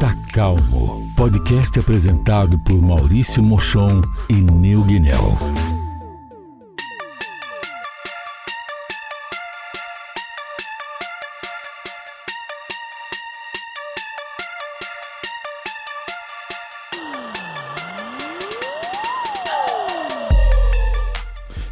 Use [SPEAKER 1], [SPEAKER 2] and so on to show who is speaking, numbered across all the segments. [SPEAKER 1] Tá Calmo, podcast apresentado por Maurício Mochon e Neil Guinel.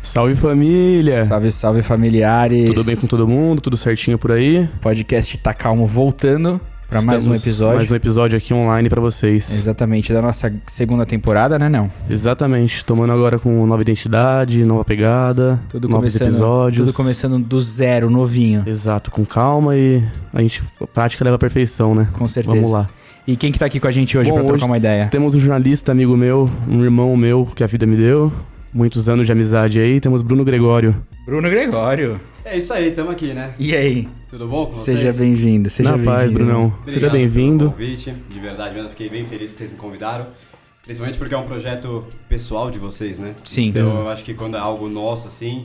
[SPEAKER 2] Salve família!
[SPEAKER 3] Salve, salve familiares.
[SPEAKER 2] É. Tudo bem com todo mundo? Tudo certinho por aí?
[SPEAKER 3] Podcast Tá Calmo voltando pra mais um
[SPEAKER 2] Estamos-
[SPEAKER 3] episódio.
[SPEAKER 2] Mais um episódio aqui online pra vocês.
[SPEAKER 3] Exatamente, da nossa segunda temporada, né, não?
[SPEAKER 2] Exatamente. Tomando agora com nova identidade, nova pegada,
[SPEAKER 3] Tudo
[SPEAKER 2] novos
[SPEAKER 3] começando,
[SPEAKER 2] episódios.
[SPEAKER 3] tudo começando do zero, novinho.
[SPEAKER 2] Exato, com calma e a gente a prática leva à perfeição, né?
[SPEAKER 3] Com certeza.
[SPEAKER 2] Vamos lá.
[SPEAKER 3] E quem que tá aqui com a gente hoje
[SPEAKER 2] Bom,
[SPEAKER 3] pra trocar
[SPEAKER 2] hoje
[SPEAKER 3] uma ideia?
[SPEAKER 2] Temos um jornalista amigo meu, um irmão meu que a vida me deu. Muitos anos de amizade aí. Temos Bruno Gregório.
[SPEAKER 3] Bruno Gregório.
[SPEAKER 4] É isso aí, estamos aqui, né?
[SPEAKER 3] E aí?
[SPEAKER 4] Tudo bom com vocês?
[SPEAKER 3] Seja bem-vindo, seja
[SPEAKER 2] Na
[SPEAKER 3] bem-vindo.
[SPEAKER 2] paz, Brunão.
[SPEAKER 4] Obrigado
[SPEAKER 2] Seja
[SPEAKER 4] pelo
[SPEAKER 2] bem-vindo.
[SPEAKER 4] convite, de verdade mesmo, fiquei bem feliz que vocês me convidaram. Principalmente porque é um projeto pessoal de vocês, né?
[SPEAKER 3] Sim.
[SPEAKER 4] Então eu acho que quando é algo nosso, assim,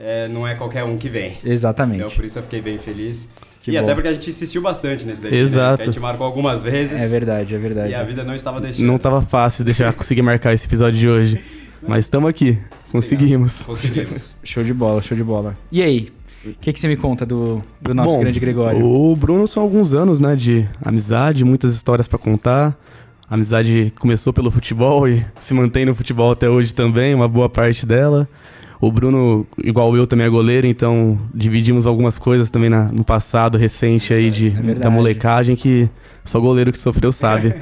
[SPEAKER 4] é, não é qualquer um que vem. Então
[SPEAKER 3] Exatamente.
[SPEAKER 4] por isso eu fiquei bem feliz.
[SPEAKER 3] Que
[SPEAKER 4] e
[SPEAKER 3] bom.
[SPEAKER 4] até porque a gente insistiu bastante nesse daí.
[SPEAKER 2] Exato.
[SPEAKER 4] Né? Que A gente marcou algumas vezes
[SPEAKER 3] É verdade, é verdade.
[SPEAKER 4] e a vida não estava deixando.
[SPEAKER 2] Não tá. tava fácil deixar conseguir marcar esse episódio de hoje. Mas estamos aqui. Conseguimos.
[SPEAKER 4] Conseguimos.
[SPEAKER 3] Show de bola, show de bola. E aí? O que, que você me conta do, do nosso
[SPEAKER 2] Bom,
[SPEAKER 3] grande Gregório?
[SPEAKER 2] O Bruno são alguns anos, né, de amizade, muitas histórias pra contar. A amizade começou pelo futebol e se mantém no futebol até hoje também, uma boa parte dela. O Bruno, igual eu, também é goleiro, então dividimos algumas coisas também na- no passado recente aí de,
[SPEAKER 3] É verdade.
[SPEAKER 2] da molecagem que só goleiro que sofreu sabe.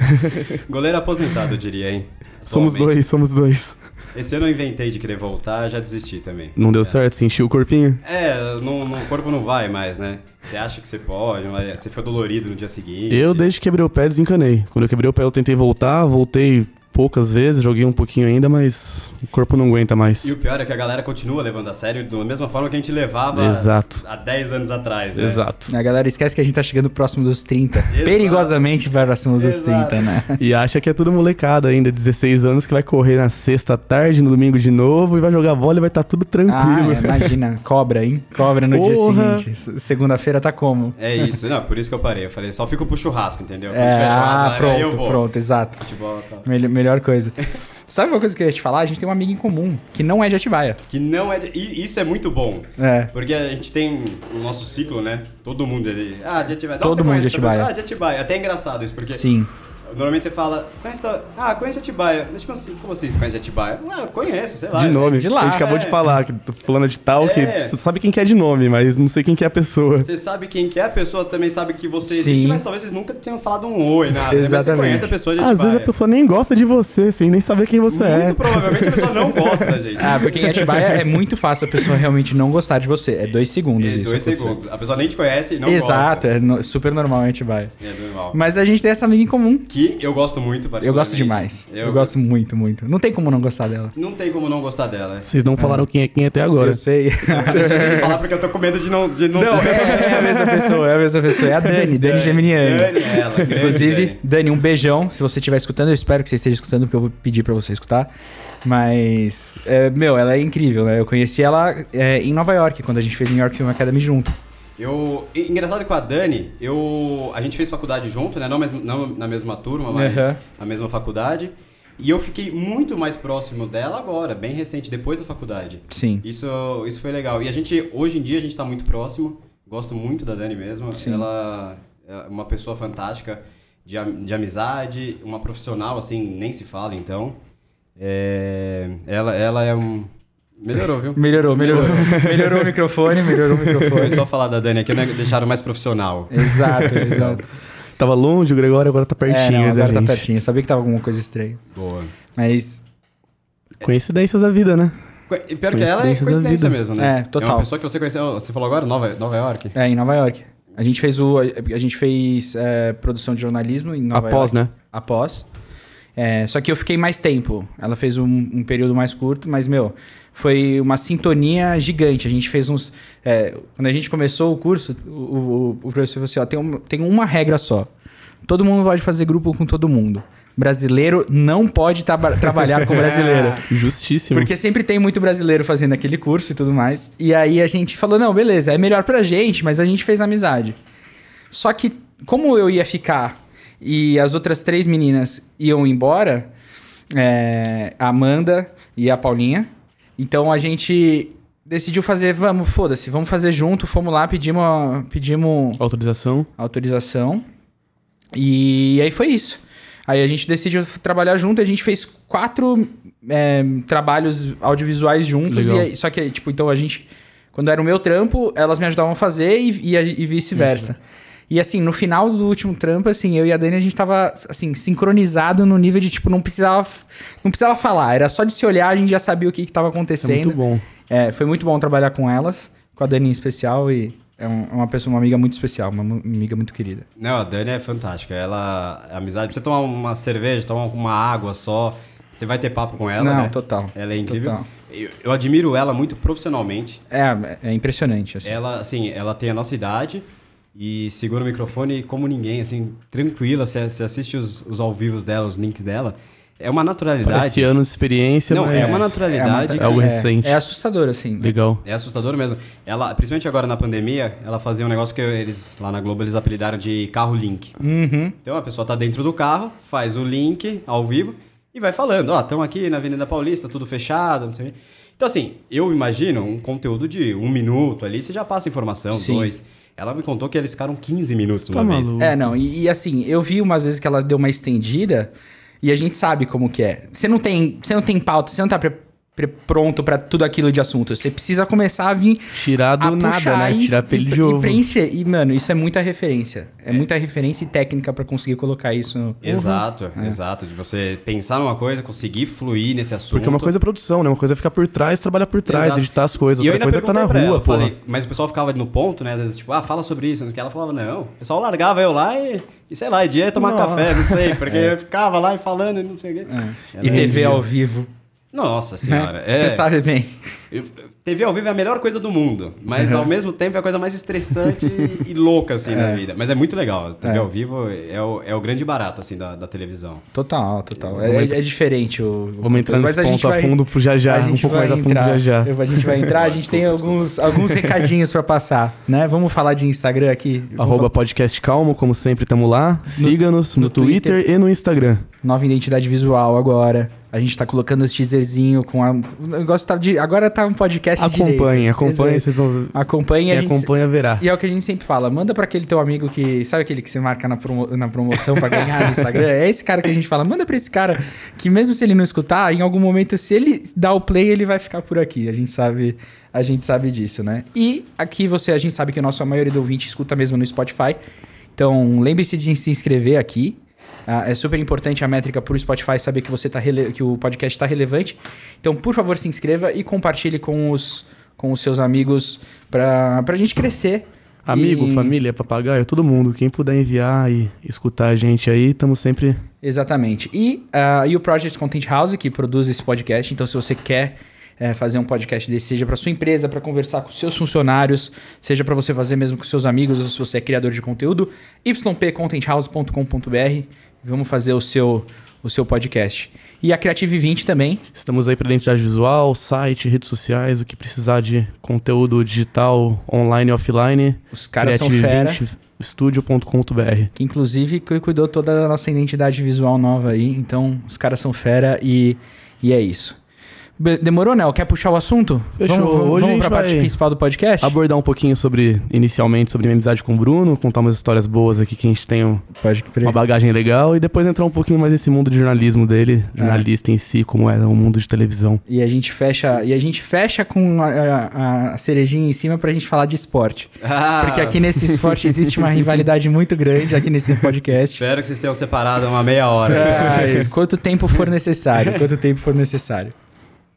[SPEAKER 4] Goleiro aposentado, eu diria, hein?
[SPEAKER 2] somos
[SPEAKER 4] Atualmente.
[SPEAKER 2] dois, somos dois.
[SPEAKER 4] Esse ano eu inventei de querer voltar, já desisti também.
[SPEAKER 2] Não deu
[SPEAKER 4] É.
[SPEAKER 2] certo, sentiu o corpinho?
[SPEAKER 4] É, não, não- o corpo não vai mais, né? Você acha que você pode, mas você fica dolorido no dia seguinte.
[SPEAKER 2] Eu, desde que quebrei o pé, desencanei. Quando eu quebrei o pé, eu tentei voltar, voltei poucas vezes, joguei um pouquinho ainda, mas o corpo não aguenta mais.
[SPEAKER 4] E o pior é que a galera continua levando a sério da mesma forma que a gente levava
[SPEAKER 2] Exato.
[SPEAKER 4] há 10 anos atrás, né?
[SPEAKER 2] Exato.
[SPEAKER 3] A galera esquece que a gente tá chegando próximo dos 30. Perigosamente próximo dos
[SPEAKER 4] Exato.
[SPEAKER 3] 30, né?
[SPEAKER 2] E acha que é tudo molecada ainda, 16 anos, que vai correr na sexta à tarde, no domingo de novo, e vai jogar bola e vai estar tudo
[SPEAKER 3] Ah,
[SPEAKER 2] tranquilo.
[SPEAKER 3] é, imagina, cobra, hein? Cobra no
[SPEAKER 2] Porra.
[SPEAKER 3] dia seguinte. S- Segunda-feira tá como?
[SPEAKER 4] É isso, não, por isso que eu parei. Eu falei, só fico pro churrasco, entendeu? Quando
[SPEAKER 3] É,
[SPEAKER 4] tiver churrasco,
[SPEAKER 3] ah,
[SPEAKER 4] galera, eu
[SPEAKER 3] pronto,
[SPEAKER 4] vou.
[SPEAKER 3] pronto, exato.
[SPEAKER 4] Futebol, tal.
[SPEAKER 3] Mel- melhor coisa. Sabe uma coisa que eu ia te falar? A gente tem um amigo em comum, que não é de Atibaia.
[SPEAKER 4] Que não é. de- E isso é muito bom.
[SPEAKER 3] É.
[SPEAKER 4] Porque a gente tem o nosso ciclo, né? Todo mundo ele. Ah, de Atibaia. Da
[SPEAKER 3] Todo
[SPEAKER 4] onde você
[SPEAKER 3] mundo
[SPEAKER 4] conhece
[SPEAKER 3] de
[SPEAKER 4] essa pessoa?
[SPEAKER 3] Atibaia.
[SPEAKER 4] Ah, de Atibaia. Até é engraçado isso, porque.
[SPEAKER 3] Sim.
[SPEAKER 4] Normalmente você fala, conhece tal- Ah, conhece Atibaia. Mas tipo assim, como assim você conhece Atibaia? Ah, conheço, sei lá.
[SPEAKER 2] De nome.
[SPEAKER 3] de lá, né?
[SPEAKER 2] a gente acabou
[SPEAKER 4] é.
[SPEAKER 2] de falar, que fulana de tal, que
[SPEAKER 4] É.
[SPEAKER 2] tu sabe quem que é de nome, mas não sei quem que é a pessoa.
[SPEAKER 4] Você sabe quem que é, a pessoa também sabe que você
[SPEAKER 3] Sim.
[SPEAKER 4] existe, mas talvez vocês nunca tenham falado um oi, nada. né? Mas você
[SPEAKER 3] Exatamente.
[SPEAKER 4] conhece a pessoa de
[SPEAKER 2] Às
[SPEAKER 4] Atibaia.
[SPEAKER 2] vezes a pessoa nem gosta de você, sem nem saber quem você
[SPEAKER 4] Muito
[SPEAKER 2] é.
[SPEAKER 4] provavelmente a pessoa não gosta, gente.
[SPEAKER 3] Ah, porque em Atibaia é muito fácil a pessoa realmente não gostar de você. É dois
[SPEAKER 4] É,
[SPEAKER 3] segundos isso.
[SPEAKER 4] dois
[SPEAKER 3] acontecer.
[SPEAKER 4] segundos. A pessoa nem te conhece e não
[SPEAKER 3] Exato,
[SPEAKER 4] gosta.
[SPEAKER 3] é no- super normal em Atibaia.
[SPEAKER 4] É normal.
[SPEAKER 3] Mas a gente tem essa amiga em comum.
[SPEAKER 4] Que eu gosto muito, particularmente.
[SPEAKER 3] Eu gosto demais. Eu, gosto muito, muito. Não tem como não gostar dela.
[SPEAKER 4] Não tem como não gostar dela.
[SPEAKER 2] Vocês não falaram quem é quem até agora.
[SPEAKER 3] Eu sei.
[SPEAKER 4] Deixa eu falar porque eu tô com medo de não, de não,
[SPEAKER 3] Não,
[SPEAKER 4] ser.
[SPEAKER 3] é, é a mesma pessoa, é a mesma pessoa. É a Dani, Dani Geminiani.
[SPEAKER 4] Dani, é ela. grande
[SPEAKER 3] Inclusive,
[SPEAKER 4] Dani.
[SPEAKER 3] Dani, um beijão. Se você estiver escutando, eu espero que você esteja escutando, porque eu vou pedir pra você escutar. Mas, é, meu, ela é incrível, né? Eu conheci ela é, em Nova York, quando a gente fez New York Film Academy junto.
[SPEAKER 4] Eu, e- engraçado que com a Dani, eu, a gente fez faculdade junto, né? Não, mes- não na mesma turma, mas
[SPEAKER 3] Uhum.
[SPEAKER 4] na mesma faculdade. E eu fiquei muito mais próximo dela agora, bem recente, depois da faculdade.
[SPEAKER 3] Sim.
[SPEAKER 4] Isso, isso foi legal. E a gente, hoje em dia, a gente tá muito próximo. Gosto muito da Dani mesmo. Ela é uma pessoa fantástica de, am- de amizade, uma profissional, assim, nem se fala, então. É, ela, ela é um. Melhorou, viu?
[SPEAKER 3] Melhorou, melhorou. melhorou o microfone, melhorou o
[SPEAKER 4] Foi
[SPEAKER 3] microfone.
[SPEAKER 4] só falar da Dani aqui, né? Deixaram mais profissional.
[SPEAKER 3] É. Exato, exato.
[SPEAKER 2] Tava longe, o Gregório agora tá
[SPEAKER 3] É,
[SPEAKER 2] pertinho,
[SPEAKER 3] não,
[SPEAKER 2] né,
[SPEAKER 3] agora tá
[SPEAKER 2] gente?
[SPEAKER 3] pertinho. Eu sabia que tava alguma coisa estranha.
[SPEAKER 4] Boa.
[SPEAKER 3] Mas
[SPEAKER 2] Coincidências da vida, né?
[SPEAKER 4] E pior que ela é
[SPEAKER 2] Coincidência da
[SPEAKER 4] coincidência
[SPEAKER 2] vida.
[SPEAKER 4] mesmo, né?
[SPEAKER 3] É, total.
[SPEAKER 4] É uma pessoa que você conheceu, você falou agora, Nova, Nova York?
[SPEAKER 3] É, em Nova York. A gente fez o. A gente fez é, produção de jornalismo em Nova
[SPEAKER 2] Após,
[SPEAKER 3] York.
[SPEAKER 2] né?
[SPEAKER 3] Após. É, só que eu fiquei mais tempo. Ela fez um, um período mais curto, mas, meu, foi uma sintonia gigante. A gente fez uns. é, quando a gente começou o curso, o, o- o professor falou assim: ó, tem, um- tem uma regra só. Todo mundo pode fazer grupo com todo mundo. Brasileiro não pode traba- trabalhar com brasileiro.
[SPEAKER 2] Justíssimo.
[SPEAKER 3] Porque sempre tem muito brasileiro fazendo aquele curso e tudo mais. E aí a gente falou, não, beleza, é melhor pra gente, mas a gente fez amizade. Só que como eu ia ficar e as outras três meninas iam embora, é, a Amanda e a Paulinha. Então a gente decidiu fazer, vamos, foda-se, vamos fazer junto, fomos lá, pedimos, a- pedimos
[SPEAKER 2] Autorização.
[SPEAKER 3] autorização. E aí foi isso. Aí a gente decidiu trabalhar junto, a gente fez quatro é, trabalhos audiovisuais juntos.
[SPEAKER 2] Legal.
[SPEAKER 3] E aí- só que, tipo, então a gente. Quando era o meu trampo, elas me ajudavam a fazer e, e a- e vice-versa.
[SPEAKER 2] né?
[SPEAKER 3] E assim, no final do último trampo, assim, eu e a Dani, a gente tava, assim, sincronizado no nível de, tipo, não precisava, não precisava falar. Era só de se olhar, a gente já sabia o que, que tava
[SPEAKER 2] É
[SPEAKER 3] acontecendo.
[SPEAKER 2] muito bom.
[SPEAKER 3] É, foi muito bom trabalhar com elas, com a Dani em especial, e é um- é uma pessoa, uma amiga muito especial, uma mu- amiga muito querida.
[SPEAKER 4] Não, a Dani é fantástica. Ela, a amizade, pra você tomar uma cerveja, tomar uma água só, você vai ter papo com ela,
[SPEAKER 3] Não,
[SPEAKER 4] né?
[SPEAKER 3] total.
[SPEAKER 4] Ela é incrível.
[SPEAKER 3] Total.
[SPEAKER 4] Eu, eu admiro ela muito profissionalmente.
[SPEAKER 3] É, é impressionante, assim.
[SPEAKER 4] Ela, assim, ela tem a nossa idade e segura o microfone como ninguém, assim, tranquila. Você, você assiste os, os ao vivos dela, os links dela. É uma
[SPEAKER 2] Parece
[SPEAKER 4] naturalidade.
[SPEAKER 2] anos de experiência,
[SPEAKER 4] Não,
[SPEAKER 2] mas...
[SPEAKER 4] é uma naturalidade.
[SPEAKER 3] É
[SPEAKER 2] É algo
[SPEAKER 3] é,
[SPEAKER 2] recente.
[SPEAKER 3] É, assustador, assim.
[SPEAKER 2] Legal.
[SPEAKER 4] É assustador mesmo. Ela, principalmente agora na pandemia, ela fazia um negócio que eles lá na Globo eles apelidaram de carro link.
[SPEAKER 3] Uhum.
[SPEAKER 4] Então a pessoa tá dentro do carro, faz o link ao vivo e vai falando, ó, estamos aqui na Avenida Paulista, tudo fechado, não sei o quê. Então assim, eu imagino um conteúdo de um minuto ali, você já passa informação,
[SPEAKER 3] Sim.
[SPEAKER 4] dois. Ela me contou que eles ficaram 15 minutos
[SPEAKER 2] Tá
[SPEAKER 4] uma vez.
[SPEAKER 2] maluco.
[SPEAKER 3] É, não, e, e, assim, eu vi umas vezes que ela deu uma estendida e a gente sabe como que é. Você não tem, você não tem pauta, você não tá pre- pre- pronto pra tudo aquilo de assunto. Você precisa começar a vir
[SPEAKER 2] Tirar do
[SPEAKER 3] a
[SPEAKER 2] nada,
[SPEAKER 3] puxar
[SPEAKER 2] né?
[SPEAKER 3] e-
[SPEAKER 2] Tirar pele
[SPEAKER 3] e,
[SPEAKER 2] de ovo.
[SPEAKER 3] E preencher. E, mano, isso é muita referência. É, muita referência e técnica pra conseguir colocar isso no...
[SPEAKER 2] Uhum.
[SPEAKER 4] Exato,
[SPEAKER 2] É.
[SPEAKER 4] exato. De você pensar numa coisa, conseguir fluir nesse assunto.
[SPEAKER 2] Porque uma coisa é produção, né? Uma coisa é ficar por trás, trabalhar por trás,
[SPEAKER 4] Exato.
[SPEAKER 2] editar as coisas.
[SPEAKER 4] E eu
[SPEAKER 2] Outra
[SPEAKER 4] ainda
[SPEAKER 2] coisa é tá na
[SPEAKER 4] perguntei pra
[SPEAKER 2] rua,
[SPEAKER 4] ela,
[SPEAKER 2] porra.
[SPEAKER 4] falei, mas o pessoal ficava no ponto, né? Às vezes, tipo, ah, fala sobre isso. não sei o que. Ela falava, não. O pessoal largava eu lá e, e sei lá, e dia ia tomar
[SPEAKER 2] Nossa.
[SPEAKER 4] café, não sei. Porque
[SPEAKER 2] É.
[SPEAKER 4] eu ficava lá e falando e não sei o quê. Ela
[SPEAKER 3] E
[SPEAKER 4] é-
[SPEAKER 3] TV ao vivo.
[SPEAKER 4] Nossa
[SPEAKER 3] né?
[SPEAKER 4] senhora.
[SPEAKER 3] Você
[SPEAKER 4] é.
[SPEAKER 3] sabe bem.
[SPEAKER 4] Eu- TV ao vivo é a melhor coisa do mundo, mas
[SPEAKER 2] Uhum.
[SPEAKER 4] ao mesmo tempo é a coisa mais estressante e, e louca, assim, na vida. Mas é muito legal. TV
[SPEAKER 3] É.
[SPEAKER 4] ao vivo é o, é o grande barato, assim, da, da televisão.
[SPEAKER 3] Total, total. É,
[SPEAKER 2] Vamos
[SPEAKER 3] é diferente o. o
[SPEAKER 2] Vamos entrar
[SPEAKER 3] conteúdo,
[SPEAKER 2] nesse
[SPEAKER 3] mas a gente
[SPEAKER 2] ponto a
[SPEAKER 3] vai-
[SPEAKER 2] fundo pro já já,
[SPEAKER 3] a
[SPEAKER 2] um
[SPEAKER 3] gente
[SPEAKER 2] pouco
[SPEAKER 3] vai
[SPEAKER 2] mais a fundo
[SPEAKER 3] entrar,
[SPEAKER 2] já já.
[SPEAKER 3] eu- a gente vai entrar, a gente tem alguns, alguns recadinhos pra passar, né? Vamos falar de Instagram aqui. Vamos
[SPEAKER 2] Arroba
[SPEAKER 3] falar-
[SPEAKER 2] podcast calmo, como sempre, tamo lá. Siga-nos no,
[SPEAKER 3] no
[SPEAKER 2] Twitter,
[SPEAKER 3] Twitter.
[SPEAKER 2] e no Instagram.
[SPEAKER 3] Nova identidade visual agora. A gente tá colocando os teaserzinho com a, o negócio tá de agora tá um podcast
[SPEAKER 2] Acompanhe,
[SPEAKER 3] direito.
[SPEAKER 2] acompanhe,
[SPEAKER 3] Exato.
[SPEAKER 2] vocês vão.
[SPEAKER 3] Acompanhe
[SPEAKER 2] Quem
[SPEAKER 3] a gente.
[SPEAKER 2] acompanha verá.
[SPEAKER 3] E é o que a gente sempre fala, manda pra aquele teu amigo que, sabe aquele que você marca na, promo- na promoção pra ganhar no Instagram? É esse cara que a gente fala, manda pra esse cara que mesmo se ele não escutar, em algum momento se ele dá o play, ele vai ficar por aqui. A gente sabe, a gente sabe disso, né? E aqui você, a gente sabe que a nossa maioria do ouvinte escuta mesmo no Spotify. Então, lembre-se de se inscrever aqui. Ah, é super importante a métrica para o Spotify saber que você tá rele- que o podcast está relevante. Então, por favor, se inscreva e compartilhe com os, com os seus amigos para a gente crescer.
[SPEAKER 2] Amigo,
[SPEAKER 3] E-
[SPEAKER 2] família, papagaio, todo mundo. Quem puder enviar e escutar a gente aí, tamo sempre.
[SPEAKER 3] Exatamente. E, ah, e o Project Content House, que produz esse podcast. Então, se você quer eh, fazer um podcast desse, seja para sua empresa, para conversar com seus funcionários, seja para você fazer mesmo com seus amigos, ou se você é criador de conteúdo, ypcontenthouse.com.br. Vamos fazer o seu, o seu podcast. E a Creative 20 também.
[SPEAKER 2] Estamos aí pra identidade visual, site, redes sociais, o que precisar de conteúdo digital, online e offline.
[SPEAKER 3] Os caras são
[SPEAKER 2] Creative
[SPEAKER 3] fera.
[SPEAKER 2] 20 Studio.com.br.
[SPEAKER 3] Que inclusive cu- cuidou toda a nossa identidade visual nova aí. Então, os caras são fera e, e é isso. Be- Demorou, Nel? Quer puxar o assunto?
[SPEAKER 2] Fechou.
[SPEAKER 3] Vamos, vamos,
[SPEAKER 2] Hoje a
[SPEAKER 3] vamos
[SPEAKER 2] gente
[SPEAKER 3] pra parte
[SPEAKER 2] vai
[SPEAKER 3] principal do podcast?
[SPEAKER 2] abordar um pouquinho sobre, inicialmente, sobre minha amizade com o Bruno, contar umas histórias boas aqui que a gente tem um-
[SPEAKER 3] Pode
[SPEAKER 2] uma bagagem legal e depois entrar um pouquinho mais nesse mundo de jornalismo dele,
[SPEAKER 3] É.
[SPEAKER 2] jornalista em si, como é o mundo de televisão.
[SPEAKER 3] E a gente fecha, e a gente fecha com a, a- a cerejinha em cima pra gente falar de esporte.
[SPEAKER 4] Ah.
[SPEAKER 3] Porque aqui nesse esporte existe uma rivalidade muito grande aqui nesse podcast.
[SPEAKER 4] Espero que vocês tenham separado uma meia
[SPEAKER 2] É.
[SPEAKER 4] hora.
[SPEAKER 3] Ai, quanto tempo for necessário, quanto tempo for necessário.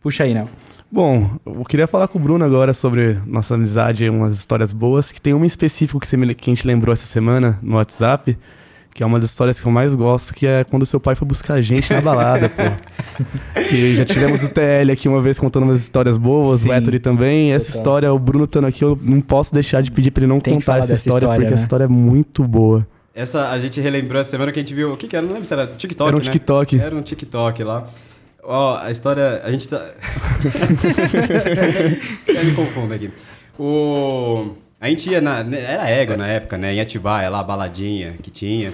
[SPEAKER 3] Puxa aí, Nel.
[SPEAKER 2] Bom, eu queria falar com o Bruno agora sobre nossa amizade, umas histórias boas, que tem uma em específico que, você me, que a gente lembrou essa semana no WhatsApp, que é uma das histórias que eu mais gosto, que é quando seu pai foi buscar a gente na balada, pô. Que já tivemos o TL aqui uma vez contando umas histórias boas,
[SPEAKER 3] Sim.
[SPEAKER 2] o Ettore também. Essa
[SPEAKER 3] Total.
[SPEAKER 2] história, o Bruno estando aqui, eu não posso deixar de pedir pra ele não
[SPEAKER 3] Tem que
[SPEAKER 2] contar
[SPEAKER 3] falar
[SPEAKER 2] essa
[SPEAKER 3] dessa
[SPEAKER 2] história,
[SPEAKER 3] história,
[SPEAKER 2] porque
[SPEAKER 3] né?
[SPEAKER 2] essa história é muito boa.
[SPEAKER 4] Essa a gente relembrou essa semana que a gente viu. O que, que era? Não lembro se era TikTok.
[SPEAKER 2] Era um
[SPEAKER 4] né?
[SPEAKER 2] TikTok.
[SPEAKER 4] Era um TikTok lá. Ó, a história. A gente tá. Eu me confundo aqui. né? O... A gente ia na. Era ego na época, né? Em Atibaia, lá, a baladinha que tinha.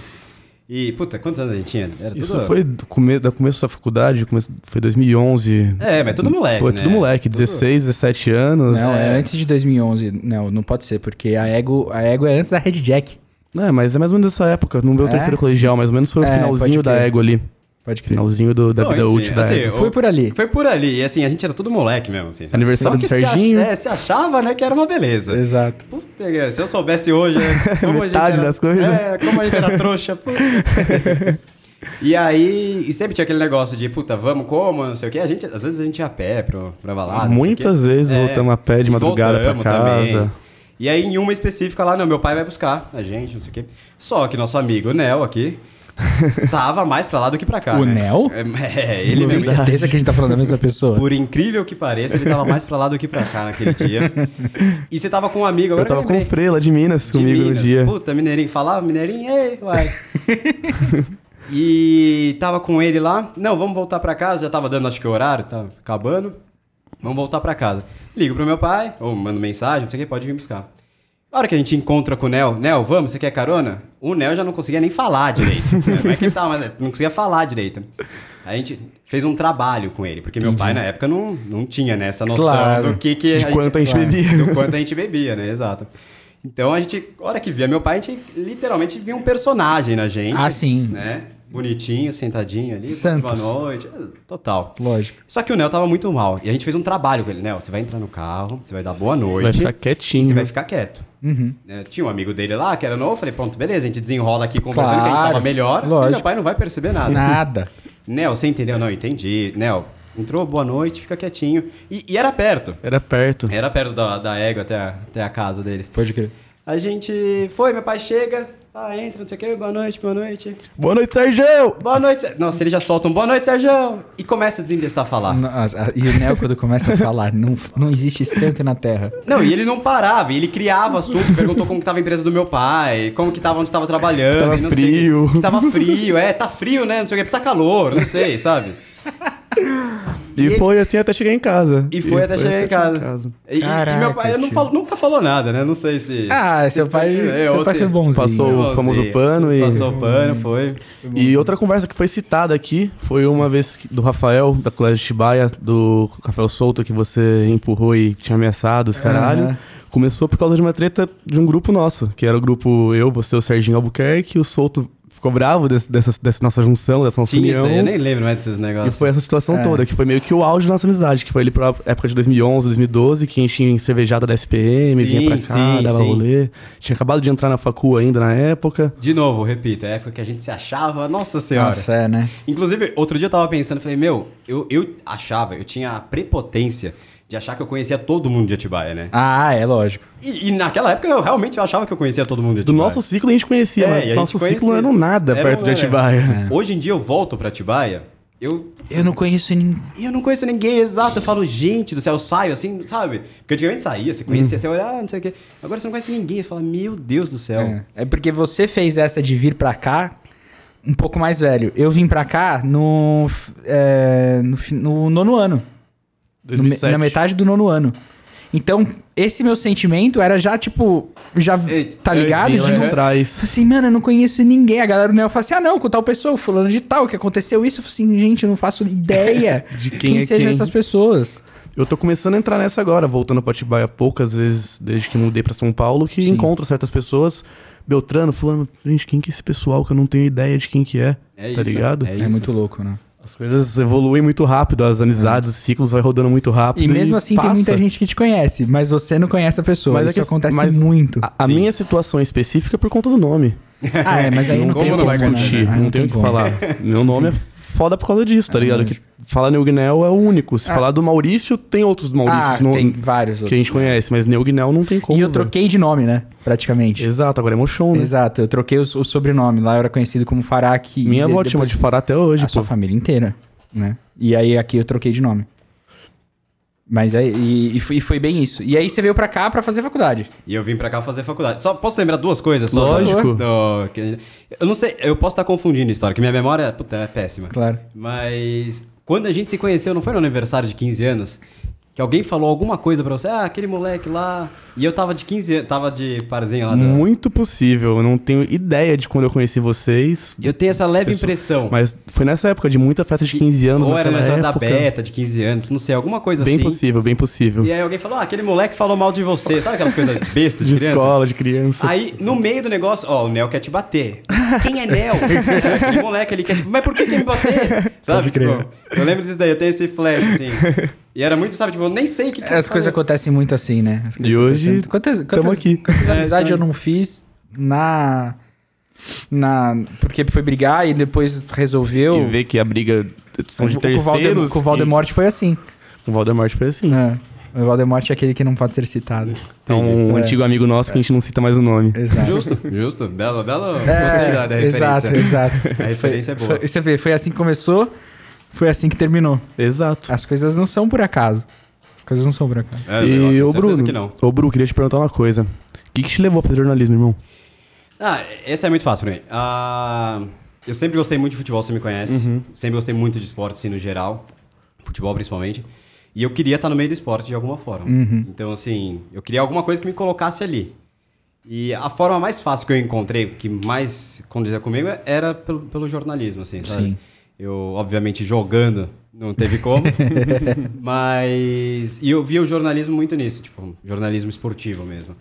[SPEAKER 4] E, puta, quantos anos a gente tinha? Era
[SPEAKER 2] Isso
[SPEAKER 4] tudo-
[SPEAKER 2] foi do começo, do começo da faculdade, começo, foi 2011.
[SPEAKER 4] É, mas tudo moleque,
[SPEAKER 2] Foi
[SPEAKER 4] né?
[SPEAKER 2] tudo moleque, 16, 17 anos.
[SPEAKER 3] Não, é antes de 2011. Não, não pode ser, porque a Ego, a Ego é antes da Red Jack.
[SPEAKER 2] É, mas é mais ou menos essa época, no meu
[SPEAKER 3] É?
[SPEAKER 2] terceiro colegial, mais ou menos foi o
[SPEAKER 3] É, pode
[SPEAKER 2] finalzinho da
[SPEAKER 3] crer.
[SPEAKER 2] égua ali.
[SPEAKER 3] Pode crer.
[SPEAKER 2] Finalzinho do- da
[SPEAKER 4] Não,
[SPEAKER 2] vida
[SPEAKER 4] enfim,
[SPEAKER 2] útil da
[SPEAKER 4] assim,
[SPEAKER 2] égua.
[SPEAKER 4] eu-
[SPEAKER 3] Foi por ali.
[SPEAKER 4] Foi por ali. E assim, a gente era tudo moleque mesmo. Assim,
[SPEAKER 2] Aniversário
[SPEAKER 4] Só
[SPEAKER 2] do
[SPEAKER 4] que se ach-
[SPEAKER 2] Serginho.
[SPEAKER 4] é, Se, achava, né, que era uma beleza.
[SPEAKER 3] Exato.
[SPEAKER 4] Puta, que- se eu soubesse hoje, né, como a gente
[SPEAKER 2] Metade
[SPEAKER 4] era,
[SPEAKER 2] das coisas.
[SPEAKER 4] É, como a gente era trouxa. puta. e aí, e sempre tinha aquele negócio de, puta, vamos, como, não sei o quê. A gente, às vezes a gente ia a pé pra, pra balada. não sei o quê. É,
[SPEAKER 2] Muitas vezes voltamos a pé de
[SPEAKER 4] e
[SPEAKER 2] madrugada pra
[SPEAKER 4] voltamos também.
[SPEAKER 2] casa.
[SPEAKER 4] E aí, em uma específica lá, não, meu pai vai buscar a gente, não sei o quê. Só que nosso amigo Nel aqui tava mais pra lá do que pra cá.
[SPEAKER 3] O
[SPEAKER 4] né?
[SPEAKER 3] Nel?
[SPEAKER 4] É, ele
[SPEAKER 3] Tem
[SPEAKER 4] mesmo.
[SPEAKER 3] certeza que a gente tá falando da mesma pessoa?
[SPEAKER 4] Por incrível que pareça, ele tava mais pra lá do que pra cá naquele dia. E você tava com um amigo, agora
[SPEAKER 2] Eu tava
[SPEAKER 4] que
[SPEAKER 2] com o
[SPEAKER 4] lembrei,
[SPEAKER 2] Freila de Minas
[SPEAKER 4] de
[SPEAKER 2] comigo
[SPEAKER 4] Minas.
[SPEAKER 2] no dia.
[SPEAKER 4] Puta, mineirinho, falava mineirinho, ei, vai. e tava com ele lá, não, vamos voltar pra casa, já tava dando acho que o horário, tava acabando. Vamos voltar pra casa. Ligo pro meu pai, ou mando mensagem, não sei o que, pode vir buscar. Na hora que a gente encontra com o Nel, Nel, vamos, você quer carona? O Nel já não conseguia nem falar direito. né? Não é que ele tava, mas não conseguia falar direito. A gente fez um trabalho com ele, porque meu pai na época não, não tinha né, essa noção
[SPEAKER 2] Claro.
[SPEAKER 4] do que, que
[SPEAKER 2] De quanto a gente bebia.
[SPEAKER 4] Do quanto a gente bebia, né? Exato. Então a gente, a hora que via meu pai, a gente literalmente via um personagem na gente.
[SPEAKER 3] Ah, sim.
[SPEAKER 4] Né? Bonitinho, sentadinho ali.
[SPEAKER 3] Santos.
[SPEAKER 4] Boa noite. é, Total.
[SPEAKER 3] Lógico.
[SPEAKER 4] Só que o Nel tava muito mal. E a gente fez um trabalho com ele. Nel, você vai entrar no carro, você vai dar boa noite.
[SPEAKER 2] Vai ficar
[SPEAKER 4] e Você
[SPEAKER 2] quietinho.
[SPEAKER 4] vai ficar quieto.
[SPEAKER 3] Uhum.
[SPEAKER 4] Né, Tinha um amigo dele lá, que era novo. Eu falei, pronto, beleza, a gente desenrola aqui conversando que a gente
[SPEAKER 3] Claro,
[SPEAKER 4] tava melhor.
[SPEAKER 3] lógico.
[SPEAKER 4] E meu pai não vai perceber nada.
[SPEAKER 3] Nada.
[SPEAKER 4] Nel, você entendeu? Não, entendi. Nel, entrou, boa noite, fica quietinho. E, e era perto.
[SPEAKER 2] Era perto.
[SPEAKER 4] Era perto da, da égua até a, até a casa deles.
[SPEAKER 3] Pode crer.
[SPEAKER 4] A gente foi, meu pai chega. Ah, entra, não sei o que, boa noite, boa noite.
[SPEAKER 2] Boa noite, Sérgio!
[SPEAKER 4] Boa noite, Ser- Nossa, ele já solta um boa noite, Sérgio! E começa a desembestar a falar.
[SPEAKER 3] Nossa, e o Neo, quando começa a falar, não, não existe santo na terra.
[SPEAKER 4] Não, e ele não parava, e ele criava assunto, perguntou como que tava a empresa do meu pai, como que tava, onde tava trabalhando,
[SPEAKER 2] Tava
[SPEAKER 4] e não sei. o
[SPEAKER 2] frio.
[SPEAKER 4] que- que Tava frio, é, tá frio, né? Não sei o que, tá calor, não sei, sabe?
[SPEAKER 2] E foi assim até chegar em casa. assim
[SPEAKER 4] E foi até chegar em casa. E, e- e meu
[SPEAKER 3] Caraca,
[SPEAKER 4] pai eu não
[SPEAKER 3] tio.
[SPEAKER 4] falo- nunca falou nada, né? Não sei se.
[SPEAKER 3] Ah, seu pai,
[SPEAKER 4] percebeu,
[SPEAKER 3] seu
[SPEAKER 4] É, ou
[SPEAKER 3] pai
[SPEAKER 4] se-
[SPEAKER 3] foi bonzinho.
[SPEAKER 2] Passou. o
[SPEAKER 4] Não,
[SPEAKER 2] famoso
[SPEAKER 4] sei.
[SPEAKER 2] pano e- Uhum.
[SPEAKER 4] Passou o pano, foi.
[SPEAKER 2] E outra conversa que foi citada aqui foi uma vez que- do Rafael, da Colégio Chibaia, do Rafael Souto, que você empurrou e tinha ameaçado os caralho.
[SPEAKER 3] Aham.
[SPEAKER 2] Começou por causa de uma treta de um grupo nosso, que era o grupo eu, você, o Serginho Albuquerque, o Souto ficou bravo desse- dessa, dessa nossa junção, dessa nossa
[SPEAKER 4] Tinha isso
[SPEAKER 2] união.
[SPEAKER 4] daí, eu nem lembro mais desses
[SPEAKER 2] E
[SPEAKER 4] negócios.
[SPEAKER 2] foi essa situação
[SPEAKER 3] É.
[SPEAKER 2] toda, que foi meio que o auge da nossa amizade, que foi ali pra época de 2011, 2012, que a gente tinha cervejada da SPM, vinha pra
[SPEAKER 4] Sim,
[SPEAKER 2] cá,
[SPEAKER 4] sim,
[SPEAKER 2] dava
[SPEAKER 4] sim.
[SPEAKER 2] rolê. Tinha acabado de entrar na facu ainda na época.
[SPEAKER 4] De novo, repito, é a época que a gente se achava, nossa senhora.
[SPEAKER 3] Nossa, é, né?
[SPEAKER 4] Inclusive, outro dia eu tava pensando, falei, meu, eu, eu achava, eu tinha a prepotência de achar que eu conhecia todo mundo de Atibaia, né?
[SPEAKER 3] Ah, é lógico.
[SPEAKER 4] E, e naquela época eu realmente achava que eu conhecia todo mundo de
[SPEAKER 2] Do
[SPEAKER 4] Atibaia.
[SPEAKER 2] nosso ciclo a gente conhecia,
[SPEAKER 4] É, e a
[SPEAKER 2] mas
[SPEAKER 4] gente
[SPEAKER 2] nosso ciclo
[SPEAKER 4] conhecia.
[SPEAKER 2] não era um nada
[SPEAKER 4] Era
[SPEAKER 2] perto
[SPEAKER 4] um-
[SPEAKER 2] de Atibaia.
[SPEAKER 3] É.
[SPEAKER 4] Hoje em dia eu volto pra Atibaia, eu,
[SPEAKER 3] Eu não conheço ninguém.
[SPEAKER 4] eu não conheço ninguém exato, eu falo, gente do céu, eu saio assim, sabe? Porque antigamente saía, você
[SPEAKER 2] Uhum.
[SPEAKER 4] conhecia, você olhava, não sei o quê. Agora você não conhece ninguém, você fala, meu Deus do céu.
[SPEAKER 3] É. É porque você fez essa de vir pra cá um pouco mais velho. Eu vim pra cá no, f- é, no, fi- no nono ano. No me- na metade do nono ano. Então, esse meu sentimento era já, tipo, já,
[SPEAKER 4] Ei,
[SPEAKER 3] tá ligado?
[SPEAKER 4] antes,
[SPEAKER 3] De não-
[SPEAKER 4] né?
[SPEAKER 2] não
[SPEAKER 3] Falei
[SPEAKER 2] traz.
[SPEAKER 3] assim, mano, eu não conheço ninguém. A galera do Neo fala assim, ah não, com tal pessoa, fulano de tal, que aconteceu isso. Eu falei assim, gente, eu não faço ideia de
[SPEAKER 2] quem
[SPEAKER 3] quem,
[SPEAKER 2] é
[SPEAKER 3] sejam
[SPEAKER 2] quem.
[SPEAKER 3] essas pessoas.
[SPEAKER 2] Eu tô começando a entrar nessa agora, voltando pra Atibaia poucas vezes, desde que mudei pra São Paulo, que
[SPEAKER 3] Sim.
[SPEAKER 2] encontro certas pessoas, Beltrano, fulano, gente, quem que é esse pessoal que eu não tenho ideia de quem que é,
[SPEAKER 4] É
[SPEAKER 2] tá
[SPEAKER 4] isso,
[SPEAKER 2] ligado?
[SPEAKER 4] é
[SPEAKER 3] É,
[SPEAKER 4] isso.
[SPEAKER 3] muito louco, né?
[SPEAKER 2] As coisas evoluem muito rápido, as amizades, os ciclos vai rodando muito rápido.
[SPEAKER 3] E mesmo assim
[SPEAKER 2] passa.
[SPEAKER 3] tem muita gente que te conhece, mas você não conhece a pessoa.
[SPEAKER 2] Mas é
[SPEAKER 3] isso
[SPEAKER 2] que-
[SPEAKER 3] acontece
[SPEAKER 2] mas-
[SPEAKER 3] muito.
[SPEAKER 2] A, a minha situação específica é por conta do nome.
[SPEAKER 3] Ah, é, mas aí não,
[SPEAKER 4] Como
[SPEAKER 3] tem
[SPEAKER 4] não É
[SPEAKER 3] como
[SPEAKER 4] vai
[SPEAKER 3] né?
[SPEAKER 4] discutir?
[SPEAKER 3] Ah,
[SPEAKER 2] não, tenho o que
[SPEAKER 3] como.
[SPEAKER 2] falar. Meu nome é foda por causa disso, tá ligado? Que falar Neugnel é o único. Se falar do Maurício, tem outros
[SPEAKER 3] Ah,
[SPEAKER 2] Maurícios no-
[SPEAKER 3] tem vários
[SPEAKER 2] que a
[SPEAKER 3] outros. né?
[SPEAKER 2] gente conhece, mas Neugnel não tem como.
[SPEAKER 3] E eu
[SPEAKER 2] velho.
[SPEAKER 3] troquei de nome, né? Praticamente.
[SPEAKER 2] Exato, agora é Mochon, né?
[SPEAKER 3] Exato, eu troquei o, o sobrenome. Lá eu era conhecido como Farak.
[SPEAKER 2] Minha avó te chama de Fará até hoje,
[SPEAKER 3] A sua
[SPEAKER 2] pô.
[SPEAKER 3] família inteira, né? E aí aqui eu troquei de nome. Mas aí, e, e foi, e foi bem isso. E aí você veio pra cá pra fazer faculdade.
[SPEAKER 4] E eu vim pra cá fazer faculdade. Só posso lembrar duas coisas? Só
[SPEAKER 2] Lógico.
[SPEAKER 4] Do- que- Eu não sei, eu posso estar confundindo a história, que minha memória puta, é péssima.
[SPEAKER 3] Claro.
[SPEAKER 4] Mas quando a gente se conheceu, não foi no aniversário de 15 anos? Que alguém falou alguma coisa pra você, ah, aquele moleque lá. E eu tava de 15 anos, tava de parzinha lá. da-
[SPEAKER 2] Muito possível. Eu não tenho ideia de quando eu conheci vocês.
[SPEAKER 4] Eu tenho essa leve
[SPEAKER 2] Pessoa-
[SPEAKER 4] impressão.
[SPEAKER 2] Mas foi nessa época de muita festa de 15 anos.
[SPEAKER 4] Ou era
[SPEAKER 2] naquela
[SPEAKER 4] nessa da
[SPEAKER 2] época.
[SPEAKER 4] beta, de 15 anos, não sei, alguma coisa
[SPEAKER 2] Bem
[SPEAKER 4] assim.
[SPEAKER 2] possível, bem possível.
[SPEAKER 4] E aí alguém falou, ah, aquele moleque falou mal de você. Sabe aquelas coisas besta de,
[SPEAKER 2] de
[SPEAKER 4] criança?
[SPEAKER 2] escola, de criança.
[SPEAKER 4] Aí, no meio do negócio, ó, o Nel quer te bater. Quem é Nel? Aquele moleque, ele quer te... Mas por que quer me bater? Sabe?
[SPEAKER 2] crer.
[SPEAKER 4] tipo, eu lembro disso daí, eu tenho esse flash, assim. E era muito, sabe, tipo, eu nem sei o que... que eu
[SPEAKER 3] É, As coisas
[SPEAKER 4] falei.
[SPEAKER 3] acontecem muito assim, né? As coisas
[SPEAKER 2] E hoje,
[SPEAKER 3] acontecem- Quantas,
[SPEAKER 2] tamo
[SPEAKER 3] quantas,
[SPEAKER 2] aqui.
[SPEAKER 3] Quantas
[SPEAKER 4] É,
[SPEAKER 3] amizades eu
[SPEAKER 4] tamo-
[SPEAKER 3] não fiz na. Na, porque foi brigar e depois resolveu.
[SPEAKER 2] E ver que a briga são de
[SPEAKER 3] Com o Valdem-
[SPEAKER 2] terceiros.
[SPEAKER 3] Com o Valdemort foi assim.
[SPEAKER 2] e- Com o Valdemort foi assim.
[SPEAKER 3] né? O Valdemort é aquele que não pode ser citado.
[SPEAKER 2] Então, um
[SPEAKER 3] É.
[SPEAKER 2] antigo amigo nosso que a gente não cita mais o nome.
[SPEAKER 3] Exato.
[SPEAKER 4] Justo, justo. Bela, bela...
[SPEAKER 3] É,
[SPEAKER 4] Gostei da, da referência.
[SPEAKER 3] Exato, exato.
[SPEAKER 4] A referência é boa.
[SPEAKER 3] Foi, você vê, foi assim que começou, foi assim que terminou.
[SPEAKER 2] Exato.
[SPEAKER 3] As coisas não são por acaso. As coisas não são por acaso.
[SPEAKER 4] É, eu
[SPEAKER 2] e
[SPEAKER 4] tenho
[SPEAKER 2] ô
[SPEAKER 4] certeza
[SPEAKER 2] Bruno,
[SPEAKER 4] que não.
[SPEAKER 2] ô Bruno, queria te perguntar uma coisa. O que, que te levou a fazer jornalismo, irmão?
[SPEAKER 4] Ah, essa é muito fácil pra mim. Ah, eu sempre gostei muito de futebol, você me conhece. Sempre gostei muito de esporte, assim, no geral. Futebol, principalmente. E eu queria estar no meio do esporte de alguma forma. Então, assim, eu queria alguma coisa que me colocasse ali. E a forma mais fácil que eu encontrei, que mais conduzia comigo, era pelo, pelo jornalismo, assim, sabe?
[SPEAKER 3] Sim.
[SPEAKER 4] Eu, obviamente, jogando, não teve como. mas. E eu via o jornalismo muito nisso, tipo, jornalismo esportivo mesmo.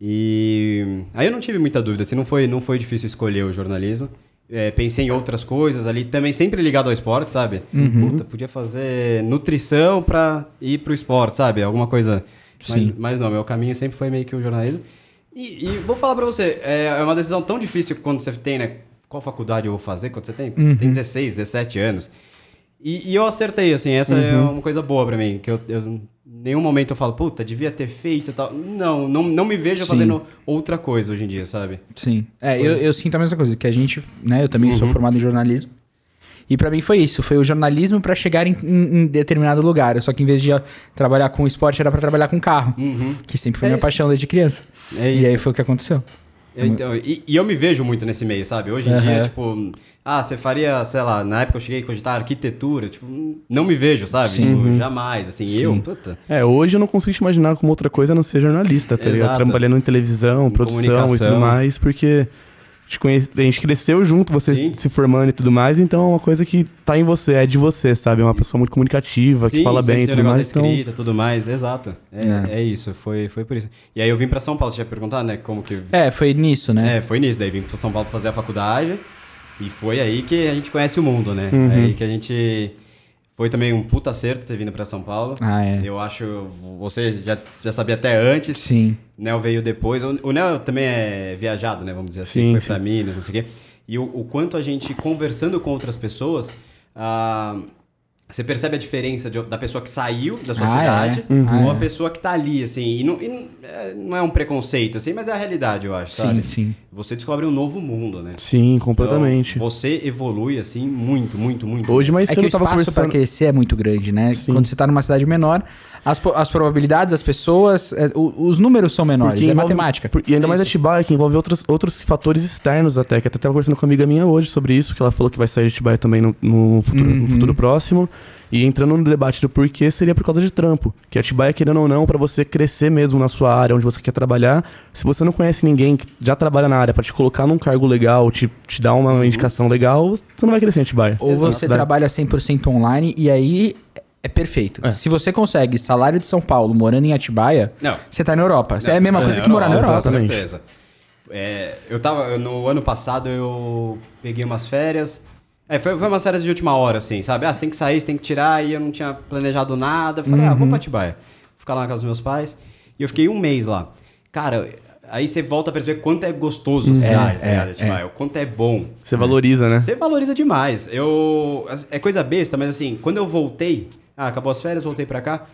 [SPEAKER 4] E. Aí eu não tive muita dúvida, assim, não foi, não foi difícil escolher o jornalismo. É, pensei em outras coisas ali, também sempre ligado ao esporte, sabe?
[SPEAKER 3] Uhum.
[SPEAKER 4] Puta, podia fazer nutrição pra ir pro esporte, sabe? Alguma coisa. Mas,
[SPEAKER 3] Sim.
[SPEAKER 4] mas não, meu caminho sempre foi meio que o jornalismo. E, e vou falar pra você, é é uma decisão tão difícil quando você tem, né? Qual faculdade eu vou fazer quando você tem? Você
[SPEAKER 3] Uhum.
[SPEAKER 4] tem 16, 17 anos. E, e eu acertei, assim, essa é
[SPEAKER 3] Uhum.
[SPEAKER 4] uma coisa boa pra mim, que eu, eu em nenhum momento eu falo, puta, devia ter feito e tal. Não, não, não me vejo
[SPEAKER 3] Sim.
[SPEAKER 4] fazendo outra coisa hoje em dia, sabe?
[SPEAKER 3] Sim. É, eu, eu sinto a mesma coisa, que a gente, né, eu também
[SPEAKER 4] Uhum.
[SPEAKER 3] sou formado em jornalismo. E pra mim foi isso, foi o jornalismo pra chegar em, em- em determinado lugar. Só que em vez de ó, trabalhar com esporte, era pra trabalhar com carro, que sempre foi
[SPEAKER 4] É
[SPEAKER 3] minha
[SPEAKER 4] isso.
[SPEAKER 3] paixão desde criança.
[SPEAKER 4] É
[SPEAKER 3] E aí foi o que aconteceu.
[SPEAKER 4] Eu, então, e, e eu me vejo muito nesse meio, sabe? Hoje em
[SPEAKER 3] Aham.
[SPEAKER 4] dia, tipo, ah, você faria, sei lá, na época eu cheguei a cogitar arquitetura, tipo, não me vejo, sabe?
[SPEAKER 3] Sim. Uhum.
[SPEAKER 4] Tipo, jamais, assim, eu, puta.
[SPEAKER 2] É, hoje eu não consigo te imaginar como outra coisa a não ser jornalista, tá ligado?
[SPEAKER 4] Exato.
[SPEAKER 2] Trabalhando em televisão, produção e tudo
[SPEAKER 4] comunicação.
[SPEAKER 2] mais, porque te conhece- a gente cresceu junto, você
[SPEAKER 4] Sim.
[SPEAKER 2] se formando e tudo mais, então é uma coisa que tá em você, é de você, sabe? É uma pessoa muito comunicativa, que fala
[SPEAKER 4] sempre
[SPEAKER 2] bem e
[SPEAKER 4] tem o
[SPEAKER 2] tudo
[SPEAKER 4] negócio
[SPEAKER 2] mais.
[SPEAKER 4] da
[SPEAKER 2] Então,
[SPEAKER 4] escrita, tudo mais, exato. É,
[SPEAKER 3] É.
[SPEAKER 4] é isso, foi, foi por isso. E aí eu vim pra São Paulo, você ia perguntar, né, como que...
[SPEAKER 3] É, foi nisso, né?
[SPEAKER 4] É, foi nisso. Daí vim pra São Paulo pra fazer a faculdade. E foi aí que a gente conhece o mundo, né?
[SPEAKER 2] Uhum.
[SPEAKER 4] Aí que a gente. Foi também um puta acerto ter vindo pra São Paulo.
[SPEAKER 3] Ah, é.
[SPEAKER 4] Eu acho. Você já, já sabia até antes.
[SPEAKER 3] Sim.
[SPEAKER 4] O Nel veio depois. O o Nel também é viajado, né? Vamos dizer assim.
[SPEAKER 2] Sim,
[SPEAKER 4] foi
[SPEAKER 2] sim.
[SPEAKER 4] pra Minas, não sei o quê. E o, o quanto a gente conversando com outras pessoas. ah, você percebe a diferença de- da pessoa que saiu da sua
[SPEAKER 3] Ah, é.
[SPEAKER 4] cidade
[SPEAKER 3] Uhum.
[SPEAKER 4] ou a
[SPEAKER 3] Ah, é.
[SPEAKER 4] pessoa que tá ali, assim. E não, e não- é, não é um preconceito, assim, mas é a realidade, eu acho,
[SPEAKER 3] Sim,
[SPEAKER 4] sabe?
[SPEAKER 3] sim.
[SPEAKER 4] Você descobre um novo mundo, né?
[SPEAKER 2] sim, completamente.
[SPEAKER 4] Então, você evolui, assim, muito, muito, muito.
[SPEAKER 2] Hoje, mas você
[SPEAKER 3] É que o
[SPEAKER 2] não tava
[SPEAKER 3] espaço pra
[SPEAKER 2] conversando.
[SPEAKER 3] crescer é muito grande, né?
[SPEAKER 2] Sim.
[SPEAKER 3] Quando você tá numa cidade menor, as, po- as probabilidades, as pessoas, é, o- os números são menores, é
[SPEAKER 2] envolve-
[SPEAKER 3] matemática.
[SPEAKER 2] por- e ainda mais a Tibaia, que envolve outros, outros fatores externos até. Que até tava conversando com uma amiga minha hoje sobre isso, que ela falou que vai sair de Tibaia também no, no futuro, no
[SPEAKER 3] Uhum.
[SPEAKER 2] futuro próximo. E entrando no debate do porquê, seria por causa de trampo. Que a Tibaia, querendo ou não, pra você crescer mesmo na sua área, onde você quer trabalhar, se você não conhece ninguém que já trabalha na área pra te colocar num cargo legal, te, te dar uma indicação legal, você não vai crescer em Tibaia.
[SPEAKER 3] Uhum. Ou você trabalha 100% online e aí é perfeito. Se você consegue salário de São Paulo morando em Atibaia,
[SPEAKER 4] Não.
[SPEAKER 3] você tá na Europa. Você é a
[SPEAKER 4] Não,
[SPEAKER 3] mesma
[SPEAKER 4] você-
[SPEAKER 3] coisa que morar na Europa.
[SPEAKER 2] exatamente.
[SPEAKER 4] Né? Com certeza. É, eu tava. eu- No ano passado eu peguei umas férias. É, foi, foi umas férias de última hora, assim, sabe? Ah, você tem que sair, você tem que tirar, e eu não tinha planejado nada. Eu Falei, ah, vou
[SPEAKER 3] Uhum.
[SPEAKER 4] pra Atibaia. Ficar lá na casa dos meus pais. E eu fiquei um mês lá. Cara, aí você volta a perceber quanto é gostoso a cidade,
[SPEAKER 3] é,
[SPEAKER 4] né, Atibaia? O quanto é bom.
[SPEAKER 2] Você valoriza, né?
[SPEAKER 4] Você valoriza demais. Eu é coisa besta, mas assim, quando eu voltei, ah, acabou as férias, voltei pra cá,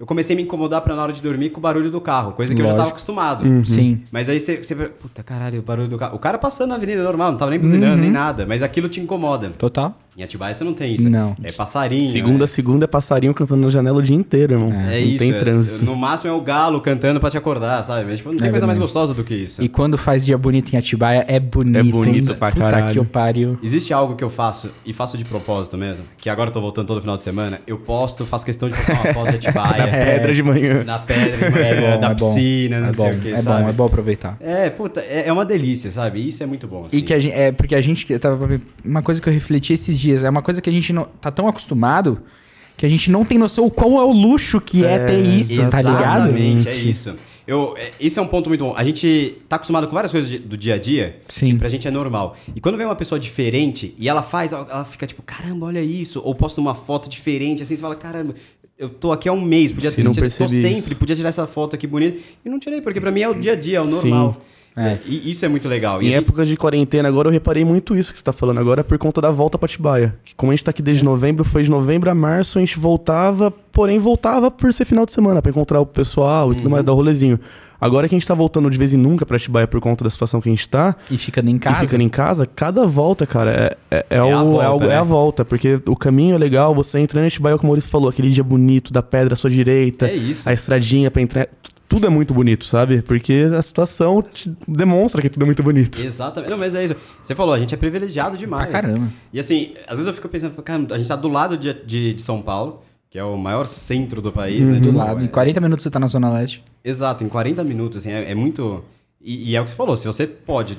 [SPEAKER 4] eu comecei a me incomodar para na hora de dormir com o barulho do carro, coisa que eu já tava
[SPEAKER 3] Lógico.
[SPEAKER 4] acostumado.
[SPEAKER 3] Sim.
[SPEAKER 4] Mas aí você, você puta caralho, o barulho do carro. O cara passando na avenida normal, não tava nem buzinando nem nada, mas aquilo te incomoda.
[SPEAKER 3] Total.
[SPEAKER 4] Em Atibaia você não tem isso.
[SPEAKER 3] Não.
[SPEAKER 4] É passarinho.
[SPEAKER 3] né?
[SPEAKER 2] Segunda a segunda é passarinho cantando na janela o dia inteiro, irmão.
[SPEAKER 4] É,
[SPEAKER 2] não
[SPEAKER 4] é isso.
[SPEAKER 2] tem
[SPEAKER 4] é-
[SPEAKER 2] trânsito.
[SPEAKER 4] no máximo é o galo cantando pra te acordar, sabe? Mas, tipo, não tem
[SPEAKER 3] É
[SPEAKER 4] coisa mais
[SPEAKER 3] verdade.
[SPEAKER 4] gostosa do que isso.
[SPEAKER 3] E quando faz dia bonito em Atibaia, é bonito.
[SPEAKER 2] É bonito
[SPEAKER 3] hein?
[SPEAKER 2] pra
[SPEAKER 3] Puta
[SPEAKER 2] caralho.
[SPEAKER 3] que eu pariu.
[SPEAKER 4] Existe algo que eu faço, e faço de propósito mesmo, que agora eu tô voltando todo final de semana, eu posto, faço questão de postar uma foto de Atibaia. é,
[SPEAKER 2] Na pedra de manhã.
[SPEAKER 4] Na pedra, de
[SPEAKER 3] É
[SPEAKER 4] manhã,
[SPEAKER 3] bom,
[SPEAKER 4] da
[SPEAKER 3] é bom.
[SPEAKER 4] piscina, não
[SPEAKER 3] é
[SPEAKER 4] sei
[SPEAKER 3] bom,
[SPEAKER 4] o que,
[SPEAKER 3] é
[SPEAKER 4] sabe?
[SPEAKER 3] bom, é bom aproveitar.
[SPEAKER 4] É, puta, é, é uma delícia, sabe? Isso é muito bom, assim.
[SPEAKER 3] E que a gente, é porque a gente que tava uma coisa que eu refleti esses dias, é uma coisa que a gente não tá tão acostumado que a gente não tem noção o qual é o luxo que é, ter isso, tá ligado?
[SPEAKER 4] Exatamente, é isso. Eu, é, esse é um ponto muito bom. A gente tá acostumado com várias coisas de- do dia a dia,
[SPEAKER 3] Sim.
[SPEAKER 4] que pra gente é normal. E quando vem uma pessoa diferente e ela faz, ela ela fica tipo, caramba, olha isso. Ou posta uma foto diferente, assim, você fala, caramba, eu tô aqui há um mês, podia
[SPEAKER 2] Sim,
[SPEAKER 4] ter
[SPEAKER 2] não
[SPEAKER 4] tirado- tô
[SPEAKER 2] percebi
[SPEAKER 4] sempre,
[SPEAKER 2] isso.
[SPEAKER 4] podia tirar essa foto aqui bonita. E não tirei, porque pra mim é o dia a dia, é o normal. É, E isso é muito legal. E
[SPEAKER 2] Em
[SPEAKER 4] a gente-
[SPEAKER 2] época de quarentena, agora eu reparei muito isso que você tá falando agora por conta da volta pra Tibaia. Que como a gente tá aqui
[SPEAKER 4] É.
[SPEAKER 2] desde novembro, foi de novembro a março, a gente voltava, porém voltava por ser final de semana, pra encontrar o pessoal e tudo
[SPEAKER 4] Uhum.
[SPEAKER 2] mais, dar o rolezinho. Agora que a gente tá voltando de vez em nunca pra Tibaia por conta da situação que a gente tá,
[SPEAKER 3] E ficando em
[SPEAKER 2] e
[SPEAKER 3] casa.
[SPEAKER 2] ficando em casa, cada volta, cara, é, é, é,
[SPEAKER 4] a
[SPEAKER 2] o- é
[SPEAKER 4] volta,
[SPEAKER 2] algo- é
[SPEAKER 4] né?
[SPEAKER 2] a volta. Porque o caminho é legal, você entrando em Atibaia, como o Maurício falou, aquele dia bonito da pedra à sua direita,
[SPEAKER 4] É isso.
[SPEAKER 2] a estradinha pra entrar. Tudo é muito bonito, sabe? Porque a situação te demonstra que tudo é muito bonito.
[SPEAKER 4] Exatamente. Não, mas é isso. Você falou, a gente é privilegiado demais.
[SPEAKER 3] Pra caramba.
[SPEAKER 4] E assim, às vezes eu fico pensando, cara, a gente tá do lado de, de, de São Paulo, que é o maior centro do país, né?
[SPEAKER 3] Uhum. Do
[SPEAKER 4] Tipo,
[SPEAKER 3] lado.
[SPEAKER 4] é-
[SPEAKER 3] Em 40 minutos você tá na Zona Leste.
[SPEAKER 4] Exato, em 40 minutos, assim, é, é muito. E, e é o que você falou, se você pode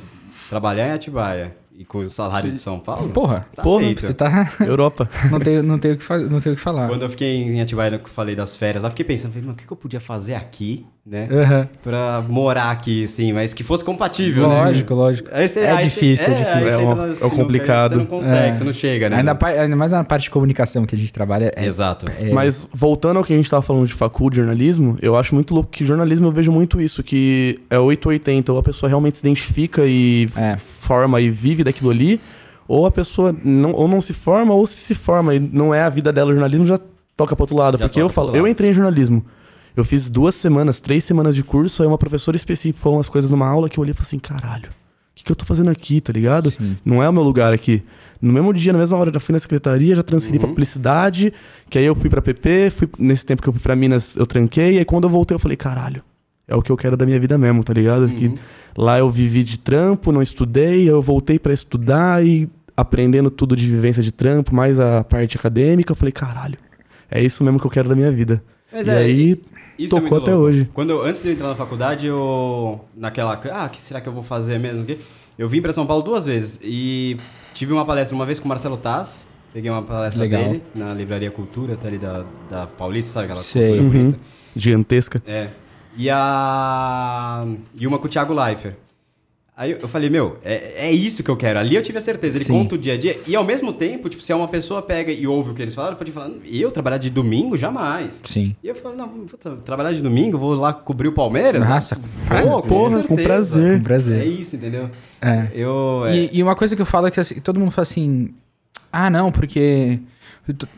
[SPEAKER 4] trabalhar em Atibaia e com o salário de São Paulo.
[SPEAKER 3] Porra.
[SPEAKER 4] tá
[SPEAKER 2] porra,
[SPEAKER 4] feito.
[SPEAKER 3] Você tá.
[SPEAKER 2] Europa.
[SPEAKER 3] não tem não tenho o que, fa- não tenho o que falar.
[SPEAKER 4] Quando eu fiquei em Atibaia, que eu falei das férias, lá eu fiquei pensando, falei, mano, o que, que eu podia fazer aqui, né?
[SPEAKER 3] Aham.
[SPEAKER 4] Pra morar aqui, assim, mas que fosse compatível, né?
[SPEAKER 3] Lógico, lógico.
[SPEAKER 4] Aí você-
[SPEAKER 3] É
[SPEAKER 4] aí você-
[SPEAKER 3] difícil, é difícil.
[SPEAKER 4] aí você
[SPEAKER 2] É uma-
[SPEAKER 4] fala
[SPEAKER 2] é o complicado.
[SPEAKER 4] Você não consegue,
[SPEAKER 3] É.
[SPEAKER 4] você não chega, né?
[SPEAKER 3] Ainda, pa- ainda mais na parte de comunicação que a gente trabalha. É,
[SPEAKER 4] Exato.
[SPEAKER 2] Mas voltando ao que a gente tava falando de faculdade, jornalismo, eu acho muito louco que jornalismo eu vejo muito isso, que é 880, ou a pessoa realmente se identifica e f-
[SPEAKER 3] É.
[SPEAKER 2] forma e vive daquilo ali, ou a pessoa não, ou não se forma, ou se se forma e não é a vida dela, o jornalismo já toca pro outro lado.
[SPEAKER 4] Já
[SPEAKER 2] porque eu
[SPEAKER 4] toca pro
[SPEAKER 2] falo,
[SPEAKER 4] outro
[SPEAKER 2] eu
[SPEAKER 4] lado.
[SPEAKER 2] entrei em jornalismo. Eu fiz duas semanas, três semanas de curso, aí uma professora específica falou umas coisas numa aula que eu olhei e falei assim, caralho, o que, que eu tô fazendo aqui, tá ligado? Não é o meu lugar aqui. No mesmo dia, na mesma hora, eu já fui na secretaria, já transferi
[SPEAKER 4] Uhum.
[SPEAKER 2] pra publicidade, que aí eu fui pra PP, fui, nesse tempo que eu fui pra Minas, eu tranquei, aí quando eu voltei eu falei, caralho, é o que eu quero da minha vida mesmo, tá ligado?
[SPEAKER 4] Uhum.
[SPEAKER 2] Que lá eu vivi de trampo, não estudei, eu voltei pra estudar e aprendendo tudo de vivência de trampo, mais a parte acadêmica, eu falei, caralho, é isso mesmo que eu quero da minha vida.
[SPEAKER 4] Mas
[SPEAKER 2] e
[SPEAKER 4] é,
[SPEAKER 2] aí,
[SPEAKER 4] Isso é
[SPEAKER 2] tocou
[SPEAKER 4] muito
[SPEAKER 2] até
[SPEAKER 4] louco.
[SPEAKER 2] hoje.
[SPEAKER 4] Quando eu- antes de eu entrar na faculdade, eu naquela, ah, que será que eu vou fazer mesmo? Que- Eu vim pra São Paulo duas vezes e tive uma palestra uma vez com o Marcelo Taz. Peguei uma palestra
[SPEAKER 3] Legal.
[SPEAKER 4] dele na Livraria Cultura, tá ali da, da Paulista, sabe aquela
[SPEAKER 3] Sei. Uhum.
[SPEAKER 4] cultura bonita?
[SPEAKER 2] gigantesca.
[SPEAKER 4] É. E a e uma com o Thiago Leifert. Aí eu- eu falei, meu, é, é isso que eu quero. Ali eu tive a certeza. Ele
[SPEAKER 3] Sim.
[SPEAKER 4] conta o dia a dia. E ao mesmo tempo, tipo, se uma pessoa pega e ouve o que eles falaram, pode falar, eu trabalhar de domingo? Jamais.
[SPEAKER 3] Sim.
[SPEAKER 4] E eu falei, não, puta, trabalhar de domingo, vou lá cobrir o Palmeiras?
[SPEAKER 3] Nossa,
[SPEAKER 4] Pô,
[SPEAKER 3] prazer.
[SPEAKER 2] Porra, com
[SPEAKER 4] certeza.
[SPEAKER 2] prazer.
[SPEAKER 3] Com prazer.
[SPEAKER 4] É isso, entendeu?
[SPEAKER 3] É.
[SPEAKER 4] Eu... é,
[SPEAKER 3] E, e uma coisa que eu falo é que assim, todo mundo fala assim: ah, não, porque.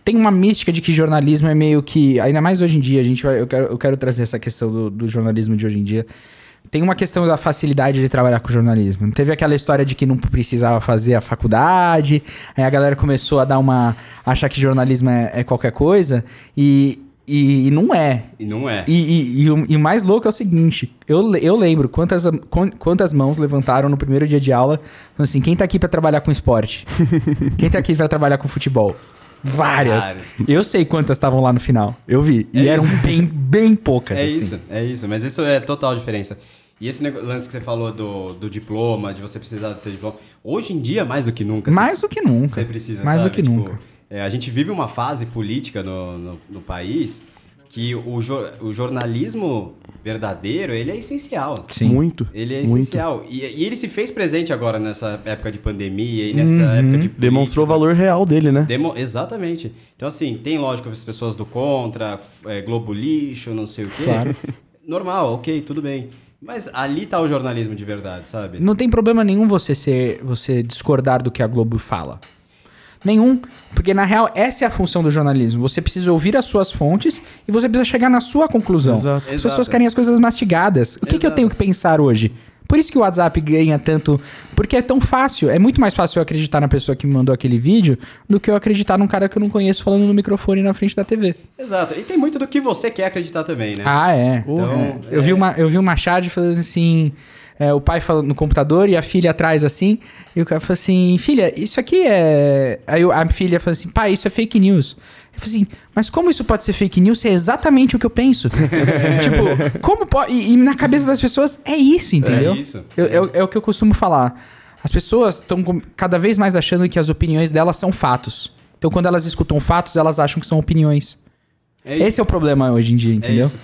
[SPEAKER 3] Tem uma mística de que jornalismo é meio que. Ainda mais hoje em dia, a gente vai, eu, quero, eu quero trazer essa questão do, do jornalismo de hoje em dia. Tem uma questão da facilidade de trabalhar com jornalismo. Teve aquela história de que não precisava fazer a faculdade, aí a galera começou a dar uma. achar que jornalismo é, é qualquer coisa, e, e, e não é.
[SPEAKER 4] E não é.
[SPEAKER 3] E, e- e o- e o mais louco é o seguinte: eu, le- eu lembro quantas, quan- quantas mãos levantaram no primeiro dia de aula, falando assim: quem tá aqui pra trabalhar com esporte? quem tá aqui pra trabalhar com futebol? Várias.
[SPEAKER 4] Várias.
[SPEAKER 3] Eu sei quantas estavam lá no final. Eu vi. E
[SPEAKER 4] É
[SPEAKER 3] eram bem, bem poucas,
[SPEAKER 4] É
[SPEAKER 3] assim.
[SPEAKER 4] isso, é isso. Mas isso é total diferença. E esse nego- lance que você falou do, do diploma, de você precisar ter diploma. Hoje em dia, mais do que nunca. assim, você-
[SPEAKER 3] Mais do que nunca.
[SPEAKER 4] Você precisa,
[SPEAKER 3] É. Mais
[SPEAKER 4] sabe?
[SPEAKER 3] do que
[SPEAKER 4] Tipo,
[SPEAKER 3] nunca.
[SPEAKER 4] é, a gente vive uma fase política no, no, no país que o, jo- o jornalismo verdadeiro, ele é essencial.
[SPEAKER 3] Sim.
[SPEAKER 2] Muito.
[SPEAKER 4] Ele é
[SPEAKER 2] muito.
[SPEAKER 4] essencial. E, e ele se fez presente agora nessa época de pandemia e nessa
[SPEAKER 3] Uhum.
[SPEAKER 4] época de.
[SPEAKER 2] Demonstrou o valor real dele, né?
[SPEAKER 4] Demo- Exatamente. Então, assim, tem lógico as pessoas do contra, f- é, Globo Lixo, não sei o quê.
[SPEAKER 3] Claro.
[SPEAKER 4] Normal, ok, tudo bem. Mas ali tá o jornalismo de verdade, sabe?
[SPEAKER 3] Não tem problema nenhum você ser, você discordar do que a Globo fala. Nenhum, porque na real essa é a função do jornalismo. Você precisa ouvir as suas fontes e você precisa chegar na sua conclusão.
[SPEAKER 2] Exato.
[SPEAKER 3] As
[SPEAKER 4] Exato.
[SPEAKER 3] pessoas querem as coisas mastigadas. O que, que eu
[SPEAKER 4] Exato.
[SPEAKER 3] tenho que pensar hoje? Por isso que o WhatsApp ganha tanto. Porque é tão fácil. É muito mais fácil eu acreditar na pessoa que me mandou aquele vídeo do que eu acreditar num cara que eu não conheço falando no microfone na frente da TV.
[SPEAKER 4] Exato. E tem muito do que você quer acreditar também, né?
[SPEAKER 3] Ah, é.
[SPEAKER 4] Então,
[SPEAKER 3] Eu vi uma, eu vi uma charge falando assim, é, o pai falando no computador e a filha atrás assim, e o cara falou assim, filha, isso aqui é... Aí eu- a filha falou assim, pai, isso é fake news. Eu falei assim, mas como isso pode ser fake news se é exatamente o que eu penso? tipo, como pode... E, e na cabeça das pessoas é isso, entendeu?
[SPEAKER 4] isso.
[SPEAKER 3] Eu- eu- é o que eu costumo falar. As pessoas estão cada vez mais achando que as opiniões delas são fatos. Então quando elas escutam fatos, elas acham que são opiniões.
[SPEAKER 4] É isso.
[SPEAKER 3] Esse é o problema hoje em dia, entendeu?
[SPEAKER 4] É isso.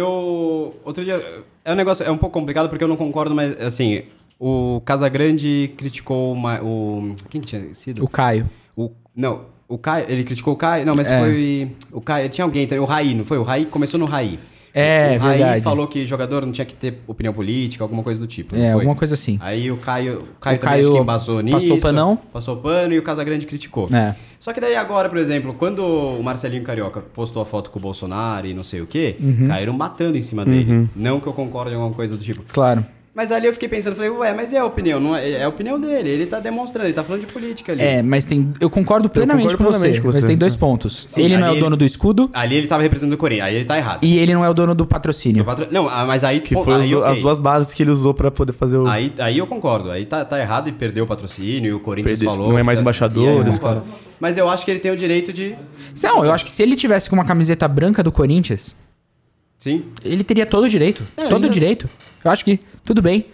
[SPEAKER 4] Eu. Outro dia. É um negócio. É um pouco complicado porque eu não concordo, mas assim. O Casagrande criticou uma- o. Quem que tinha sido?
[SPEAKER 3] O Caio.
[SPEAKER 4] O- não, o Caio. Ele criticou o Caio? Não, mas
[SPEAKER 3] É.
[SPEAKER 4] foi. O Caio. Tinha alguém também. O Raí, não foi? O Raí começou no Raí.
[SPEAKER 3] É,
[SPEAKER 4] o Raí
[SPEAKER 3] verdade.
[SPEAKER 4] falou que jogador não tinha que ter opinião política, alguma coisa do tipo. não
[SPEAKER 3] É,
[SPEAKER 4] foi?
[SPEAKER 3] alguma coisa assim.
[SPEAKER 4] Aí o Caio, o Caio
[SPEAKER 3] O
[SPEAKER 4] também acho
[SPEAKER 3] Caio
[SPEAKER 4] que embasou nisso.
[SPEAKER 3] passou o panão?
[SPEAKER 4] Passou o pano e o Casagrande criticou.
[SPEAKER 3] É.
[SPEAKER 4] Só que daí agora, por exemplo, quando o Marcelinho Carioca postou a foto com o Bolsonaro e não sei o quê,
[SPEAKER 3] Uhum.
[SPEAKER 4] caíram matando em cima dele. Não que eu concorde em alguma coisa do tipo.
[SPEAKER 3] Claro.
[SPEAKER 4] Mas ali eu fiquei pensando, falei, ué, mas é a opinião, não é, é a opinião dele, ele tá demonstrando, ele tá falando de política ali.
[SPEAKER 3] É, mas tem. Eu concordo plenamente,
[SPEAKER 2] concordo
[SPEAKER 3] com,
[SPEAKER 2] plenamente
[SPEAKER 3] você,
[SPEAKER 2] com
[SPEAKER 3] Mas
[SPEAKER 2] você.
[SPEAKER 3] tem dois pontos.
[SPEAKER 4] Sim,
[SPEAKER 3] ele não é
[SPEAKER 4] aí
[SPEAKER 3] o dono
[SPEAKER 4] ele-
[SPEAKER 3] do escudo
[SPEAKER 4] Ali ele tava representando o Corinthians, aí ele tá errado.
[SPEAKER 3] e ele não é o dono do
[SPEAKER 4] Eu
[SPEAKER 3] patrocínio.
[SPEAKER 4] patro- Não, ah, mas aí...
[SPEAKER 2] Que
[SPEAKER 4] pô,
[SPEAKER 2] foi as,
[SPEAKER 4] aí,
[SPEAKER 2] du-
[SPEAKER 4] ok.
[SPEAKER 2] as duas bases que ele usou pra poder fazer o.
[SPEAKER 4] Aí, aí eu concordo, aí tá, tá errado e perdeu o patrocínio, e o Corinthians
[SPEAKER 2] Perdeu,
[SPEAKER 4] falou...
[SPEAKER 2] não é mais
[SPEAKER 4] tá-
[SPEAKER 2] embaixador,
[SPEAKER 4] e aí eu
[SPEAKER 2] eles-
[SPEAKER 4] concordo. Mas eu acho que ele tem o direito de...
[SPEAKER 3] Não, eu acho que se ele tivesse com uma camiseta branca do Corinthians,
[SPEAKER 4] Sim,
[SPEAKER 3] ele teria todo o direito. todo o direito. Eu acho que tudo bem.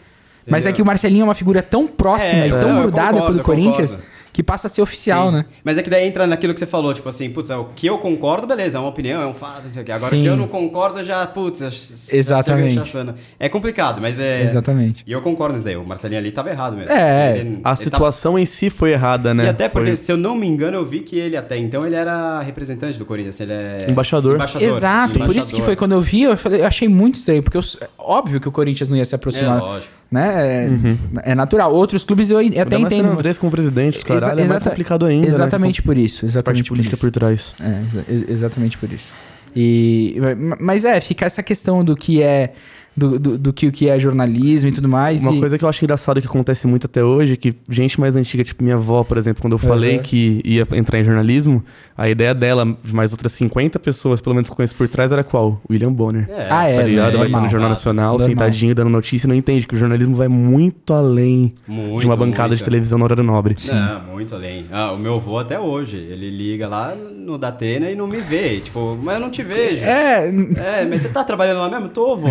[SPEAKER 3] Mas é
[SPEAKER 4] É, Entendeu?
[SPEAKER 3] que o Marcelinho é uma figura tão próxima
[SPEAKER 4] É,
[SPEAKER 3] e
[SPEAKER 4] não,
[SPEAKER 3] tão
[SPEAKER 4] eu
[SPEAKER 3] grudada
[SPEAKER 4] concordo,
[SPEAKER 3] pelo
[SPEAKER 4] eu
[SPEAKER 3] Corinthians
[SPEAKER 4] concordo.
[SPEAKER 3] que passa a ser oficial,
[SPEAKER 4] Sim.
[SPEAKER 3] né?
[SPEAKER 4] Mas é que daí entra naquilo que você falou, tipo assim, putz, é o que eu concordo, beleza, é uma opinião, é um fato, não sei o quê. Agora
[SPEAKER 3] Sim.
[SPEAKER 4] o que eu não concordo, já, putz, já- já
[SPEAKER 3] Exatamente.
[SPEAKER 4] chega rechaçando. É complicado, mas é.
[SPEAKER 3] Exatamente.
[SPEAKER 4] E eu concordo nisso daí. O Marcelinho ali tava errado mesmo.
[SPEAKER 3] É,
[SPEAKER 4] Ele-
[SPEAKER 2] A
[SPEAKER 4] ele
[SPEAKER 2] situação em si foi errada,
[SPEAKER 4] tava-
[SPEAKER 2] né?
[SPEAKER 4] E até porque,
[SPEAKER 2] Foi
[SPEAKER 4] se eu não me engano, eu vi que ele até então ele era representante do Corinthians. Ele é.
[SPEAKER 2] Embaixador.
[SPEAKER 3] Exato. Por isso
[SPEAKER 4] embaixador.
[SPEAKER 3] que foi quando eu vi, eu, falei- eu achei muito estranho, porque eu s- é óbvio que o Corinthians não ia se aproximar.
[SPEAKER 4] É, lógico.
[SPEAKER 3] né? É,
[SPEAKER 2] Uhum.
[SPEAKER 3] é natural. Outros clubes eu in- até
[SPEAKER 2] Ainda mais sendo
[SPEAKER 3] entendo.
[SPEAKER 2] Andrés como presidente, os
[SPEAKER 3] Exa-
[SPEAKER 2] é caralho, é mais
[SPEAKER 3] exata-
[SPEAKER 2] complicado ainda. né?
[SPEAKER 3] Exatamente por isso.
[SPEAKER 2] Essa parte
[SPEAKER 3] Exatamente por
[SPEAKER 2] política
[SPEAKER 3] isso.
[SPEAKER 2] por trás.
[SPEAKER 3] É, exa- ex- exatamente por isso. E, ma- mas é, fica essa questão do que é. Do, do, do que o que é jornalismo e tudo mais.
[SPEAKER 2] Uma
[SPEAKER 3] e-
[SPEAKER 2] coisa que eu acho engraçado que acontece muito até hoje, que gente mais antiga, tipo minha avó, por exemplo, quando eu falei
[SPEAKER 3] Uhum.
[SPEAKER 2] que ia entrar em jornalismo, a ideia dela, de mais outras 50 pessoas, pelo menos que eu conheço por trás, era qual? William Bonner.
[SPEAKER 4] É,
[SPEAKER 3] Ah, é,
[SPEAKER 2] tá ligado?
[SPEAKER 3] né?
[SPEAKER 2] vai estar
[SPEAKER 3] Normal.
[SPEAKER 2] no Jornal Nacional,
[SPEAKER 3] Normal.
[SPEAKER 2] sentadinho, dando notícia, e não entende que o jornalismo vai muito além
[SPEAKER 4] Muito, É.
[SPEAKER 2] de uma bancada
[SPEAKER 4] muito.
[SPEAKER 2] de televisão no horário nobre.
[SPEAKER 4] Não, muito além. Ah, o meu avô até hoje, ele liga lá no Datena e não me vê. Tipo, mas eu não te vejo.
[SPEAKER 3] É,
[SPEAKER 4] É, mas você tá trabalhando lá mesmo? Tô, vô.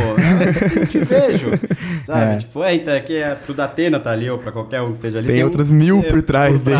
[SPEAKER 4] Eu te vejo. Sabe?
[SPEAKER 3] É.
[SPEAKER 4] Tipo, é, então aqui é pro Datena tá ali ou pra qualquer um que esteja ali.
[SPEAKER 2] Tem
[SPEAKER 4] um-
[SPEAKER 2] outras mil por trás dele.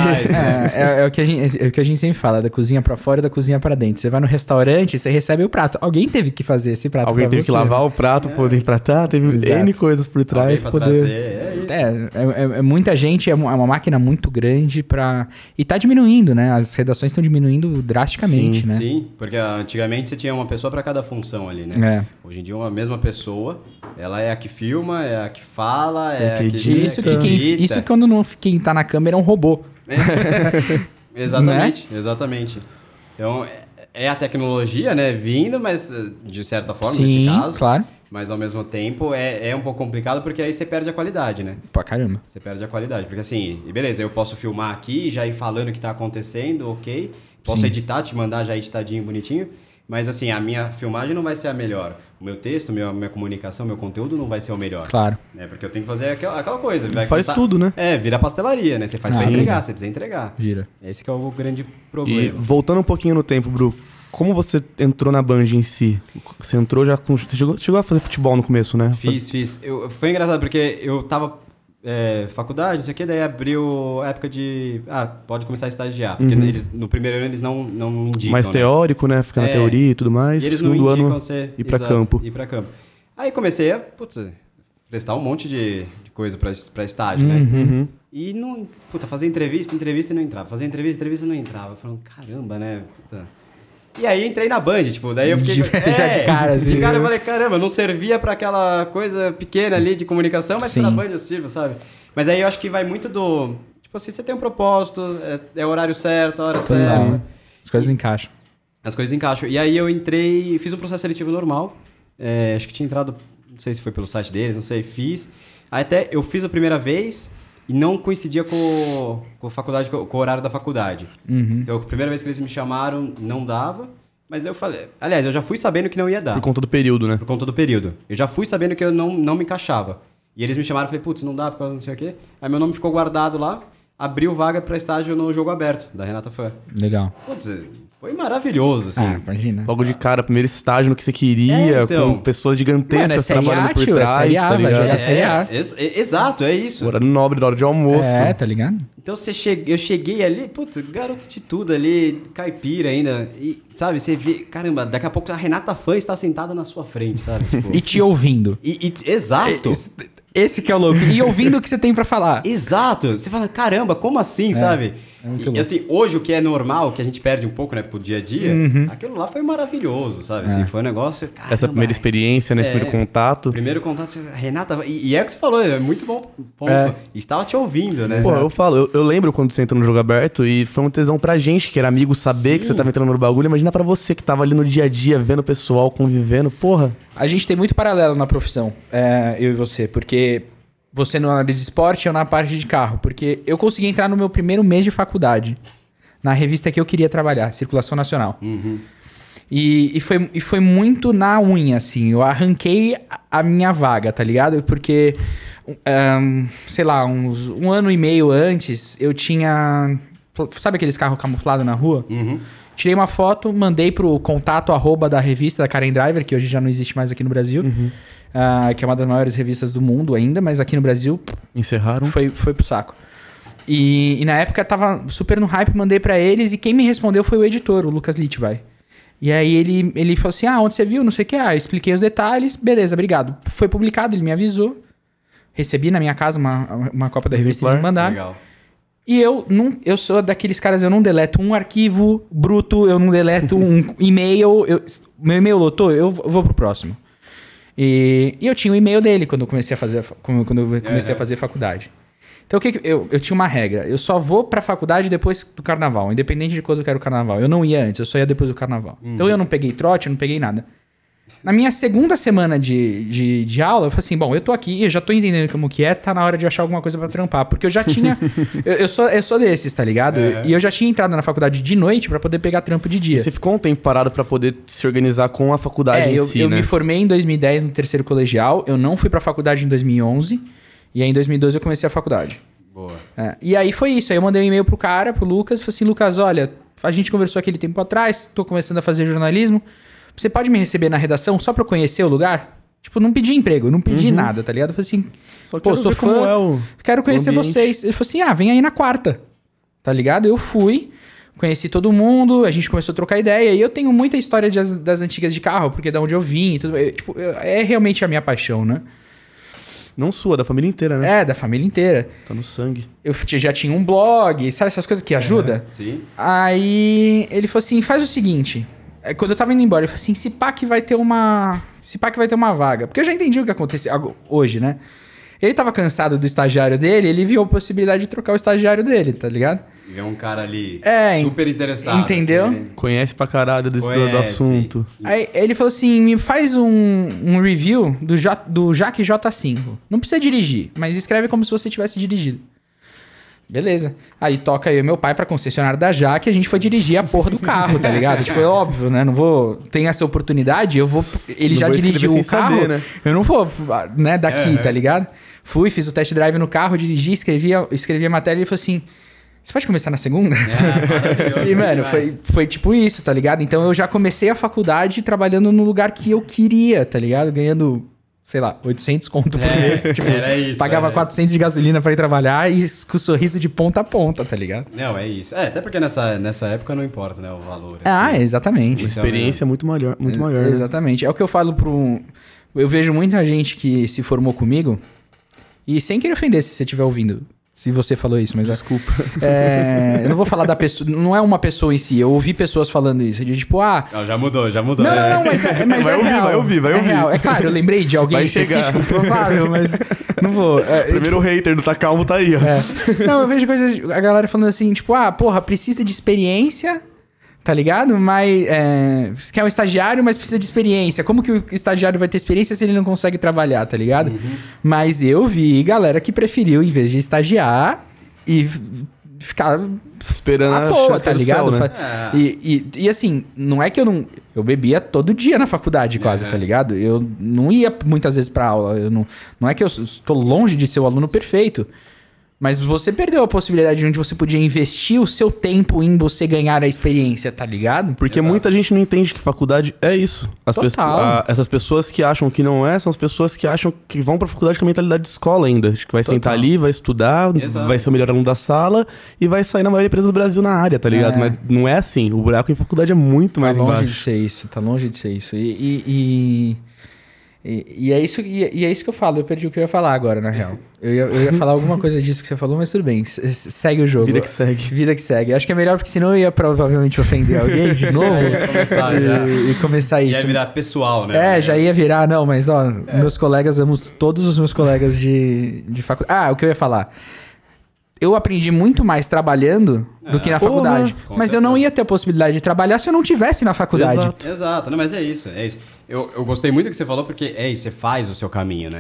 [SPEAKER 3] é, é- é o que a gente, é o que a gente sempre fala, da cozinha pra fora e da cozinha pra dentro. Você vai no restaurante, você recebe o prato. Alguém teve que fazer esse prato
[SPEAKER 2] Alguém
[SPEAKER 3] pra
[SPEAKER 2] teve que
[SPEAKER 3] você, né?
[SPEAKER 2] lavar o prato, pra poder empratar, teve
[SPEAKER 3] Exato.
[SPEAKER 2] N coisas por
[SPEAKER 4] É, Alguém
[SPEAKER 2] trás,
[SPEAKER 4] pra
[SPEAKER 2] poder...
[SPEAKER 4] trazer, é isso.
[SPEAKER 3] É, é, é- é muita gente, é, mu- é uma máquina muito grande pra. E tá diminuindo, né? As redações estão diminuindo drasticamente, né?
[SPEAKER 4] Sim, porque ah, antigamente você tinha uma pessoa pra cada função ali, né?
[SPEAKER 2] É.
[SPEAKER 4] Hoje em dia uma mesma pessoa, ela é a que filma, é a que fala, é,
[SPEAKER 2] É
[SPEAKER 4] a
[SPEAKER 2] que
[SPEAKER 4] que
[SPEAKER 2] edita.
[SPEAKER 3] Isso, que quem,
[SPEAKER 4] edita.
[SPEAKER 3] isso quando não, quem tá na câmera é um robô.
[SPEAKER 4] Exatamente,
[SPEAKER 3] Né?
[SPEAKER 4] exatamente. Então, é- é a tecnologia, né, vindo, mas eh, de certa forma, nesse
[SPEAKER 3] Sim,
[SPEAKER 4] caso.
[SPEAKER 3] claro.
[SPEAKER 4] Mas ao mesmo tempo é, é um pouco complicado porque aí você perde a qualidade, né?
[SPEAKER 3] Pra caramba.
[SPEAKER 4] Você perde a qualidade. Porque assim, e beleza, eu posso filmar aqui, já ir falando o que tá acontecendo, ok. Posso editar, te mandar já editadinho, bonitinho. Mas assim, a minha filmagem não vai ser a melhor. O meu texto, minha, minha comunicação, meu conteúdo não vai ser o melhor.
[SPEAKER 3] Claro.
[SPEAKER 4] Né? Porque eu tenho que fazer aquela, aquela coisa. vai
[SPEAKER 2] Faz tudo, né?
[SPEAKER 4] É, vira pastelaria, né? Você faz
[SPEAKER 3] Ah,
[SPEAKER 4] pra
[SPEAKER 3] sim.
[SPEAKER 4] entregar, você precisa entregar.
[SPEAKER 3] Vira.
[SPEAKER 4] Esse que é o grande
[SPEAKER 2] E
[SPEAKER 4] problema.
[SPEAKER 2] voltando um pouquinho no tempo, Bru, como você entrou na Band em si? Você entrou já com. Você chegou, chegou a fazer futebol no começo, né?
[SPEAKER 4] Fiz, fiz. Eu, foi engraçado porque eu tava. é, faculdade, não sei o que, daí abriu a época de. Ah, pode começar a estagiar. Porque eles, no primeiro ano eles não, não indicam.
[SPEAKER 2] Mais
[SPEAKER 4] né?
[SPEAKER 2] teórico, né? Ficar na
[SPEAKER 4] É.
[SPEAKER 2] teoria e tudo mais.
[SPEAKER 4] E eles não
[SPEAKER 2] Segundo
[SPEAKER 4] indicam
[SPEAKER 2] ano,
[SPEAKER 4] você
[SPEAKER 2] ir pra
[SPEAKER 4] exato,
[SPEAKER 2] campo.
[SPEAKER 4] Ir pra campo. Aí comecei a putz, prestar um monte de, de coisa pra, es- pra estágio,
[SPEAKER 3] Uhum,
[SPEAKER 4] né? E não. Puta, fazer entrevista, entrevista e não entrava. Fazer entrevista, entrevista e não entrava. Falando, caramba, né? Puta. E aí entrei na Band, tipo, daí eu fiquei. É,
[SPEAKER 3] De- já de cara, assim,
[SPEAKER 4] De cara eu
[SPEAKER 3] né?
[SPEAKER 4] falei, caramba, não servia pra aquela coisa pequena ali de comunicação, mas
[SPEAKER 3] Sim.
[SPEAKER 4] pra Band eu sirvo, sabe? Mas aí eu acho que vai muito do. Tipo assim, você tem um propósito, é, é o horário certo, a hora
[SPEAKER 3] Total. né?
[SPEAKER 4] certa.
[SPEAKER 3] As coisas encaixam.
[SPEAKER 4] As coisas encaixam. E aí eu entrei, fiz um processo seletivo normal. É, acho que tinha entrado, não sei se foi pelo site deles, não sei, fiz. Até eu fiz a primeira vez e não coincidia com, com, a faculdade, com, o horário da faculdade. Então, a primeira vez que eles me chamaram, não dava. Mas eu falei... Aliás, eu já fui sabendo que não ia dar.
[SPEAKER 2] Por conta do período, né?
[SPEAKER 4] Por conta do período. Eu já fui sabendo que eu não, não me encaixava. E eles me chamaram e falei, putz, não dá por causa não sei o quê. Aí meu nome ficou guardado lá, abriu vaga pra estágio no Jogo Aberto, da Renata Fã.
[SPEAKER 3] Legal.
[SPEAKER 4] Putz, foi maravilhoso, assim.
[SPEAKER 3] Ah, imagina.
[SPEAKER 2] Logo de cara, primeiro estágio no que você queria,
[SPEAKER 4] É, então.
[SPEAKER 2] com pessoas
[SPEAKER 3] Mano, é
[SPEAKER 2] gigantescas
[SPEAKER 3] Série A,
[SPEAKER 2] trabalhando por
[SPEAKER 3] tio, é
[SPEAKER 2] trás,
[SPEAKER 3] Série A,
[SPEAKER 2] tá
[SPEAKER 3] velho,
[SPEAKER 2] ligado?
[SPEAKER 3] é Série A.
[SPEAKER 4] ex- e- exato, é isso.
[SPEAKER 2] Horário nobre, na hora de almoço.
[SPEAKER 3] É, tá ligado?
[SPEAKER 4] Então você che... eu cheguei ali, putz, garoto de tudo ali, caipira ainda. E, sabe, você vê, caramba, daqui a pouco a Renata Fã está sentada na sua frente, sabe? Tipo,
[SPEAKER 3] E te ouvindo.
[SPEAKER 4] e, e- exato,
[SPEAKER 3] Esse que é o louco. E ouvindo o que você tem pra falar.
[SPEAKER 4] exato. Você fala, caramba, como assim, sabe?
[SPEAKER 3] é muito
[SPEAKER 4] E- e,
[SPEAKER 3] louco.
[SPEAKER 4] assim, hoje o que é normal, que a gente perde um pouco, né, pro dia a dia,
[SPEAKER 3] Uhum.
[SPEAKER 4] aquilo lá foi maravilhoso, sabe?
[SPEAKER 3] É.
[SPEAKER 4] Assim, foi um negócio, caramba,
[SPEAKER 2] Essa primeira experiência, né? Esse
[SPEAKER 4] É.
[SPEAKER 2] primeiro contato.
[SPEAKER 4] Primeiro contato, você- Renata, e, e é o que você falou, é muito bom ponto.
[SPEAKER 3] É.
[SPEAKER 4] Estava te ouvindo, né?
[SPEAKER 2] Pô, eu falo, eu, eu lembro quando você entrou no jogo aberto e foi um tesão pra gente, que era amigo, saber que você tava entrando no bagulho. Imagina pra você que tava ali no dia a dia, vendo o pessoal, convivendo. Porra,
[SPEAKER 3] A gente tem muito paralelo na profissão, é, eu e você, porque você é na área de esporte, eu na parte de carro. Porque eu consegui entrar no meu primeiro mês de faculdade, na revista que eu queria trabalhar, Circulação Nacional. E, e foi, e foi muito na unha, assim. Eu arranquei a- a minha vaga, tá ligado? Porque, um, ahn, sei lá, uns, um ano e meio antes, eu tinha. Sabe aqueles carros camuflados na rua? Tirei uma foto, mandei pro contato arroba da revista da Karen Driver, que hoje já não existe mais aqui no Brasil, ah, que é uma das maiores revistas do mundo ainda, mas aqui no Brasil
[SPEAKER 2] encerraram.
[SPEAKER 3] foi, foi pro saco. E, e na época tava super no hype, mandei pra eles e quem me respondeu foi o editor, o Lucas Litvai. E aí ele, ele falou assim: Ah, onde você viu? Não sei o que. Ah, eu expliquei os detalhes, beleza, obrigado. Foi publicado, ele me avisou. Recebi na minha casa uma, uma cópia da revista, eles me
[SPEAKER 2] Exemplar.
[SPEAKER 3] mandaram.
[SPEAKER 4] Legal.
[SPEAKER 3] E eu não, eu sou daqueles caras, eu não deleto um arquivo bruto, eu não deleto um e-mail, eu, meu e-mail lotou, eu vou vou pro próximo. E, e eu tinha o e-mail dele quando eu comecei a fazer, a fa- quando quando eu comecei a fazer faculdade. Então o que, que- eu, eu tinha uma regra, eu só vou pra faculdade depois do carnaval, independente de quando eu quero o carnaval. Eu não ia antes, eu só ia depois do carnaval. Então eu não peguei trote, eu não peguei nada. Na minha segunda semana de, de, de aula, eu falei assim, bom, eu tô aqui, eu já tô entendendo como que é, tá na hora de achar alguma coisa pra trampar. Porque eu já tinha... eu, eu sou, eu sou desses, tá ligado?
[SPEAKER 2] É.
[SPEAKER 3] E eu já tinha entrado na faculdade de noite pra poder pegar trampo de dia.
[SPEAKER 2] Você ficou um tempo parado pra poder se organizar com a faculdade
[SPEAKER 3] É,
[SPEAKER 2] em
[SPEAKER 3] eu,
[SPEAKER 2] si,
[SPEAKER 3] eu
[SPEAKER 2] né?
[SPEAKER 3] me formei em 2010 no terceiro colegial, eu não fui pra faculdade em 2011, e aí em 2012 eu comecei a faculdade.
[SPEAKER 4] Boa.
[SPEAKER 3] É, E aí foi isso. Aí eu mandei um e-mail pro cara, pro Lucas, falei assim: Lucas, olha, a gente conversou aquele tempo atrás, tô começando a fazer jornalismo. Você pode me receber na redação só pra eu conhecer o lugar? Tipo, não pedi emprego, não pedi nada, tá ligado? Eu falei assim:
[SPEAKER 2] Uhum. Só
[SPEAKER 3] pô,
[SPEAKER 2] quero
[SPEAKER 3] sou
[SPEAKER 2] ver como
[SPEAKER 3] fã,
[SPEAKER 2] é o-
[SPEAKER 3] quero conhecer
[SPEAKER 2] o ambiente.
[SPEAKER 3] vocês. Ele falou assim: ah, vem aí na quarta, tá ligado? Eu fui. Conheci todo mundo, a gente começou a trocar ideia. E eu tenho muita história de as- das antigas de carro, porque da onde eu vim e tudo. é, tipo, eu- é realmente a minha paixão, né?
[SPEAKER 2] Não sua, da família inteira, né?
[SPEAKER 3] É, da família inteira.
[SPEAKER 2] Tá no sangue.
[SPEAKER 3] Eu t- já tinha um blog, sabe essas
[SPEAKER 2] É.
[SPEAKER 3] coisas que ajuda?
[SPEAKER 4] Sim.
[SPEAKER 3] Aí ele falou assim: faz o seguinte. É, Quando eu tava indo embora, ele falou assim: se pá que vai ter uma. Se pá que vai ter uma vaga. Porque eu já entendi o que aconteceu ago- hoje, né? Ele tava cansado do estagiário dele, ele viu a possibilidade de trocar o estagiário dele, tá ligado?
[SPEAKER 4] Vê um cara ali
[SPEAKER 3] É, en-
[SPEAKER 4] super interessado.
[SPEAKER 3] entendeu?
[SPEAKER 4] Ele
[SPEAKER 2] Conhece pra caralho do, do- do
[SPEAKER 4] conhece.
[SPEAKER 2] assunto.
[SPEAKER 3] Aí ele falou assim: me faz um, um review do, J, do Jack J5. Não precisa dirigir, mas escreve como se você tivesse dirigido. Beleza. Aí toca eu e meu pai pra concessionária da Jaque e a gente foi dirigir a porra do carro, tá ligado? tipo, é óbvio, né? Não vou. Tem essa oportunidade, eu vou. Ele
[SPEAKER 2] Não
[SPEAKER 3] já
[SPEAKER 2] vou escrever
[SPEAKER 3] dirigiu
[SPEAKER 2] sem
[SPEAKER 3] o carro.
[SPEAKER 2] saber, né?
[SPEAKER 3] Eu não vou, né, daqui,
[SPEAKER 4] É, é.
[SPEAKER 3] tá ligado? Fui, fiz o test drive no carro, dirigi, escrevi, a- escrevi a matéria e ele falou assim: você pode começar na segunda?
[SPEAKER 2] É.
[SPEAKER 4] maravilhoso
[SPEAKER 3] E, mano,
[SPEAKER 4] demais.
[SPEAKER 3] foi, foi tipo isso, tá ligado? Então eu já comecei a faculdade trabalhando no lugar que eu queria, tá ligado? Ganhando, sei lá, 800 conto por mês. Tipo,
[SPEAKER 4] É, era isso,
[SPEAKER 3] pagava
[SPEAKER 4] era
[SPEAKER 3] 400 de gasolina pra ir trabalhar e s- com sorriso de ponta a ponta, tá ligado?
[SPEAKER 4] Não, é isso. É, até porque nessa, nessa época não importa, né? O valor.
[SPEAKER 3] Ah,
[SPEAKER 4] assim.
[SPEAKER 3] exatamente.
[SPEAKER 4] Isso é
[SPEAKER 2] Experiência muito maior, muito maior. né?
[SPEAKER 3] Exatamente. É o que eu falo pro. Eu vejo muita gente que se formou comigo. E sem querer ofender se você estiver ouvindo. Se você falou isso, mas. Desculpa. eu não vou falar da pessoa. Não é uma pessoa em si. Eu ouvi pessoas falando isso. De tipo, ah,
[SPEAKER 4] Não, já mudou, já mudou.
[SPEAKER 3] Não,
[SPEAKER 4] né?
[SPEAKER 3] não, não, mas é, mas
[SPEAKER 2] Vai
[SPEAKER 3] é
[SPEAKER 2] ouvir,
[SPEAKER 3] real.
[SPEAKER 2] vai ouvir, vai
[SPEAKER 3] É
[SPEAKER 2] ouvir.
[SPEAKER 3] real. É claro, eu lembrei de alguém
[SPEAKER 2] Vai chegar.
[SPEAKER 3] específico, provável, mas não vou. É, é,
[SPEAKER 2] Primeiro hater do Tá Calmo tá aí, ó.
[SPEAKER 3] é. Não, eu vejo coisas, a galera falando assim, tipo, ah, porra, precisa de experiência Tá ligado? Mas é, você quer um estagiário, mas precisa de experiência. Como que o estagiário vai ter experiência se ele não consegue trabalhar, tá ligado?
[SPEAKER 2] Uhum.
[SPEAKER 3] Mas eu vi galera que preferiu, em vez de estagiar e ficar
[SPEAKER 2] Esperando
[SPEAKER 3] à
[SPEAKER 2] a
[SPEAKER 3] toa,
[SPEAKER 2] chance
[SPEAKER 3] tá
[SPEAKER 2] do
[SPEAKER 3] ligado?
[SPEAKER 2] céu, né?
[SPEAKER 3] Fa- e, e, e assim, não é que eu não. Eu bebia todo dia na faculdade, quase, tá ligado? Eu não ia muitas vezes pra aula. Eu não, não é que eu estou longe de ser o aluno perfeito. Mas você perdeu a possibilidade de onde você podia investir o seu tempo em você ganhar a experiência, tá ligado?
[SPEAKER 2] Porque muita gente não entende que faculdade é isso. As
[SPEAKER 3] Total.
[SPEAKER 2] pesso- a- essas pessoas que acham que não é, são as pessoas que acham que vão pra faculdade com a mentalidade de escola ainda. de Que vai sentar ali, vai estudar,
[SPEAKER 4] Exato.
[SPEAKER 2] vai ser o melhor aluno da sala e vai sair na maior empresa do Brasil na área, tá ligado?
[SPEAKER 3] É.
[SPEAKER 2] Mas não é assim. O buraco em faculdade é muito mais
[SPEAKER 3] tá longe
[SPEAKER 2] embaixo.
[SPEAKER 3] de ser isso, tá longe de ser isso. E, e, e- e- e é isso e, e é isso que eu falo, eu perdi o que eu ia falar agora, na real. Eu ia, eu ia falar alguma coisa disso que você falou, mas tudo bem, se- se- segue o jogo.
[SPEAKER 2] Vida que segue.
[SPEAKER 3] Vida que segue. Acho que é melhor, porque senão eu ia provavelmente ofender alguém de novo
[SPEAKER 4] Aí ia começar
[SPEAKER 3] e,
[SPEAKER 4] já. é
[SPEAKER 3] e começar
[SPEAKER 4] Ia
[SPEAKER 3] é isso.
[SPEAKER 4] virar pessoal, né?
[SPEAKER 3] É, já ia virar, não, mas ó, meus colegas, amo todos os meus colegas de, de faculdade. Ah, o que eu ia falar. Eu aprendi muito mais trabalhando do que na
[SPEAKER 2] Porra,
[SPEAKER 3] faculdade.
[SPEAKER 4] com
[SPEAKER 3] Mas eu não
[SPEAKER 4] certeza.
[SPEAKER 3] ia ter a possibilidade de trabalhar se eu não tivesse na faculdade.
[SPEAKER 2] Exato.
[SPEAKER 4] Exato, não, mas é isso, é isso. Eu, eu gostei muito do que você falou, porque é isso, você faz o seu caminho, né?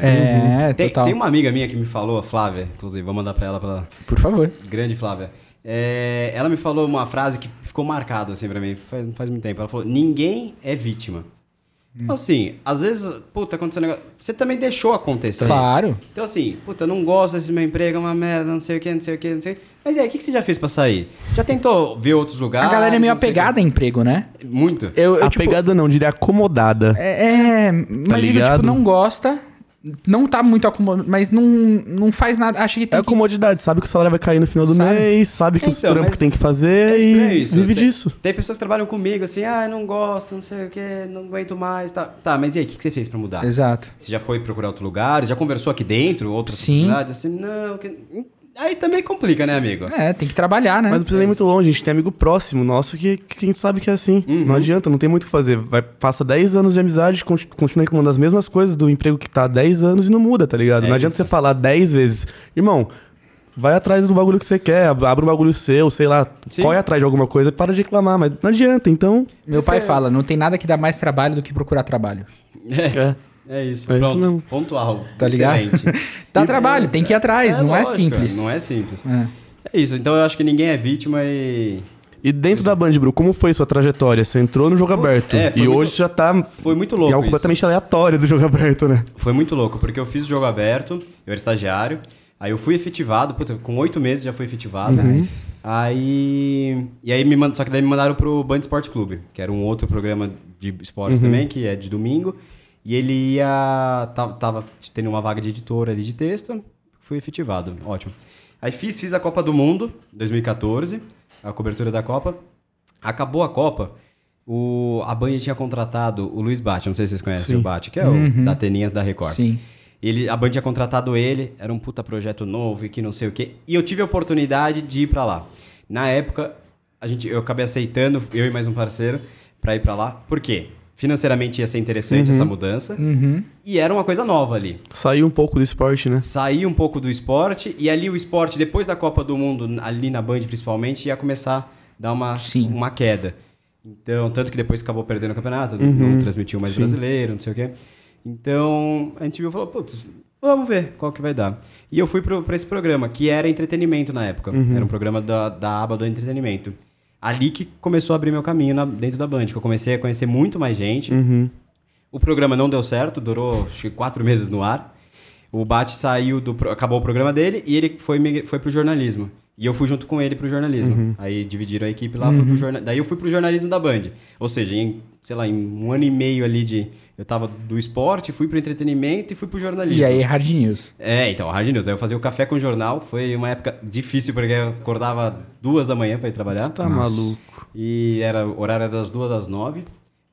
[SPEAKER 3] É,
[SPEAKER 4] tem,
[SPEAKER 3] total.
[SPEAKER 4] Tem uma amiga minha que me falou, a Flávia, inclusive, vou mandar pra ela, pra ela.
[SPEAKER 3] Por favor.
[SPEAKER 4] Grande Flávia. É, ela me falou uma frase que ficou marcada assim pra mim, faz, não faz muito tempo. Ela falou: Ninguém é vítima.
[SPEAKER 3] Hum.
[SPEAKER 4] Então, assim, às vezes, puta, aconteceu um negócio. Você também deixou acontecer.
[SPEAKER 3] Claro.
[SPEAKER 4] Então, assim, puta, eu não gosto desse meu emprego, é uma merda, não sei o que, não sei o que, não sei o que. Mas e aí, o que, que você já fez pra sair? Já tentou ver outros
[SPEAKER 3] A
[SPEAKER 4] lugares?
[SPEAKER 3] galera é meio
[SPEAKER 4] não Ah, sei o quê?
[SPEAKER 3] apegada a emprego, né?
[SPEAKER 4] Muito.
[SPEAKER 3] Eu, eu, tipo,
[SPEAKER 2] Apegada não, diria acomodada.
[SPEAKER 3] É, é, mas digo, tipo,
[SPEAKER 2] Tá ligado?
[SPEAKER 3] não gosta, não tá muito acomodado, mas não, não faz nada, acha que
[SPEAKER 2] É
[SPEAKER 3] tem
[SPEAKER 2] a
[SPEAKER 3] que...
[SPEAKER 2] comodidade, sabe que o salário vai cair no final do
[SPEAKER 3] Sabe. é
[SPEAKER 2] mês, sabe que os
[SPEAKER 4] Então,
[SPEAKER 2] trampos
[SPEAKER 4] mas
[SPEAKER 2] tem que fazer
[SPEAKER 4] estranho
[SPEAKER 2] e vive
[SPEAKER 4] tem,
[SPEAKER 2] disso.
[SPEAKER 4] Tem pessoas que trabalham comigo assim, ah, eu não gosto, não sei o que, não aguento mais. Tá, tá mas e aí, o que, que você fez pra mudar?
[SPEAKER 3] Exato.
[SPEAKER 4] Você já foi procurar outro lugar? Já conversou aqui dentro, outra
[SPEAKER 3] Sim.
[SPEAKER 4] oportunidade? Assim, não, que... aí também complica, né, amigo?
[SPEAKER 3] É, tem que trabalhar, né?
[SPEAKER 2] Mas não precisa nem muito longe, a gente tem amigo próximo nosso que, que a gente sabe que é assim.
[SPEAKER 4] Uhum.
[SPEAKER 2] Não adianta, não tem muito o que fazer. Vai, passa 10 anos de amizade, con- continua reclamando as mesmas coisas do emprego que tá há 10 anos e não muda, tá
[SPEAKER 4] É
[SPEAKER 2] ligado? não adianta você falar 10 vezes, irmão, vai atrás do bagulho que você quer, ab- abre um bagulho seu, sei lá,
[SPEAKER 4] Sim.
[SPEAKER 2] corre atrás de alguma coisa, e para de reclamar, mas não adianta, então.
[SPEAKER 3] Meu pai fala, não tem nada que dá mais trabalho do que procurar trabalho.
[SPEAKER 4] É, é isso.
[SPEAKER 2] É isso
[SPEAKER 4] Pronto,
[SPEAKER 2] mesmo.
[SPEAKER 4] pontual.
[SPEAKER 3] Tá ligado?
[SPEAKER 4] Excelente.
[SPEAKER 3] Dá trabalho, tem que ir atrás, não é
[SPEAKER 4] lógico,
[SPEAKER 3] simples.
[SPEAKER 4] Não é simples.
[SPEAKER 3] É.
[SPEAKER 4] É isso, então eu acho que ninguém é vítima e...
[SPEAKER 2] E dentro da Band, Bru, como foi sua trajetória? Você entrou no jogo aberto
[SPEAKER 4] é,
[SPEAKER 2] e
[SPEAKER 4] foi muito-
[SPEAKER 2] hoje já tá.
[SPEAKER 4] Foi muito
[SPEAKER 2] É
[SPEAKER 4] louco
[SPEAKER 2] algo
[SPEAKER 4] isso.
[SPEAKER 2] completamente aleatório do jogo aberto, né?
[SPEAKER 4] Foi muito louco, porque eu fiz o jogo aberto, eu era estagiário, aí eu fui efetivado, puta, com oito meses já fui efetivado. Aí. E aí me mand... Só que daí me mandaram pro Band Esporte Clube, que era um outro programa de esporte também, que é de domingo. E ele ia. Tava, tava tendo uma vaga de editor ali de texto, fui efetivado, ótimo. Aí fiz, fiz a Copa do Mundo, 2014, a cobertura da Copa. Acabou a Copa. O, a Band tinha contratado o Luiz Bate, não sei se vocês conhecem o Bate, que é o da Teninha da Record.
[SPEAKER 3] Sim.
[SPEAKER 4] Ele, a Band tinha contratado ele, era um puta projeto novo e que não sei o quê. E eu tive a oportunidade de ir pra lá. Na época, a gente, eu acabei aceitando, eu e mais um parceiro, pra ir pra lá. Por quê? Financeiramente ia ser interessante essa mudança. E era uma coisa nova ali
[SPEAKER 2] Saiu um pouco do esporte, né?
[SPEAKER 4] sair um pouco do esporte e ali o esporte depois da Copa do Mundo ali na Band principalmente ia começar a dar uma
[SPEAKER 3] Sim.
[SPEAKER 4] uma queda. Então, tanto que depois acabou perdendo o campeonato, não transmitiu mais brasileiro, não sei o quê. Então, a gente viu e falou, putz, vamos ver qual que vai dar. E eu fui pro- pra esse programa, que era entretenimento na época. Era um programa da, da aba do entretenimento. Ali que começou a abrir meu caminho na- dentro da Band, que eu comecei a conhecer muito mais gente. O programa não deu certo, durou acho que quatro meses no ar. O Bate saiu do. pro- acabou o programa dele e ele foi, mig- foi pro jornalismo. E eu fui junto com ele pro jornalismo.
[SPEAKER 3] Uhum.
[SPEAKER 4] Aí dividiram a equipe lá, fui pro jorna- daí eu fui pro jornalismo da Band. Ou seja, em, sei lá, em um ano e meio ali de. Eu tava do esporte, fui pro entretenimento e fui pro jornalismo.
[SPEAKER 3] E aí, hard news.
[SPEAKER 4] É, então, Hard News. Aí eu fazia o café com o jornal. Foi uma época difícil, porque eu acordava duas da manhã pra ir trabalhar.
[SPEAKER 2] Tá maluco.
[SPEAKER 4] E era o horário era das duas às nove.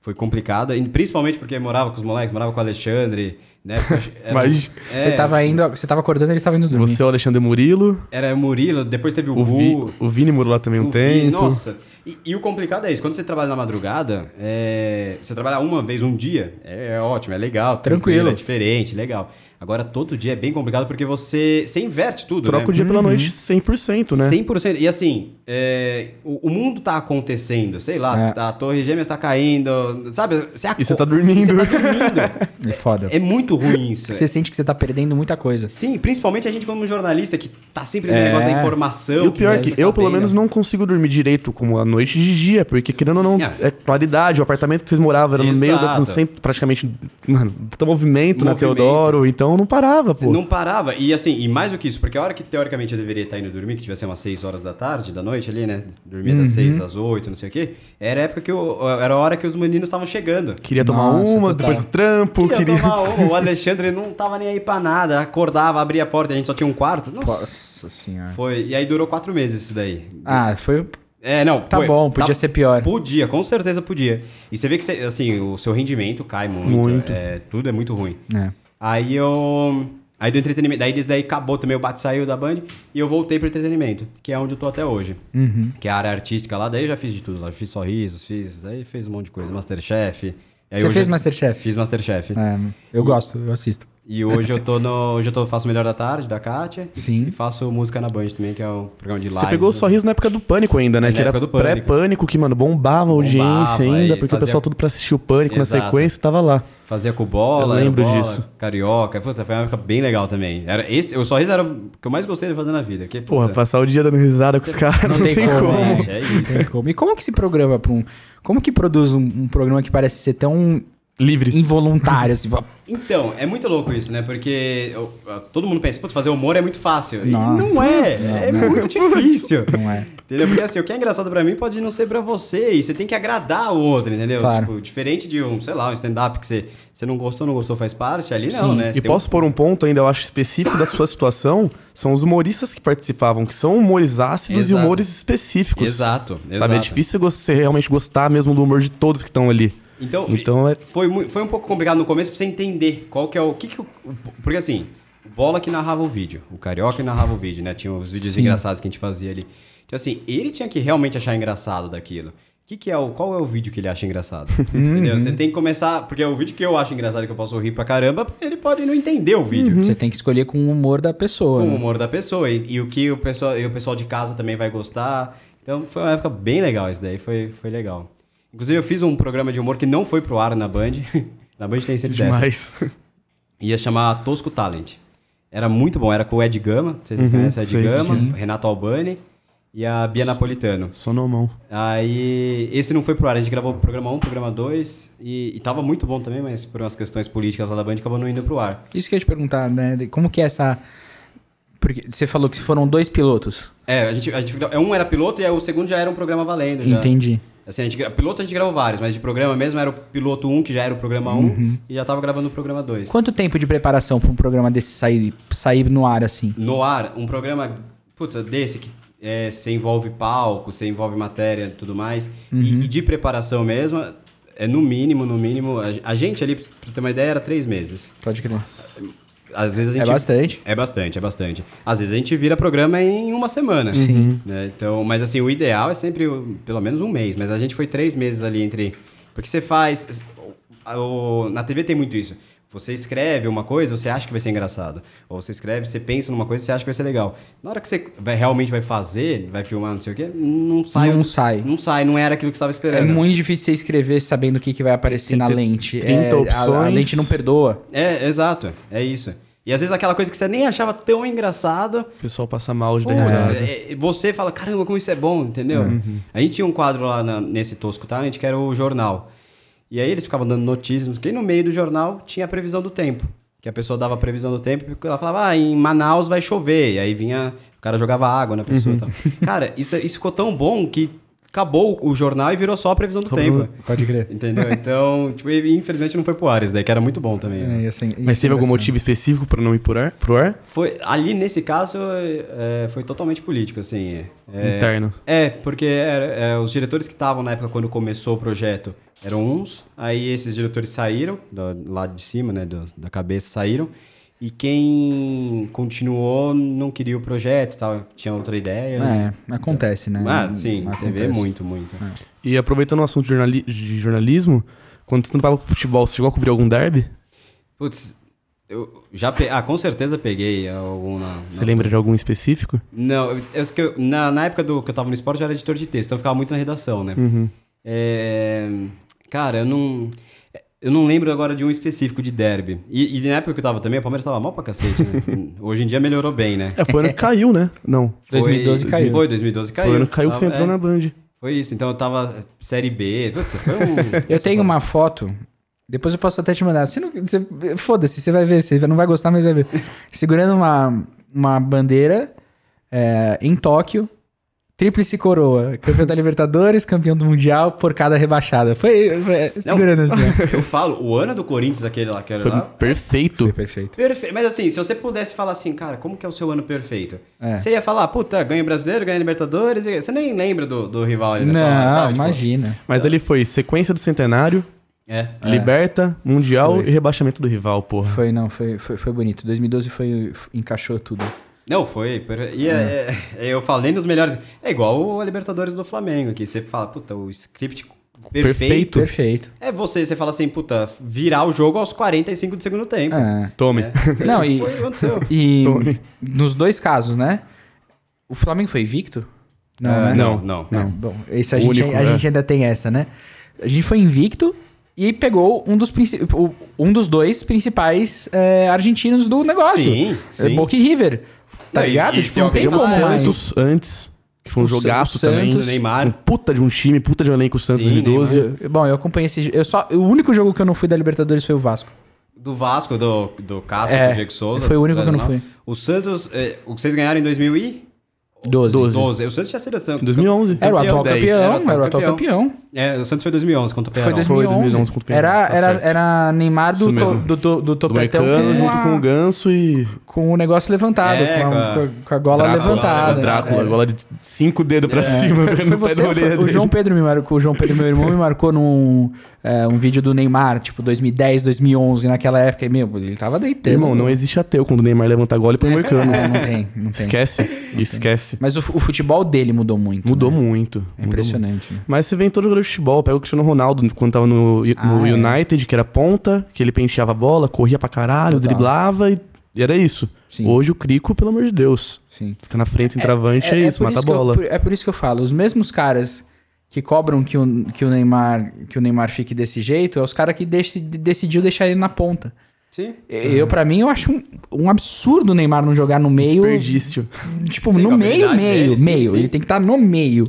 [SPEAKER 4] Foi complicado, e principalmente porque eu morava com os moleques, morava com o Alexandre, Né? Porque eu acho- era-
[SPEAKER 2] Mas
[SPEAKER 4] é,
[SPEAKER 3] Você tava indo, você tava acordando, ele estava indo dormir.
[SPEAKER 2] você é o Alexandre Murilo,
[SPEAKER 4] Era Murilo, depois teve o,
[SPEAKER 2] o, Vi,
[SPEAKER 4] Gu.
[SPEAKER 2] o Vini morou lá também um
[SPEAKER 4] Eu vi,
[SPEAKER 2] tempo.
[SPEAKER 4] Nossa. E, e o complicado é isso. Quando você trabalha na madrugada, é, você trabalha uma vez, um dia, é, é ótimo, é legal, tranquilo,
[SPEAKER 3] Tranquilo.
[SPEAKER 4] é diferente, legal. Agora, todo dia é bem complicado porque você, você inverte tudo,
[SPEAKER 2] Troca
[SPEAKER 4] né?
[SPEAKER 2] o dia pela noite 100%, né?
[SPEAKER 4] 100%. E assim, é, o, o mundo tá acontecendo, sei lá,
[SPEAKER 3] É.
[SPEAKER 4] a Torre Gêmeas tá caindo, sabe? Você acorda,
[SPEAKER 2] você tá dormindo.
[SPEAKER 4] Você tá dormindo.
[SPEAKER 3] É foda.
[SPEAKER 4] é muito ruim isso.
[SPEAKER 3] Você sente que você tá perdendo muita coisa.
[SPEAKER 4] Sim, principalmente a gente como jornalista que tá sempre no
[SPEAKER 3] É.
[SPEAKER 4] negócio da informação. né,
[SPEAKER 2] E o pior é
[SPEAKER 4] mesmo
[SPEAKER 2] que eu, pelo
[SPEAKER 4] sabendo.
[SPEAKER 2] menos, não consigo dormir direito como a noite de dia, porque querendo ou não,
[SPEAKER 4] É.
[SPEAKER 2] é claridade. O apartamento que vocês moravam era no meio do
[SPEAKER 4] Exato.
[SPEAKER 2] no centro, praticamente. Mano, tá movimento, na
[SPEAKER 4] Movimento.
[SPEAKER 2] Teodoro, então não parava, pô.
[SPEAKER 4] Não parava. E assim, e mais do que isso, porque a hora que teoricamente eu deveria estar indo dormir, que tivesse umas 6 horas da tarde, da noite ali, né? Dormia
[SPEAKER 2] Uhum.
[SPEAKER 4] das 6 às 8, não sei o quê. Era a época que eu, era a hora que os meninos estavam chegando.
[SPEAKER 2] Queria tomar
[SPEAKER 3] Nossa,
[SPEAKER 2] uma,
[SPEAKER 3] total.
[SPEAKER 2] depois do trampo,
[SPEAKER 4] Queria
[SPEAKER 2] queria.
[SPEAKER 4] tomar uma. O Alexandre não tava nem aí pra nada. Acordava, abria a porta, a gente só tinha um quarto. Nossa.
[SPEAKER 3] Nossa senhora.
[SPEAKER 4] Foi. E aí durou quatro meses isso daí.
[SPEAKER 3] Ah, foi.
[SPEAKER 4] É, não.
[SPEAKER 3] Tá
[SPEAKER 4] foi-
[SPEAKER 3] bom, podia ser pior.
[SPEAKER 4] Podia, com certeza podia. E você vê que, você- assim, o seu rendimento cai muito.
[SPEAKER 2] Muito.
[SPEAKER 4] é, tudo é muito ruim.
[SPEAKER 3] É.
[SPEAKER 4] Aí eu. Aí do entretenimento. Daí desse daí acabou também, o Bate saiu da Band. E eu voltei pro entretenimento, que é onde eu tô até hoje.
[SPEAKER 3] Uhum.
[SPEAKER 4] Que é a área artística lá. Daí eu já fiz de tudo lá. Fiz sorrisos, fiz. Aí fez um monte de coisa. Masterchef. Aí
[SPEAKER 3] Você
[SPEAKER 4] hoje
[SPEAKER 3] fez
[SPEAKER 4] eu-
[SPEAKER 3] Masterchef?
[SPEAKER 4] Fiz Masterchef.
[SPEAKER 3] É, eu gosto, eu assisto.
[SPEAKER 4] E hoje eu tô no. Hoje eu tô, faço o Melhor da Tarde, da Kátia.
[SPEAKER 3] Sim.
[SPEAKER 4] E faço música na Band também, que é um programa de live.
[SPEAKER 2] Você pegou o sorriso na época do pânico ainda, né?
[SPEAKER 4] Na
[SPEAKER 2] Que era
[SPEAKER 4] época do Pânico.
[SPEAKER 2] pré-pânico, que, mano, bombava a audiência
[SPEAKER 4] Bombava,
[SPEAKER 2] ainda,
[SPEAKER 4] e
[SPEAKER 2] porque o
[SPEAKER 4] fazia-
[SPEAKER 2] pessoal tudo pra assistir o pânico na
[SPEAKER 4] Exato.
[SPEAKER 2] sequência tava lá.
[SPEAKER 4] Fazia com bola,
[SPEAKER 2] Eu lembro
[SPEAKER 4] era bola,
[SPEAKER 2] disso.
[SPEAKER 4] Carioca. Puta, foi uma época bem legal também. Era esse, o sorriso era o que eu mais gostei de fazer na vida. Porque,
[SPEAKER 2] Porra,
[SPEAKER 4] puta,
[SPEAKER 2] passar o dia dando risada com os caras, não, tem como.
[SPEAKER 3] né?
[SPEAKER 4] gente, é isso.
[SPEAKER 3] Tem como. E como que se programa pra um. Como que produz um, um programa que parece ser tão
[SPEAKER 2] Livre.
[SPEAKER 3] involuntário? assim, pô,
[SPEAKER 4] Então, é muito louco isso, né? Porque eu- eu- todo mundo pensa, putz, fazer humor é muito fácil. E
[SPEAKER 3] Não.
[SPEAKER 4] Não, é, é muito difícil.
[SPEAKER 3] Não é.
[SPEAKER 4] Entendeu? Porque assim, o que é engraçado pra mim pode não ser pra você. E você tem que agradar o outro, entendeu?
[SPEAKER 3] Claro.
[SPEAKER 4] Tipo, diferente de um, sei lá, um stand-up que você, você não gostou, não gostou, faz parte, ali não,
[SPEAKER 3] Sim.
[SPEAKER 4] né? Você
[SPEAKER 2] E
[SPEAKER 4] tem
[SPEAKER 2] posso pôr um ponto ainda, eu acho, específico da sua situação, são os humoristas que participavam, que são humores ácidos e
[SPEAKER 4] Exato.
[SPEAKER 2] humores específicos.
[SPEAKER 4] Exato,
[SPEAKER 2] Sabe, é
[SPEAKER 4] exato.
[SPEAKER 2] difícil você realmente gostar mesmo do humor de todos que estão ali.
[SPEAKER 4] Então,
[SPEAKER 2] Então é-
[SPEAKER 4] foi, mu- foi um pouco complicado no começo pra você entender qual que é o. Que que o o- porque assim, o Bola que narrava o vídeo, o Carioca que narrava o vídeo, né? Tinha os vídeos
[SPEAKER 3] Sim.
[SPEAKER 4] engraçados que a gente fazia ali. Então, assim, ele tinha que realmente achar engraçado daquilo. O Que que é o, qual é o vídeo que ele acha engraçado? Entendeu? Você tem que começar. Porque é o vídeo que eu acho engraçado que eu posso rir pra caramba, ele pode não entender o vídeo.
[SPEAKER 3] Você tem que escolher com o humor da pessoa.
[SPEAKER 4] Com o
[SPEAKER 3] né?
[SPEAKER 4] humor da pessoa. E, e o que o pessoal, e o pessoal de casa também vai gostar. Então foi uma época bem legal isso daí, foi, foi legal. Inclusive eu fiz um programa de humor que não foi pro ar na Band. na Band tem sempre dessa.
[SPEAKER 2] Demais.
[SPEAKER 4] Ia chamar Tosco Talent. Era muito bom, era com o Ed Gama, vocês conhecem o Ed
[SPEAKER 2] sei,
[SPEAKER 4] Gama,
[SPEAKER 3] Uhum. sim.
[SPEAKER 4] Renato Albani e a Bia Napolitano.
[SPEAKER 2] Só na mão.
[SPEAKER 4] Aí, esse não foi pro ar, a gente gravou o programa 1, programa 2 e, e tava muito bom também, mas por umas questões políticas lá da Band acabou não indo pro ar.
[SPEAKER 3] Isso que eu ia te perguntar, né? de Como que é essa. Porque você falou que foram dois pilotos.
[SPEAKER 4] É, a gente, a gente, um era piloto e aí o segundo já era um programa valendo. Já.
[SPEAKER 3] Entendi.
[SPEAKER 4] Assim, a gente, gra- piloto a gente gravou vários, mas de programa mesmo era o piloto 1, que já era o programa 1, e já tava gravando o programa 2.
[SPEAKER 3] Quanto tempo de preparação pra um programa desse sair, sair no ar assim?
[SPEAKER 4] No ar, um programa, puta, desse que é, você envolve palco, você envolve matéria e tudo mais, e, e de preparação mesmo, é no mínimo, no mínimo, a, ge- a gente ali, pra pra ter uma ideia, era três meses.
[SPEAKER 3] Pode crer.
[SPEAKER 4] Às vezes a
[SPEAKER 3] É
[SPEAKER 4] gente...
[SPEAKER 3] bastante.
[SPEAKER 4] É bastante, é bastante. Às vezes a gente vira programa em uma semana. Sim. Então, mas assim, o ideal é sempre o- pelo menos um mês. Mas a gente foi três meses ali entre. Porque você faz. o- Na TV tem muito isso. Você escreve uma coisa, você acha que vai ser engraçado. Ou você escreve, você pensa numa coisa, você acha que vai ser legal. Na hora que você vai- realmente vai fazer, vai filmar, não sei o quê, não sai. um,
[SPEAKER 3] Não sai.
[SPEAKER 4] Não sai, não era aquilo que você estava
[SPEAKER 3] É
[SPEAKER 4] esperando.
[SPEAKER 3] muito difícil você escrever sabendo o que, que vai aparecer na lente.
[SPEAKER 2] 30
[SPEAKER 3] É, a- A,
[SPEAKER 2] opções.
[SPEAKER 3] lente não perdoa.
[SPEAKER 4] É, exato. É isso. E às vezes aquela coisa que você nem achava tão engraçado,
[SPEAKER 2] O pessoal passa mal de dar
[SPEAKER 4] Putz,
[SPEAKER 2] risada.
[SPEAKER 4] é- é- você fala, caramba, como isso é bom, entendeu? A gente tinha um quadro lá na- nesse Tosco tá? Talent que era o jornal. E aí eles ficavam dando notícias, que no meio do jornal tinha a previsão do tempo. Que a pessoa dava a previsão do tempo, porque ela falava, ah, em Manaus vai chover. E aí vinha, o cara jogava água na pessoa e tal. Cara, isso, isso ficou tão bom que acabou o jornal e virou só a previsão do tempo.
[SPEAKER 3] Pode crer.
[SPEAKER 4] Entendeu? Então, tipo, e- infelizmente não foi pro Ares, daí que era muito bom também.
[SPEAKER 3] É,
[SPEAKER 4] né?
[SPEAKER 3] assim,
[SPEAKER 2] Mas teve algum motivo específico pra não ir por ar, pro ar?
[SPEAKER 4] Foi, ali nesse caso, é, foi totalmente político, assim. é.
[SPEAKER 2] Interno.
[SPEAKER 4] É, porque era- é, os diretores que estavam na época quando começou o projeto eram uns. Aí esses diretores saíram, da- lá de cima, né, do- da cabeça, saíram. E quem continuou não queria o projeto e tal, tinha outra ideia. né?
[SPEAKER 3] É, acontece, né?
[SPEAKER 4] Ah, sim, na TV
[SPEAKER 3] Acontece. É.
[SPEAKER 4] muito, muito.
[SPEAKER 2] E aproveitando o assunto de, jornali- de jornalismo, quando você trampava com futebol, você chegou a cobrir algum derby?
[SPEAKER 4] Putz, eu já pe... Ah, com certeza peguei algum na-
[SPEAKER 2] Você
[SPEAKER 4] na
[SPEAKER 2] lembra de algum específico?
[SPEAKER 4] Não, eu, eu- que eu- na, na época do, que eu tava no esporte eu era editor de texto, então eu ficava muito na redação, né?
[SPEAKER 2] Uhum.
[SPEAKER 4] É, cara, eu não. Eu não lembro agora de um específico de derby. E, e na época que eu tava também, o Palmeiras tava mal pra cacete, né? Hoje em dia melhorou bem, né?
[SPEAKER 2] É, foi ano que caiu, né? Não.
[SPEAKER 4] Foi-
[SPEAKER 3] 2012 caiu.
[SPEAKER 4] Foi, 2012 caiu.
[SPEAKER 2] foi ano que caiu que você
[SPEAKER 4] Tava-
[SPEAKER 2] entrou
[SPEAKER 4] é,
[SPEAKER 2] na Band.
[SPEAKER 4] Foi isso, então eu tava Série B. Putz, foi um.
[SPEAKER 3] Eu tenho uma foto. Depois eu posso até te mandar. Você não, você- foda-se, você vai ver. Você não vai gostar, mas vai ver. Segurando uma, uma bandeira é, em Tóquio. Tríplice coroa. Campeão da Libertadores, campeão do Mundial, porcada rebaixada. Foi, foi- é, segurando assim. ó.
[SPEAKER 4] Eu falo, o ano do Corinthians, aquele lá que era
[SPEAKER 2] Foi
[SPEAKER 4] lá.
[SPEAKER 2] perfeito.
[SPEAKER 3] Perfeito.
[SPEAKER 4] Perfeito. Mas assim, se você pudesse falar assim, cara, como que é o seu ano perfeito?
[SPEAKER 3] É.
[SPEAKER 4] Você ia falar, puta, ganha brasileiro, ganha Libertadores. e- Você nem lembra do, do rival ali nessa hora,
[SPEAKER 3] Não,
[SPEAKER 4] sabe? Tipo,
[SPEAKER 3] imagina.
[SPEAKER 2] Mas ali foi sequência do centenário,
[SPEAKER 4] é.
[SPEAKER 2] liberta, mundial
[SPEAKER 3] Foi.
[SPEAKER 2] e rebaixamento do rival, porra.
[SPEAKER 3] Foi, não, foi, foi, foi bonito. 2012 foi, f- encaixou tudo.
[SPEAKER 4] Não, foi. per- E é- é- eu falei nos melhores. É igual a Libertadores do Flamengo, que você fala, puta, o script perfeito.
[SPEAKER 2] Perfeito. Tu-
[SPEAKER 3] Perfeito.
[SPEAKER 4] É você, você fala assim, puta, virar o jogo aos 45 do segundo tempo.
[SPEAKER 3] É.
[SPEAKER 2] Tome.
[SPEAKER 3] Não, e,
[SPEAKER 4] Foi o que aconteceu.
[SPEAKER 3] e
[SPEAKER 2] Tony.
[SPEAKER 3] nos dois casos, né? O Flamengo foi invicto? Não,
[SPEAKER 4] É,
[SPEAKER 3] né?
[SPEAKER 4] não, não.
[SPEAKER 3] É, bom, isso a,
[SPEAKER 2] O
[SPEAKER 3] gente,
[SPEAKER 2] único,
[SPEAKER 3] a
[SPEAKER 2] né?
[SPEAKER 3] gente ainda tem essa, né? A gente foi invicto e pegou um dos, princi- o- um dos dois principais é, argentinos do negócio.
[SPEAKER 4] Sim,
[SPEAKER 3] É,
[SPEAKER 4] sim.
[SPEAKER 3] Boca e River. Tá
[SPEAKER 4] Não, e-
[SPEAKER 3] ligado?
[SPEAKER 4] e
[SPEAKER 3] tipo,
[SPEAKER 4] se
[SPEAKER 3] não tem
[SPEAKER 4] alguém
[SPEAKER 2] Pegamos
[SPEAKER 3] como
[SPEAKER 2] o
[SPEAKER 4] falar,
[SPEAKER 3] mais.
[SPEAKER 2] Santos antes, que foi um
[SPEAKER 3] O Sa- o
[SPEAKER 2] jogaço
[SPEAKER 3] Santos,
[SPEAKER 2] também.
[SPEAKER 4] Do Neymar.
[SPEAKER 2] Um puta de um time, puta de um elenco Santos
[SPEAKER 4] Sim,
[SPEAKER 2] 2012.
[SPEAKER 4] Neymar.
[SPEAKER 3] Eu- bom, eu acompanhei esse... Eu só, o único jogo que eu não fui da Libertadores foi o Vasco.
[SPEAKER 4] Do Vasco, do, do Cássio,
[SPEAKER 3] É,
[SPEAKER 4] do Diego Souza.
[SPEAKER 3] foi o único que eu não
[SPEAKER 4] Zé
[SPEAKER 3] fui.
[SPEAKER 4] Ronaldo. O Santos, é, o que vocês ganharam em 2000 e...
[SPEAKER 3] 12.
[SPEAKER 4] 12. O Santos já seria
[SPEAKER 2] Em 2011.
[SPEAKER 3] Era o
[SPEAKER 4] Campeão,
[SPEAKER 3] atual
[SPEAKER 4] 10.
[SPEAKER 3] campeão,
[SPEAKER 4] Era o
[SPEAKER 3] era o atual
[SPEAKER 4] campeão.
[SPEAKER 3] campeão.
[SPEAKER 4] É, o Santos foi 2011 contra o
[SPEAKER 3] Foi
[SPEAKER 4] Penarol.
[SPEAKER 3] 2011.
[SPEAKER 2] Foi 2011 contra o Penarol,
[SPEAKER 3] era,
[SPEAKER 2] tá
[SPEAKER 3] era,
[SPEAKER 2] certo.
[SPEAKER 3] era Neymar do,
[SPEAKER 2] Isso
[SPEAKER 3] to,
[SPEAKER 2] mesmo.
[SPEAKER 3] do, do, do
[SPEAKER 2] Do
[SPEAKER 3] topetão
[SPEAKER 2] Moicano,
[SPEAKER 3] com,
[SPEAKER 2] junto
[SPEAKER 3] a-
[SPEAKER 2] com o Ganso e...
[SPEAKER 3] com o negócio levantado,
[SPEAKER 4] É,
[SPEAKER 3] com, a,
[SPEAKER 4] com a-
[SPEAKER 3] com a- com a gola
[SPEAKER 2] Drácula,
[SPEAKER 3] levantada.
[SPEAKER 2] né? Drácula,
[SPEAKER 3] É.
[SPEAKER 2] gola de cinco dedos pra cima.
[SPEAKER 3] Foi
[SPEAKER 2] no pé da
[SPEAKER 3] você, foi-
[SPEAKER 2] orelha
[SPEAKER 3] o
[SPEAKER 2] dele.
[SPEAKER 3] João Pedro me marcou, o João Pedro, meu irmão, me marcou num é, um vídeo do Neymar, tipo 2010, 2011, naquela época, e, meu, ele tava deitando.
[SPEAKER 2] Irmão, não existe ateu quando o Neymar levanta a gola e põe o Moicano.
[SPEAKER 3] É, não tem, não tem.
[SPEAKER 2] Esquece, esquece.
[SPEAKER 3] Mas o, fu- o futebol dele mudou muito.
[SPEAKER 2] Mudou
[SPEAKER 3] né?
[SPEAKER 2] muito.
[SPEAKER 3] É impressionante. né?
[SPEAKER 2] Mas você vê em todo jogador de futebol, pega o Cristiano Ronaldo quando tava no, no
[SPEAKER 3] Ah, é.
[SPEAKER 2] United, que era ponta, que ele penteava a bola, corria pra caralho,
[SPEAKER 3] Total.
[SPEAKER 2] driblava e, e era isso.
[SPEAKER 3] Sim.
[SPEAKER 2] Hoje o Crico, pelo amor de Deus,
[SPEAKER 3] Sim.
[SPEAKER 2] fica na frente sem travante, é, isso,
[SPEAKER 3] por
[SPEAKER 2] mata a
[SPEAKER 3] que eu-
[SPEAKER 2] bola.
[SPEAKER 3] por- é por isso que eu falo, os mesmos caras que cobram que o, que o Neymar que o Neymar fique desse jeito, é os caras que deci- decidiu deixar ele na ponta. um.
[SPEAKER 4] Sim.
[SPEAKER 3] Eu, pra mim, eu acho um, um absurdo o Neymar não jogar no meio.
[SPEAKER 2] Desperdício.
[SPEAKER 3] Tipo,
[SPEAKER 4] Sim, com
[SPEAKER 3] no
[SPEAKER 4] a
[SPEAKER 3] meio,
[SPEAKER 4] habilidade
[SPEAKER 3] meio,
[SPEAKER 4] dele, sim,
[SPEAKER 3] meio.
[SPEAKER 4] sim.
[SPEAKER 3] Ele tem que estar no meio.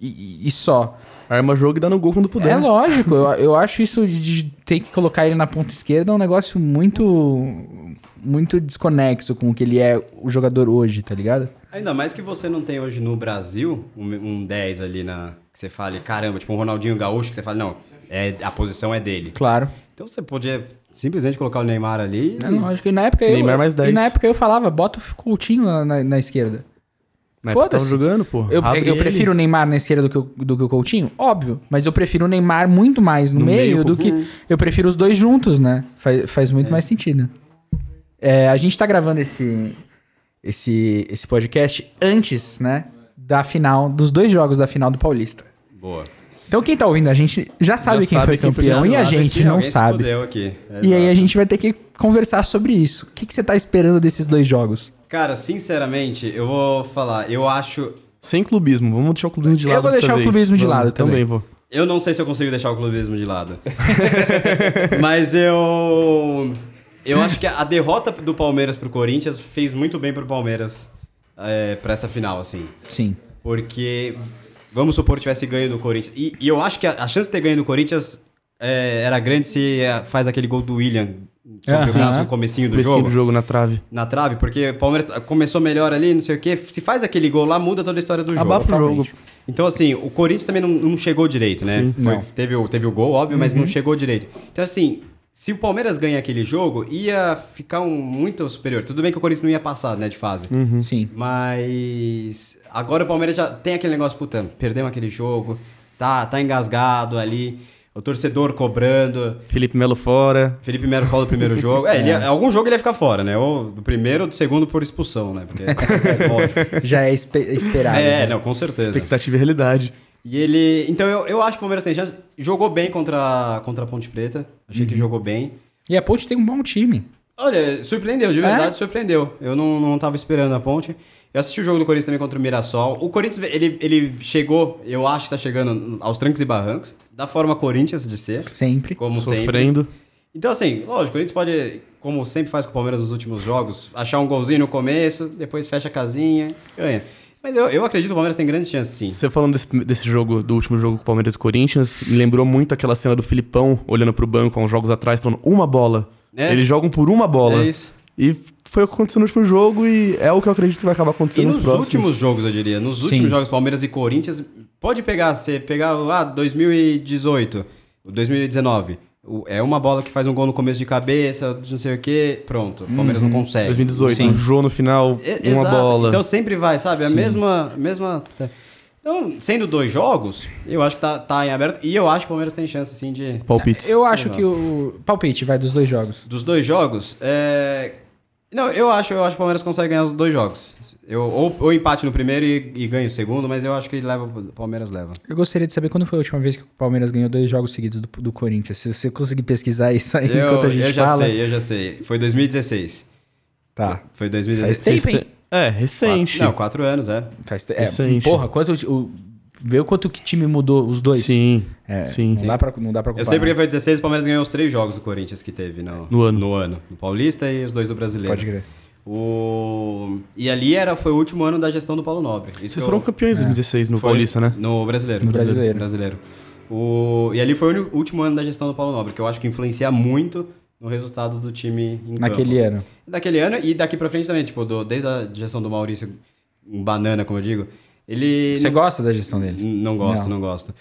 [SPEAKER 3] E, e só.
[SPEAKER 2] Arma jogo e dá no gol quando puder.
[SPEAKER 3] É lógico, eu, eu acho isso de, de ter que colocar ele na ponta esquerda um negócio muito. muito desconexo com o que ele é o jogador hoje, tá ligado?
[SPEAKER 4] Ainda mais que você não tem hoje no Brasil um, um 10 ali na. Que você fale, caramba, tipo um Ronaldinho Gaúcho, que você fala, não, é, a posição é dele.
[SPEAKER 3] Claro.
[SPEAKER 4] Então você podia simplesmente colocar o Neymar ali.
[SPEAKER 3] É lógico. E na época eu.
[SPEAKER 2] Neymar mais
[SPEAKER 3] E
[SPEAKER 2] 10.
[SPEAKER 3] na época eu falava, bota o Coutinho na, na- na esquerda.
[SPEAKER 2] Na época Tava
[SPEAKER 3] Foda-se.
[SPEAKER 2] jogando, pô.
[SPEAKER 3] Eu, é
[SPEAKER 2] Abre
[SPEAKER 3] eu
[SPEAKER 2] ele.
[SPEAKER 3] prefiro o Neymar na esquerda do que, o, do que o Coutinho? Óbvio. Mas eu prefiro o Neymar muito mais no,
[SPEAKER 2] No
[SPEAKER 3] meio,
[SPEAKER 2] meio,
[SPEAKER 3] do que. Eu prefiro os dois juntos, né? Faz, faz muito mais sentido. É, a gente tá gravando esse, esse, esse podcast antes, né? Da final, dos dois jogos da final do Paulista.
[SPEAKER 4] Boa.
[SPEAKER 3] Então quem tá ouvindo a gente já sabe
[SPEAKER 2] Já
[SPEAKER 3] quem
[SPEAKER 2] sabe
[SPEAKER 3] foi
[SPEAKER 2] quem foi
[SPEAKER 3] campeão e a
[SPEAKER 4] Sabe
[SPEAKER 3] gente
[SPEAKER 4] é que
[SPEAKER 3] não
[SPEAKER 4] alguém se
[SPEAKER 3] sabe.
[SPEAKER 4] fudeu aqui.
[SPEAKER 3] E aí a
[SPEAKER 4] Exato.
[SPEAKER 3] gente vai ter que conversar sobre isso. O que, que você tá esperando desses dois jogos?
[SPEAKER 4] Cara, sinceramente, eu vou falar, eu acho.
[SPEAKER 2] Sem clubismo, vamos deixar o clubismo de
[SPEAKER 3] Eu
[SPEAKER 2] lado
[SPEAKER 3] vou
[SPEAKER 2] dessa
[SPEAKER 3] deixar o
[SPEAKER 2] vez.
[SPEAKER 3] clubismo de
[SPEAKER 2] Vamos,
[SPEAKER 3] lado também.
[SPEAKER 2] Também vou.
[SPEAKER 4] Eu não sei se eu consigo deixar o clubismo de lado. Mas eu. Eu acho que a derrota do Palmeiras pro Corinthians fez muito bem pro Palmeiras é, pra essa final, assim.
[SPEAKER 3] Sim.
[SPEAKER 4] Porque, vamos supor, tivesse ganho do Corinthians. E, e eu acho que a, a chance de ter ganho do Corinthians é, era grande se é, faz aquele gol do William sobre
[SPEAKER 3] Aham.
[SPEAKER 4] o braço no comecinho do
[SPEAKER 2] Ah, né? Comecinho
[SPEAKER 4] jogo.
[SPEAKER 2] do jogo na trave.
[SPEAKER 4] Na trave, porque o Palmeiras começou melhor ali, não sei o quê. Se faz aquele gol lá, muda toda a história do jogo.
[SPEAKER 2] Abafa o jogo.
[SPEAKER 4] Então, assim, o Corinthians também não, não chegou direito, né? Foi-
[SPEAKER 3] Não.
[SPEAKER 4] teve, o, teve o gol, óbvio, mas não
[SPEAKER 2] Uhum.
[SPEAKER 4] chegou direito. Então, assim, se o Palmeiras ganha aquele jogo, ia ficar um, muito superior. Tudo bem que o Corinthians não ia passar, né, de fase.
[SPEAKER 2] Uhum.
[SPEAKER 3] Sim.
[SPEAKER 4] Mas agora o Palmeiras já tem aquele negócio, puta, perdemos aquele jogo, tá, tá engasgado ali. O torcedor cobrando.
[SPEAKER 2] Felipe Melo fora.
[SPEAKER 4] Felipe Melo fora do primeiro jogo. É, ele ia- algum jogo ele ia ficar fora, né? Ou do primeiro ou do segundo por expulsão, né? Porque, é, lógico.
[SPEAKER 3] Já é espe- esperado.
[SPEAKER 4] É,
[SPEAKER 3] né?
[SPEAKER 4] não, com certeza.
[SPEAKER 2] Expectativa e realidade.
[SPEAKER 4] E ele. Então eu, eu acho que o Palmeiras tem chance. Jogou bem contra, contra a Ponte Preta. Achei
[SPEAKER 3] Uhum.
[SPEAKER 4] que jogou bem.
[SPEAKER 3] E a Ponte tem um bom time.
[SPEAKER 4] Olha, surpreendeu, de
[SPEAKER 3] É?
[SPEAKER 4] verdade, surpreendeu. Eu não, não tava esperando a ponte. Eu assisti o jogo do Corinthians também contra o Mirassol. O Corinthians, ele, ele chegou, eu acho que tá chegando aos trancos e barrancos, da forma Corinthians de ser,
[SPEAKER 3] Sempre.
[SPEAKER 4] como sempre.
[SPEAKER 2] sofrendo.
[SPEAKER 4] Então, assim, lógico, o Corinthians pode, como sempre faz com o Palmeiras nos últimos jogos, achar um golzinho no começo, depois fecha a casinha, ganha. Mas eu, eu acredito que o Palmeiras tem grandes chances, sim.
[SPEAKER 2] Você falando desse, desse jogo, do último jogo com o Palmeiras e Corinthians, me lembrou muito aquela cena do Filipão olhando pro banco há uns jogos atrás, falando uma bola.
[SPEAKER 4] É.
[SPEAKER 2] Eles jogam por uma bola.
[SPEAKER 4] É isso.
[SPEAKER 2] E foi o que aconteceu no último jogo e é o que eu acredito que vai acabar
[SPEAKER 4] E
[SPEAKER 2] acontecendo
[SPEAKER 4] nos
[SPEAKER 2] próximos.
[SPEAKER 4] últimos jogos, eu diria, nos últimos jogos Palmeiras e Corinthians, pode pegar, você pegar ah, lá 2018, 2019, o- é uma bola que faz um gol no começo de cabeça, não sei o quê, pronto, o Palmeiras
[SPEAKER 2] Uhum.
[SPEAKER 4] não consegue.
[SPEAKER 2] 2018,
[SPEAKER 3] Sim.
[SPEAKER 2] um Jô no final,
[SPEAKER 4] E-
[SPEAKER 2] uma
[SPEAKER 4] exato.
[SPEAKER 2] bola.
[SPEAKER 4] Então sempre vai, sabe? A mesma, a mesma. Então, sendo dois jogos, eu acho que tá, tá em aberto e eu acho que o Palmeiras tem chance, assim, de.
[SPEAKER 2] Palpites.
[SPEAKER 3] Eu acho que o. Palpite, vai, dos dois jogos.
[SPEAKER 4] Dos dois jogos, é. Não, eu acho, eu acho que o Palmeiras consegue ganhar os dois jogos. Eu, ou, ou empate no primeiro e, e ganha o segundo, mas eu acho que ele leva, o Palmeiras leva.
[SPEAKER 3] Eu gostaria de saber quando foi a última vez que o Palmeiras ganhou dois jogos seguidos do, do Corinthians. Se você conseguir pesquisar isso aí
[SPEAKER 4] Eu,
[SPEAKER 3] enquanto a gente
[SPEAKER 4] eu já
[SPEAKER 3] fala.
[SPEAKER 4] sei, eu já sei. Foi 2016.
[SPEAKER 3] Tá.
[SPEAKER 4] Foi 2016.
[SPEAKER 3] Faz tempo, hein?
[SPEAKER 2] É, recente.
[SPEAKER 4] Quatro, não, quatro anos, é.
[SPEAKER 3] Faz te- é,
[SPEAKER 2] Recente.
[SPEAKER 3] porra, quanto. O, vê o quanto que time mudou os dois.
[SPEAKER 2] Sim,
[SPEAKER 3] É,
[SPEAKER 2] sim.
[SPEAKER 3] Não dá pra, não dá pra né? comparar.
[SPEAKER 4] Eu sei porque foi 16, o Palmeiras ganhou os três jogos do Corinthians que teve no,
[SPEAKER 2] No ano.
[SPEAKER 4] No ano. O Paulista e os dois do Brasileiro.
[SPEAKER 3] Pode crer.
[SPEAKER 4] O... E ali era, foi o último ano da gestão do Paulo Nobre. Isso que eu-
[SPEAKER 2] Vocês foram
[SPEAKER 3] É.
[SPEAKER 2] campeões em 2016 no
[SPEAKER 4] Foi
[SPEAKER 2] Paulista, né?
[SPEAKER 4] No brasileiro.
[SPEAKER 3] No brasileiro.
[SPEAKER 4] brasileiro. O... E ali foi o único- último ano da gestão do Paulo Nobre, que eu acho que influencia muito no resultado do time em
[SPEAKER 3] Naquele
[SPEAKER 4] campo.
[SPEAKER 3] ano.
[SPEAKER 4] Daquele ano e daqui pra frente também, tipo, do- desde a gestão do Maurício, um banana, como eu digo, ele...
[SPEAKER 3] Você
[SPEAKER 4] não-
[SPEAKER 3] gosta da gestão dele?
[SPEAKER 4] N- Não gosto,
[SPEAKER 3] Não.
[SPEAKER 4] não. gosto.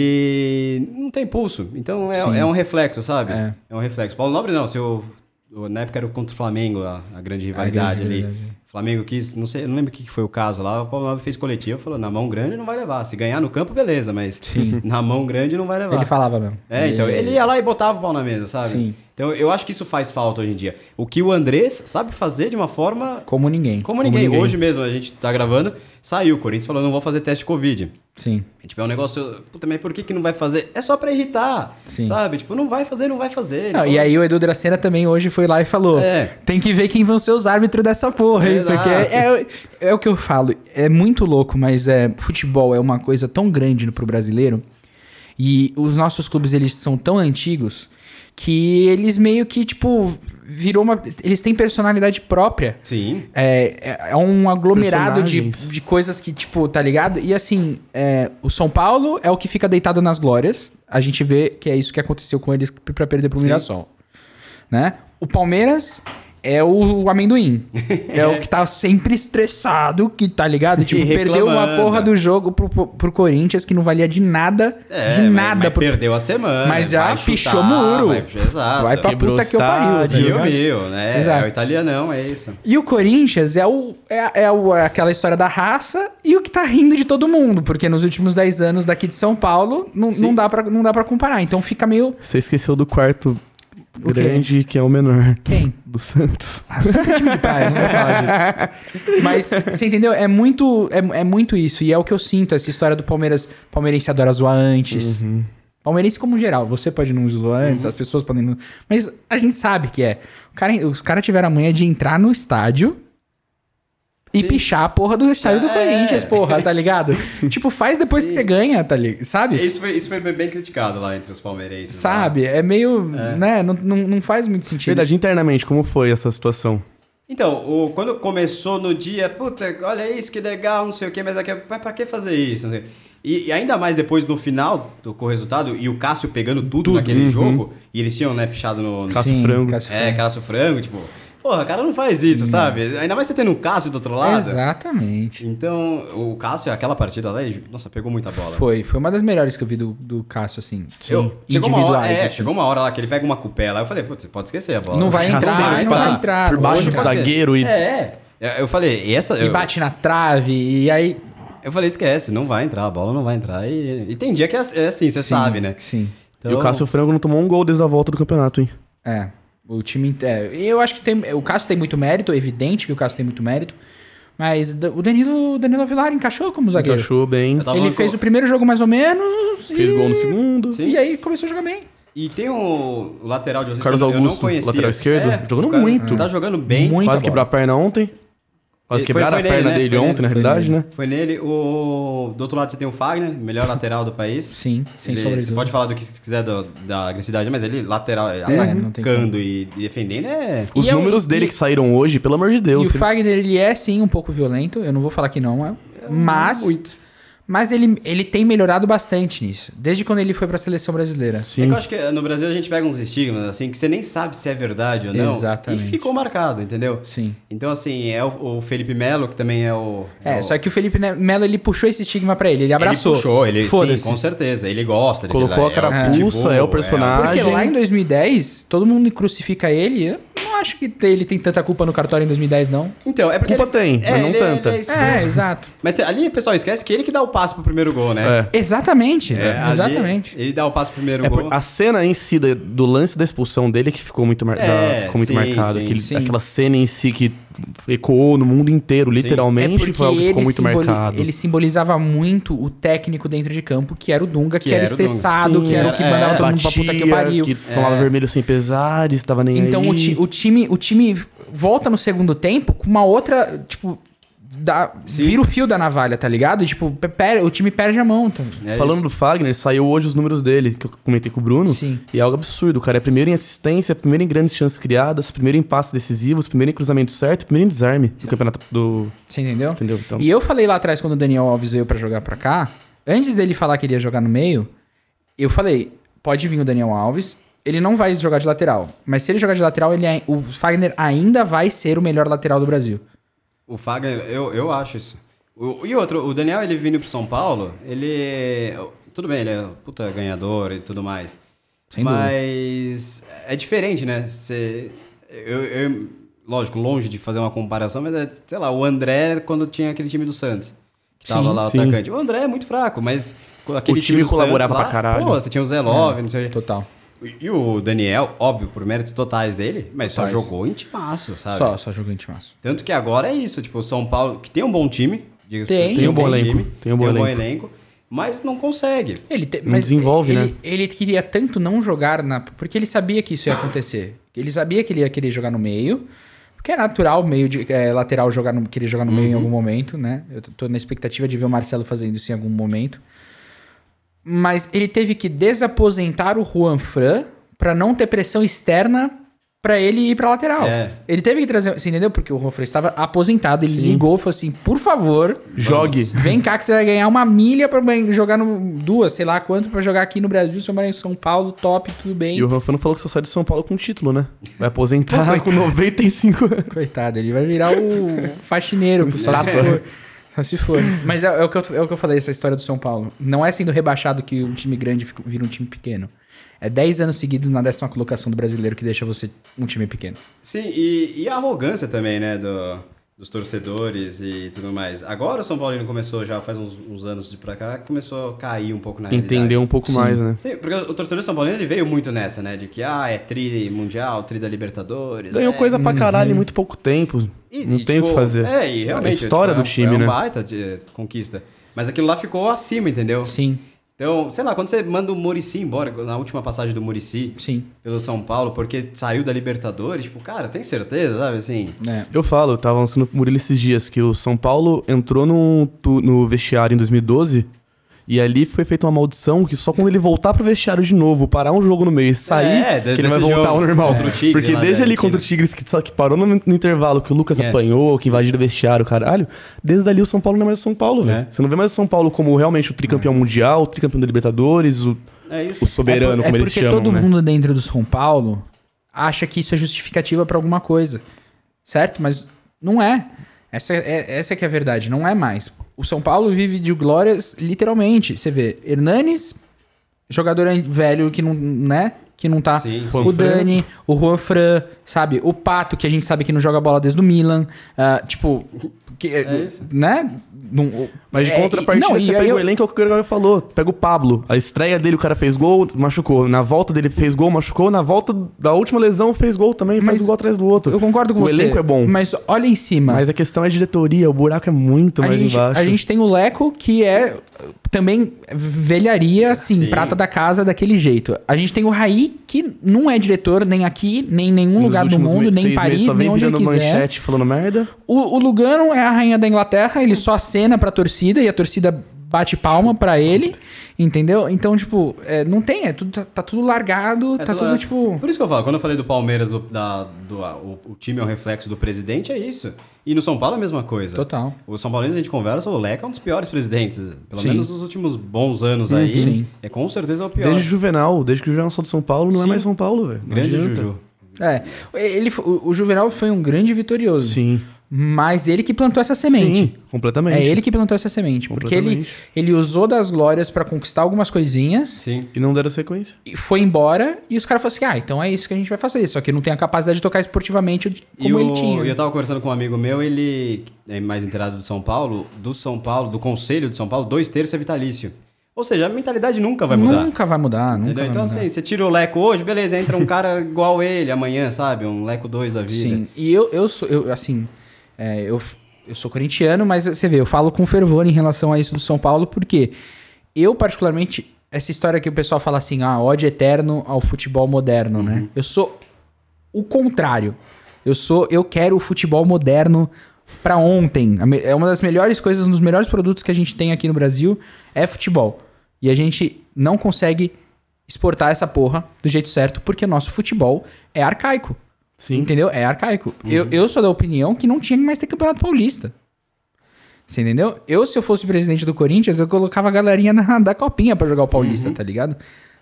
[SPEAKER 4] Ele não tem pulso, então
[SPEAKER 3] Sim.
[SPEAKER 4] é, é um reflexo, sabe?
[SPEAKER 3] É.
[SPEAKER 4] É. um reflexo. Paulo Nobre não, se eu, eu- na época era contra o Flamengo, a, a grande rivalidade ali.
[SPEAKER 3] rivalidade.
[SPEAKER 4] Flamengo quis, não sei, eu não lembro o que que foi o caso lá, o Paulo Nobre fez coletivo, falou, na mão grande não vai levar, se ganhar no campo, beleza, mas na mão grande não vai levar.
[SPEAKER 3] Ele falava mesmo.
[SPEAKER 4] É, então, ele ia lá e botava o pau na mesa, sabe?
[SPEAKER 3] Sim.
[SPEAKER 4] Então, eu acho que isso faz falta hoje em dia. O que o Andrés sabe fazer de uma forma
[SPEAKER 3] Como ninguém.
[SPEAKER 4] como ninguém. Hoje mesmo, a gente tá gravando, saiu o Corinthians falou, não vou fazer teste de Covid.
[SPEAKER 3] Sim.
[SPEAKER 4] É, Tipo, é um negócio. Puta, mas por que, que não vai fazer? É só pra irritar.
[SPEAKER 3] Sim.
[SPEAKER 4] Sabe? Tipo, não vai fazer, não vai fazer. Ele
[SPEAKER 3] Não,
[SPEAKER 4] falou,
[SPEAKER 3] e aí o Edu Dracena também hoje foi lá e falou:
[SPEAKER 4] É.
[SPEAKER 3] tem que ver quem vão ser os árbitros dessa porra, hein?
[SPEAKER 4] Exato.
[SPEAKER 3] Porque é, é, é o que eu falo, é muito louco, mas é, futebol é uma coisa tão grande no- pro brasileiro e os nossos clubes eles são tão antigos que eles meio que, tipo, virou uma. Eles têm personalidade própria.
[SPEAKER 4] Sim.
[SPEAKER 3] É, é- é um aglomerado de,
[SPEAKER 2] Personagens.
[SPEAKER 3] de coisas que, tipo, tá ligado? E assim, é, o São Paulo é o que fica deitado nas glórias. A gente vê que é isso que aconteceu com eles pra perder pro Mirassol. Né? O Palmeiras é o, o amendoim. É o que tá sempre estressado, que tá ligado? Tipo, perdeu uma
[SPEAKER 4] reclamando.
[SPEAKER 3] porra do jogo pro, pro, pro Corinthians, que não valia de nada.
[SPEAKER 4] É,
[SPEAKER 3] de
[SPEAKER 4] mas-
[SPEAKER 3] nada.
[SPEAKER 4] Mas
[SPEAKER 3] pro-
[SPEAKER 4] perdeu a semana.
[SPEAKER 3] Mas já
[SPEAKER 4] vai chutar,
[SPEAKER 3] pichou muro.
[SPEAKER 4] Vai, exato. é
[SPEAKER 3] Vai pra
[SPEAKER 2] Quebrou
[SPEAKER 3] puta que eu pariu. tá
[SPEAKER 2] estádio,
[SPEAKER 4] Mil,
[SPEAKER 3] ligado?
[SPEAKER 4] mil, né?
[SPEAKER 3] Exato.
[SPEAKER 4] É o italianão, é isso.
[SPEAKER 3] E o Corinthians é, o, é, é o- é aquela história da raça e o que tá rindo de todo mundo, porque nos últimos 10 anos daqui de São Paulo não, não dá, pra, não dá pra comparar. Então fica meio.
[SPEAKER 2] Você esqueceu do quarto
[SPEAKER 3] O quê?
[SPEAKER 2] grande, que é o menor.
[SPEAKER 3] Quem?
[SPEAKER 2] Do Santos.
[SPEAKER 3] Ah, o Santos é time de praia, não vou falar disso. Mas você entendeu? É muito, é, é muito isso. E é o que eu sinto, essa história do Palmeiras. Palmeirense adora zoar antes. Palmeirense como geral, você pode não zoar antes, as pessoas podem não. Mas a gente sabe que é. O cara- os caras tiveram a manha de entrar no estádio e pichar a porra do estádio do
[SPEAKER 4] É.
[SPEAKER 3] Corinthians, porra, tá ligado? tipo, faz depois que você ganha, tá ligado? Sabe?
[SPEAKER 4] É, Isso foi, isso foi bem criticado lá entre os palmeirenses. né? lá.
[SPEAKER 3] Sabe? É meio. né? Não, não, não faz muito sentido.
[SPEAKER 2] Verdade, internamente, como foi essa situação?
[SPEAKER 4] Então, o- quando começou no dia, puta, olha isso, que legal, não sei o quê, mas daqui a mas pra que fazer isso? Não sei. E, e ainda mais depois no final do com o resultado, e o Cássio pegando tudo, naquele jogo, e eles tinham, né, pichado no. no
[SPEAKER 2] Cássio Frango.
[SPEAKER 3] uhum. Cássio
[SPEAKER 4] é, Cássio Frango, tipo, porra, o cara não faz isso,
[SPEAKER 3] Hum.
[SPEAKER 4] sabe? Ainda mais você tendo o Cássio do outro lado.
[SPEAKER 3] Exatamente.
[SPEAKER 4] Então, o Cássio, aquela partida lá, ele- nossa, pegou muita bola.
[SPEAKER 3] Foi, foi uma das melhores que eu vi do, do Cássio, assim.
[SPEAKER 4] Eu, chegou, uma hora,
[SPEAKER 3] individuais.
[SPEAKER 4] é,
[SPEAKER 3] assim.
[SPEAKER 4] chegou uma hora lá que ele pega uma cupela. Eu falei, putz, pode esquecer a bola.
[SPEAKER 3] Não vai entrar,
[SPEAKER 4] tem
[SPEAKER 3] não
[SPEAKER 4] onde
[SPEAKER 3] vai
[SPEAKER 4] passar.
[SPEAKER 3] entrar.
[SPEAKER 2] Por baixo
[SPEAKER 3] Hoje
[SPEAKER 2] do
[SPEAKER 3] pode
[SPEAKER 4] Pode
[SPEAKER 2] zagueiro.
[SPEAKER 3] ser.
[SPEAKER 4] esquecer.
[SPEAKER 2] e-
[SPEAKER 4] É, é. Eu falei, essa.
[SPEAKER 3] E
[SPEAKER 4] eu-
[SPEAKER 3] bate na trave, e aí.
[SPEAKER 4] Eu falei, esquece, não vai entrar, a bola não vai entrar. E, e tem dia que é, é assim, você sabe, né?
[SPEAKER 3] Sim.
[SPEAKER 2] E o Cássio Franco não tomou um gol desde a volta do campeonato, hein?
[SPEAKER 3] É. O time. É, eu acho que tem. O Cássio tem muito mérito, é evidente que o Cássio tem muito mérito. Mas da- o Danilo, o Danilo Vilar encaixou como zagueiro.
[SPEAKER 2] Encaixou bem.
[SPEAKER 4] Eu tava
[SPEAKER 3] Ele
[SPEAKER 4] falando
[SPEAKER 3] fez
[SPEAKER 4] com-
[SPEAKER 3] o primeiro jogo mais ou menos.
[SPEAKER 2] Fez
[SPEAKER 3] e...
[SPEAKER 2] gol no segundo.
[SPEAKER 4] Sim.
[SPEAKER 3] E aí começou a jogar bem.
[SPEAKER 4] E tem o o lateral de vocês
[SPEAKER 2] Carlos
[SPEAKER 4] que eu não
[SPEAKER 2] Augusto,
[SPEAKER 4] conhecia.
[SPEAKER 2] lateral esquerdo,
[SPEAKER 4] É,
[SPEAKER 2] jogando
[SPEAKER 4] o cara
[SPEAKER 2] muito.
[SPEAKER 4] Tá jogando bem.
[SPEAKER 3] Muito.
[SPEAKER 2] Quase
[SPEAKER 3] bola.
[SPEAKER 2] quebrou a perna ontem. Quase
[SPEAKER 4] Foi-
[SPEAKER 2] quebraram
[SPEAKER 4] foi
[SPEAKER 2] a
[SPEAKER 4] nele,
[SPEAKER 2] perna
[SPEAKER 4] né?
[SPEAKER 2] dele
[SPEAKER 4] Foi
[SPEAKER 2] ontem, na
[SPEAKER 3] nele.
[SPEAKER 2] realidade, né?
[SPEAKER 4] Foi nele. O... Do outro lado você tem o Fagner, melhor lateral do país.
[SPEAKER 3] Sim, sem
[SPEAKER 4] Ele-
[SPEAKER 3] sombra de
[SPEAKER 4] Você
[SPEAKER 3] dúvida. É,
[SPEAKER 4] pode falar do que você quiser do- da agressividade, mas ele lateral,
[SPEAKER 3] não tem
[SPEAKER 4] atacando e defendendo é...
[SPEAKER 2] Os
[SPEAKER 3] E eu-
[SPEAKER 2] números
[SPEAKER 3] e-
[SPEAKER 2] dele que saíram hoje, pelo amor de
[SPEAKER 3] E o
[SPEAKER 2] Deus. ele-
[SPEAKER 3] Fagner, ele é sim um pouco violento. Eu não vou falar que não, é. Mas. Mas ele, ele tem melhorado bastante nisso. Desde quando ele foi pra seleção brasileira.
[SPEAKER 4] É
[SPEAKER 2] Sim.
[SPEAKER 4] que eu acho que no Brasil a gente pega uns estigmas, assim, que você nem sabe se é verdade ou não.
[SPEAKER 3] Exatamente.
[SPEAKER 4] E ficou marcado, entendeu?
[SPEAKER 3] Sim.
[SPEAKER 4] Então, assim, é o, o Felipe Melo, que também é o...
[SPEAKER 3] É,
[SPEAKER 4] o-
[SPEAKER 3] só que o Felipe Ne- Melo, ele puxou esse estigma pra ele. Ele abraçou.
[SPEAKER 4] Ele puxou, ele, sim,
[SPEAKER 2] Foda-se.
[SPEAKER 4] com certeza. Ele gosta. ele-
[SPEAKER 2] Colocou
[SPEAKER 4] ele um tipo,
[SPEAKER 2] a carapuça,
[SPEAKER 4] pitbull,
[SPEAKER 2] é o personagem.
[SPEAKER 3] Porque
[SPEAKER 2] Imagem.
[SPEAKER 3] lá em 2010, todo mundo crucifica ele. Eu não acho que te- ele tem tanta culpa no cartório em 2010, não.
[SPEAKER 4] Então, é porque
[SPEAKER 2] Culpa tem, mas não
[SPEAKER 4] ele
[SPEAKER 2] tanta.
[SPEAKER 4] ele expulso.
[SPEAKER 3] É, exato.
[SPEAKER 4] Mas tem- ali, pessoal, esquece que ele que dá o passe pro primeiro gol, né?
[SPEAKER 2] É.
[SPEAKER 3] Exatamente.
[SPEAKER 4] É, ali,
[SPEAKER 3] exatamente.
[SPEAKER 4] ele dá o passe pro primeiro
[SPEAKER 2] É por-
[SPEAKER 4] gol. né?
[SPEAKER 2] a cena em si da- do lance da expulsão dele que ficou muito, mar...
[SPEAKER 4] É,
[SPEAKER 2] da- ficou muito
[SPEAKER 4] sim,
[SPEAKER 2] marcado.
[SPEAKER 4] sim,
[SPEAKER 2] Aquele-
[SPEAKER 3] sim.
[SPEAKER 2] Aquela cena em si que ecoou no mundo inteiro,
[SPEAKER 3] É
[SPEAKER 2] literalmente,
[SPEAKER 3] porque
[SPEAKER 2] foi algo que ficou muito
[SPEAKER 3] simboli-
[SPEAKER 2] marcado.
[SPEAKER 3] ele simbolizava muito o técnico dentro de campo, que era o Dunga, que,
[SPEAKER 4] Que
[SPEAKER 3] era,
[SPEAKER 4] era o
[SPEAKER 3] estressado,
[SPEAKER 4] Dunga.
[SPEAKER 3] que era o
[SPEAKER 4] Sim,
[SPEAKER 3] que mandava
[SPEAKER 4] era-
[SPEAKER 3] todo mundo pra puta que
[SPEAKER 2] é. Batia,
[SPEAKER 3] pariu.
[SPEAKER 2] que tomava vermelho sem pesares, tava nem
[SPEAKER 3] Então
[SPEAKER 2] aí.
[SPEAKER 3] o, ti- o time, o time volta no segundo tempo com uma outra, tipo, dá, vira o fio da navalha, tá ligado? E, tipo, pe- per- o time perde a mão. Tá?
[SPEAKER 4] É
[SPEAKER 2] Falando do Fagner, saiu hoje os números dele, que eu comentei com o Bruno.
[SPEAKER 3] Sim.
[SPEAKER 2] E é algo absurdo, cara. É primeiro em assistência, primeiro em grandes chances criadas, primeiro em passes decisivos, primeiro em cruzamento certo, primeiro em desarme do campeonato do.
[SPEAKER 3] Você entendeu?
[SPEAKER 2] Entendeu? Então,
[SPEAKER 3] E eu falei lá atrás, quando o Daniel Alves veio pra jogar pra cá, antes dele falar que ele ia jogar no meio, eu falei, pode vir o Daniel Alves, ele não vai jogar de lateral. Mas se ele jogar de lateral, ele ai- o Fagner ainda vai ser o melhor lateral do Brasil.
[SPEAKER 4] O Fagner, eu, eu acho isso. O- e outro, o Daniel, ele vindo pro São Paulo, ele... Tudo bem, ele é um puta ganhador e tudo mais.
[SPEAKER 3] Sem
[SPEAKER 4] mas é diferente, né? Você, eu, eu- lógico, longe de fazer uma comparação, mas é, sei lá, o André quando tinha aquele time do Santos. Que tava
[SPEAKER 3] Sim,
[SPEAKER 4] lá o
[SPEAKER 2] sim.
[SPEAKER 4] atacante. O André é muito fraco, mas com aquele
[SPEAKER 2] O time
[SPEAKER 4] do
[SPEAKER 2] colaborava
[SPEAKER 4] Santos
[SPEAKER 2] pra
[SPEAKER 4] lá,
[SPEAKER 2] caralho.
[SPEAKER 4] Pô, você tinha o Zé
[SPEAKER 3] É.
[SPEAKER 4] Love, não sei o quê.
[SPEAKER 3] Total.
[SPEAKER 4] E o Daniel, óbvio, por méritos totais dele, mas só
[SPEAKER 3] Totais.
[SPEAKER 4] jogou em timaço, sabe?
[SPEAKER 3] Só, só jogando de massa.
[SPEAKER 4] Tanto que agora é isso, tipo, o São Paulo, que tem um bom time, diga-se
[SPEAKER 3] Tem.
[SPEAKER 4] de-
[SPEAKER 3] Tem
[SPEAKER 2] um bom
[SPEAKER 4] time,
[SPEAKER 2] elenco, tem um bom elenco.
[SPEAKER 4] elenco, mas não consegue.
[SPEAKER 3] Ele te-
[SPEAKER 2] Não
[SPEAKER 3] mas
[SPEAKER 2] desenvolve,
[SPEAKER 3] ele,
[SPEAKER 2] né?
[SPEAKER 3] Ele queria tanto não jogar na. Porque ele sabia que isso ia acontecer. Ele sabia que ele ia querer jogar no meio. Porque é natural o meio de é, lateral jogar no, querer jogar no meio em
[SPEAKER 2] Uhum.
[SPEAKER 3] algum momento, né? Eu tô- tô na expectativa de ver o Marcelo fazendo isso em algum momento. Mas ele teve que desaposentar o Juan Fran pra não ter pressão externa pra ele ir pra lateral.
[SPEAKER 4] É.
[SPEAKER 3] Ele teve que trazer. Você entendeu? Porque o Juan Fran estava aposentado, ele ligou e falou assim: por favor,
[SPEAKER 2] Jogue.
[SPEAKER 3] Vem cá que você vai ganhar uma milha pra ban- jogar no. Duas, sei lá quanto, pra jogar aqui no Brasil. Se eu morar em São Paulo, top, tudo bem.
[SPEAKER 2] E o Ranfano falou que só sai de São Paulo com título, né? Vai aposentar com 95 anos.
[SPEAKER 3] Coitado, ele vai virar o faxineiro, só se for. Só se for. Mas é, é o que eu, é o que eu falei, essa história do São Paulo. Não é sendo rebaixado que um time grande fica- vira um time pequeno. É 10 anos seguidos na décima colocação do brasileiro que deixa você um time pequeno.
[SPEAKER 4] Sim, e, e a arrogância também, né, do- dos torcedores e tudo mais. Agora o São Paulino começou já faz uns, uns anos de pra cá, começou a cair um pouco na
[SPEAKER 2] Entender
[SPEAKER 4] realidade.
[SPEAKER 2] um pouco mais, né?
[SPEAKER 4] Sim, porque o torcedor São Paulino ele veio muito nessa, né, de que, ah, é tri mundial, tri da Libertadores.
[SPEAKER 2] Ganhou
[SPEAKER 4] é,
[SPEAKER 2] coisa pra caralho em muito pouco tempo.
[SPEAKER 4] E-
[SPEAKER 2] não
[SPEAKER 4] e,
[SPEAKER 2] tem o que
[SPEAKER 4] tipo,
[SPEAKER 2] fazer.
[SPEAKER 4] É, e
[SPEAKER 2] Hum. a
[SPEAKER 4] realmente.
[SPEAKER 2] história
[SPEAKER 4] tipo, é
[SPEAKER 2] do
[SPEAKER 4] um-
[SPEAKER 2] time,
[SPEAKER 4] é um
[SPEAKER 2] né?
[SPEAKER 4] baita de conquista. Mas aquilo lá ficou acima, entendeu?
[SPEAKER 3] Sim,
[SPEAKER 4] Então, sei lá, quando você manda o Murici embora, na última passagem do Murici
[SPEAKER 3] sim.
[SPEAKER 4] pelo São Paulo, porque saiu da Libertadores, tipo, cara, tem certeza, sabe? Assim.
[SPEAKER 3] né?
[SPEAKER 2] Eu falo, eu tava lançando pro Murilo esses dias que o São Paulo entrou no, tu- no vestiário em 2012 e ali foi feita uma maldição que só quando ele voltar pro vestiário de novo, parar um jogo no meio e sair,
[SPEAKER 4] É, de-
[SPEAKER 2] que ele vai
[SPEAKER 4] desse
[SPEAKER 2] voltar
[SPEAKER 4] jogo
[SPEAKER 2] ao normal.
[SPEAKER 4] contra o Tigre
[SPEAKER 2] Porque
[SPEAKER 4] lá da
[SPEAKER 2] desde ali
[SPEAKER 4] Argentina.
[SPEAKER 2] contra o Tigres que, só que parou no, no intervalo, que o Lucas
[SPEAKER 4] É.
[SPEAKER 2] apanhou, que invadiram o vestiário, caralho, desde ali o São Paulo não é mais o São Paulo, velho. Você não vê mais o São Paulo como realmente o tricampeão mundial, o tricampeão da Libertadores, o,
[SPEAKER 4] É isso.
[SPEAKER 2] o soberano,
[SPEAKER 3] é por- é
[SPEAKER 2] como eles
[SPEAKER 3] porque
[SPEAKER 2] chamam,
[SPEAKER 3] todo
[SPEAKER 2] né?
[SPEAKER 3] mundo dentro do São Paulo acha que isso é justificativa pra alguma coisa, certo? Mas não é. Essa é, essa que é a verdade, não é mais. O São Paulo vive de glórias literalmente. Você vê, Hernanes, jogador an- velho que não, né? que não tá.
[SPEAKER 4] Sim,
[SPEAKER 3] o
[SPEAKER 4] sim.
[SPEAKER 3] Dani, o Juan Fran, sabe? O Pato, que a gente sabe que não joga bola desde o Milan. Ah, tipo, que,
[SPEAKER 4] É isso.
[SPEAKER 3] né? Não-
[SPEAKER 2] Mas de
[SPEAKER 3] é,
[SPEAKER 2] contrapartida,
[SPEAKER 3] não,
[SPEAKER 2] você
[SPEAKER 3] e
[SPEAKER 2] pega
[SPEAKER 3] aí
[SPEAKER 2] o
[SPEAKER 3] eu-
[SPEAKER 2] elenco, é o que o Gregório falou. Pega o Pablo. A estreia dele, o cara fez gol, machucou. Na volta dele fez gol, machucou. Na volta da última lesão, fez gol também.
[SPEAKER 3] Mas
[SPEAKER 2] faz um gol atrás do outro.
[SPEAKER 3] Eu concordo com
[SPEAKER 2] o
[SPEAKER 3] você.
[SPEAKER 2] elenco é bom. Mas,
[SPEAKER 3] Mas olha em cima.
[SPEAKER 2] a questão é diretoria. O buraco é muito
[SPEAKER 3] a
[SPEAKER 2] mais
[SPEAKER 3] gente,
[SPEAKER 2] embaixo.
[SPEAKER 3] a gente tem o Leco, que é uh, também velharia, assim,
[SPEAKER 4] Sim.
[SPEAKER 3] prata da casa daquele jeito. A gente tem o Raí, que não é diretor nem aqui, nem em nenhum
[SPEAKER 2] Nos
[SPEAKER 3] um lugar do
[SPEAKER 2] últimos
[SPEAKER 3] mundo,
[SPEAKER 2] meses-
[SPEAKER 3] nem em
[SPEAKER 2] seis meses,
[SPEAKER 3] Paris,
[SPEAKER 2] só vem
[SPEAKER 3] nem onde ele
[SPEAKER 2] virando
[SPEAKER 3] quiser.
[SPEAKER 2] manchete falando merda.
[SPEAKER 3] O, o Lugano é a rainha da Inglaterra, ele só acena pra torcida e a torcida bate palma pra ele, entendeu? Então, tipo, é, não tem, é tudo, tá, tá tudo largado,
[SPEAKER 4] É
[SPEAKER 3] tá tudo,
[SPEAKER 4] é.
[SPEAKER 3] tipo...
[SPEAKER 4] Por isso que eu falo, quando eu falei do Palmeiras, do, da- do- ah, o, o time é um reflexo do presidente, é isso. E no São Paulo é a mesma coisa.
[SPEAKER 3] Total.
[SPEAKER 4] O São Paulino, a gente conversa, o Leca é um dos piores presidentes. Pelo
[SPEAKER 3] Sim.
[SPEAKER 4] menos nos últimos bons anos aí.
[SPEAKER 3] Sim.
[SPEAKER 4] É com certeza é o pior.
[SPEAKER 2] Desde Juvenal. Desde que o Juvenal saiu de São Paulo, não é
[SPEAKER 4] Sim.
[SPEAKER 2] mais São Paulo, velho. Não
[SPEAKER 4] Grande
[SPEAKER 2] adianta.
[SPEAKER 4] Juju.
[SPEAKER 3] É, ele, foi- o, o Juvenal foi um grande vitorioso,
[SPEAKER 2] Sim.
[SPEAKER 3] mas ele que plantou essa semente.
[SPEAKER 2] Sim, completamente.
[SPEAKER 3] É ele que plantou essa semente, porque ele,
[SPEAKER 2] Completamente.
[SPEAKER 3] ele usou das glórias pra conquistar algumas coisinhas,
[SPEAKER 4] Sim.
[SPEAKER 2] E não deram sequência.
[SPEAKER 3] e foi embora e os caras falaram assim: ah, então é isso que a gente vai fazer, só que não tem a capacidade de tocar esportivamente de-
[SPEAKER 4] E
[SPEAKER 3] como
[SPEAKER 4] o-
[SPEAKER 3] ele tinha. né?
[SPEAKER 4] e eu tava conversando com um amigo meu, ele que é mais inteirado do São Paulo, do São Paulo, do Conselho de São Paulo, dois terços é vitalício. Ou seja, a mentalidade nunca vai mudar.
[SPEAKER 3] Nunca vai mudar, nunca.
[SPEAKER 4] Entendeu?
[SPEAKER 3] Vai
[SPEAKER 4] Então,
[SPEAKER 3] mudar.
[SPEAKER 4] assim, você tira o leco hoje, beleza, entra um cara igual ele amanhã, sabe? Um leco 2 da vida.
[SPEAKER 3] Sim. E eu, eu sou, eu, assim, é, eu, eu sou corintiano, mas você vê, eu falo com fervor em relação a isso do São Paulo, porque eu, particularmente, essa história que o pessoal fala assim, ah, ódio eterno ao futebol moderno,
[SPEAKER 4] Uhum.
[SPEAKER 3] né? Eu sou o contrário. Eu sou, eu quero o futebol moderno pra ontem. A me- É uma das melhores coisas, um dos melhores produtos que a gente tem aqui no Brasil é futebol. E a gente não consegue exportar essa porra do jeito certo porque nosso futebol é arcaico.
[SPEAKER 2] Sim. Uhum.
[SPEAKER 3] Entendeu? É arcaico. Eu, eu sou da opinião que não tinha que mais ter campeonato paulista. Você entendeu? Eu, se eu fosse presidente do Corinthians, eu colocava a galerinha na- da copinha pra jogar o
[SPEAKER 2] Uhum.
[SPEAKER 3] paulista, tá ligado?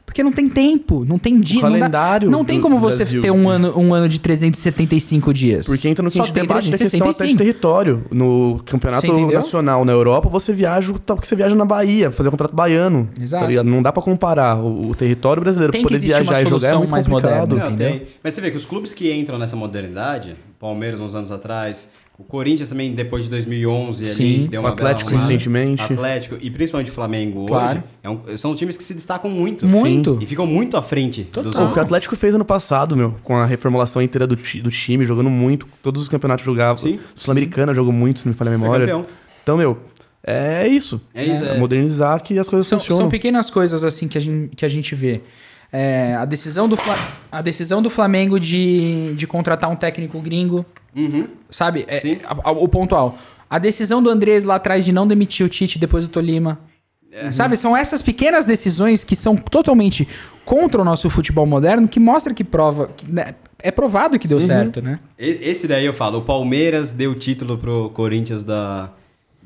[SPEAKER 3] Porque não tem tempo, não tem dia. não dá-
[SPEAKER 2] calendário
[SPEAKER 3] Não,
[SPEAKER 2] do-
[SPEAKER 3] tem como
[SPEAKER 2] do
[SPEAKER 3] você
[SPEAKER 2] Brasil.
[SPEAKER 3] ter um ano, um ano de 375 dias.
[SPEAKER 2] Porque entra no que
[SPEAKER 3] Só
[SPEAKER 2] a gente
[SPEAKER 3] tem
[SPEAKER 2] debate da questão até de
[SPEAKER 3] 365.
[SPEAKER 2] território. No
[SPEAKER 3] Você
[SPEAKER 2] campeonato
[SPEAKER 3] entendeu?
[SPEAKER 2] nacional na Europa, você viaja o tal que você viaja na Bahia, fazer um contrato baiano. tá
[SPEAKER 3] Exato.
[SPEAKER 2] ligado? Não dá pra comparar o, o território brasileiro.
[SPEAKER 3] Tem que
[SPEAKER 2] Poder
[SPEAKER 3] existir uma
[SPEAKER 2] viajar e jogar é
[SPEAKER 3] solução
[SPEAKER 2] muito
[SPEAKER 3] mais
[SPEAKER 2] complicado.
[SPEAKER 3] moderna.
[SPEAKER 4] Não,
[SPEAKER 3] entendeu?
[SPEAKER 4] tem. Mas você vê que os clubes que entram nessa modernidade, o Palmeiras uns anos atrás, o Corinthians também depois de 2011
[SPEAKER 3] Sim.
[SPEAKER 4] ali, deu
[SPEAKER 2] O
[SPEAKER 4] uma bela
[SPEAKER 2] Atlético
[SPEAKER 4] arrumada.
[SPEAKER 2] recentemente.
[SPEAKER 4] Atlético e principalmente o Flamengo
[SPEAKER 3] Claro.
[SPEAKER 4] hoje, é um- são times que se destacam muito.
[SPEAKER 3] Muito.
[SPEAKER 4] E ficam muito à frente dos
[SPEAKER 3] Total.
[SPEAKER 2] O que o
[SPEAKER 4] outros.
[SPEAKER 2] Atlético fez ano passado, meu, com a reformulação inteira do, ti- do time, jogando muito, todos os campeonatos jogava.
[SPEAKER 4] Sim.
[SPEAKER 2] Sul-Americana jogou muito, se não me falha a memória.
[SPEAKER 4] campeão.
[SPEAKER 2] então, meu, é isso.
[SPEAKER 4] É isso, é.
[SPEAKER 2] modernizar que as coisas
[SPEAKER 3] São,
[SPEAKER 2] funcionam.
[SPEAKER 3] são pequenas coisas assim que a gente, que a gente vê. É, a, decisão do Fla- a decisão do Flamengo de, de contratar um técnico gringo,
[SPEAKER 4] Uhum.
[SPEAKER 3] sabe? É,
[SPEAKER 4] Sim.
[SPEAKER 3] a- a- o pontual. A decisão do Andrés lá atrás de não demitir o Tite depois do Tolima.
[SPEAKER 4] É.
[SPEAKER 3] Sabe? São essas pequenas decisões que são totalmente contra o nosso futebol moderno que mostra que prova. que, né, é provado que deu certo, né?
[SPEAKER 4] E- Esse daí eu falo, o Palmeiras deu título pro Corinthians da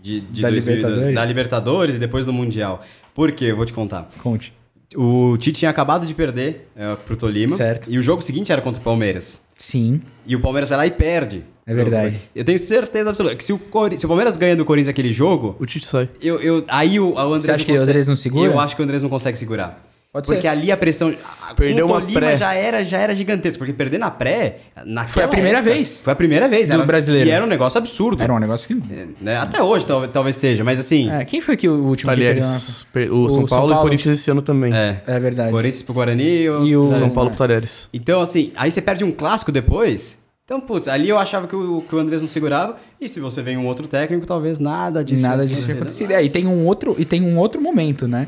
[SPEAKER 4] de, de
[SPEAKER 3] Da
[SPEAKER 4] 2002,
[SPEAKER 3] Libertadores?
[SPEAKER 4] da Libertadores e depois do Mundial. Por quê? Eu vou te contar.
[SPEAKER 3] Conte.
[SPEAKER 4] O Tite tinha acabado de perder eh, pro Tolima.
[SPEAKER 3] Certo.
[SPEAKER 4] E o jogo seguinte era contra o Palmeiras.
[SPEAKER 3] Sim.
[SPEAKER 4] E o Palmeiras vai lá e perde.
[SPEAKER 3] É verdade.
[SPEAKER 4] Eu tenho certeza absoluta que se o, Cori- se o Palmeiras ganha do Corinthians aquele jogo,
[SPEAKER 2] O Tite sai.
[SPEAKER 4] eu, eu, aí o, o Andrés
[SPEAKER 3] acha que o Andrés não segura?
[SPEAKER 4] Eu acho que o Andrés não consegue segurar.
[SPEAKER 3] Pode
[SPEAKER 4] porque
[SPEAKER 3] ser.
[SPEAKER 4] ali a pressão. a-
[SPEAKER 2] Perdeu
[SPEAKER 4] com o
[SPEAKER 2] uma
[SPEAKER 4] Tolima
[SPEAKER 2] pré.
[SPEAKER 4] já era, já era gigantesco. Porque perder na pré. Naquela
[SPEAKER 3] Foi a primeira
[SPEAKER 4] época,
[SPEAKER 3] vez.
[SPEAKER 4] Foi a primeira vez.
[SPEAKER 3] Do brasileiro.
[SPEAKER 4] E era um negócio absurdo.
[SPEAKER 3] Era um negócio que.
[SPEAKER 4] É, né? Até hoje tal- talvez seja, mas assim.
[SPEAKER 3] É, quem foi que o último que
[SPEAKER 2] Talheres. Per- O,
[SPEAKER 3] O
[SPEAKER 2] São,
[SPEAKER 3] São
[SPEAKER 2] Paulo e o
[SPEAKER 3] Paulo.
[SPEAKER 2] Corinthians esse ano também.
[SPEAKER 4] É.
[SPEAKER 3] É verdade.
[SPEAKER 4] Corinthians pro Guarani. eu-
[SPEAKER 3] E o-
[SPEAKER 2] O São
[SPEAKER 3] É.
[SPEAKER 2] Paulo pro Talheres.
[SPEAKER 4] Então, assim, aí você perde um clássico depois. Então, putz, ali eu achava que o, que o Andrés não segurava. E se você vem um outro técnico, talvez nada disso.
[SPEAKER 3] Nada
[SPEAKER 4] tenha
[SPEAKER 3] disso tinha acontecido.
[SPEAKER 4] acontecido.
[SPEAKER 3] É, e tem um outro e tem um outro momento, né?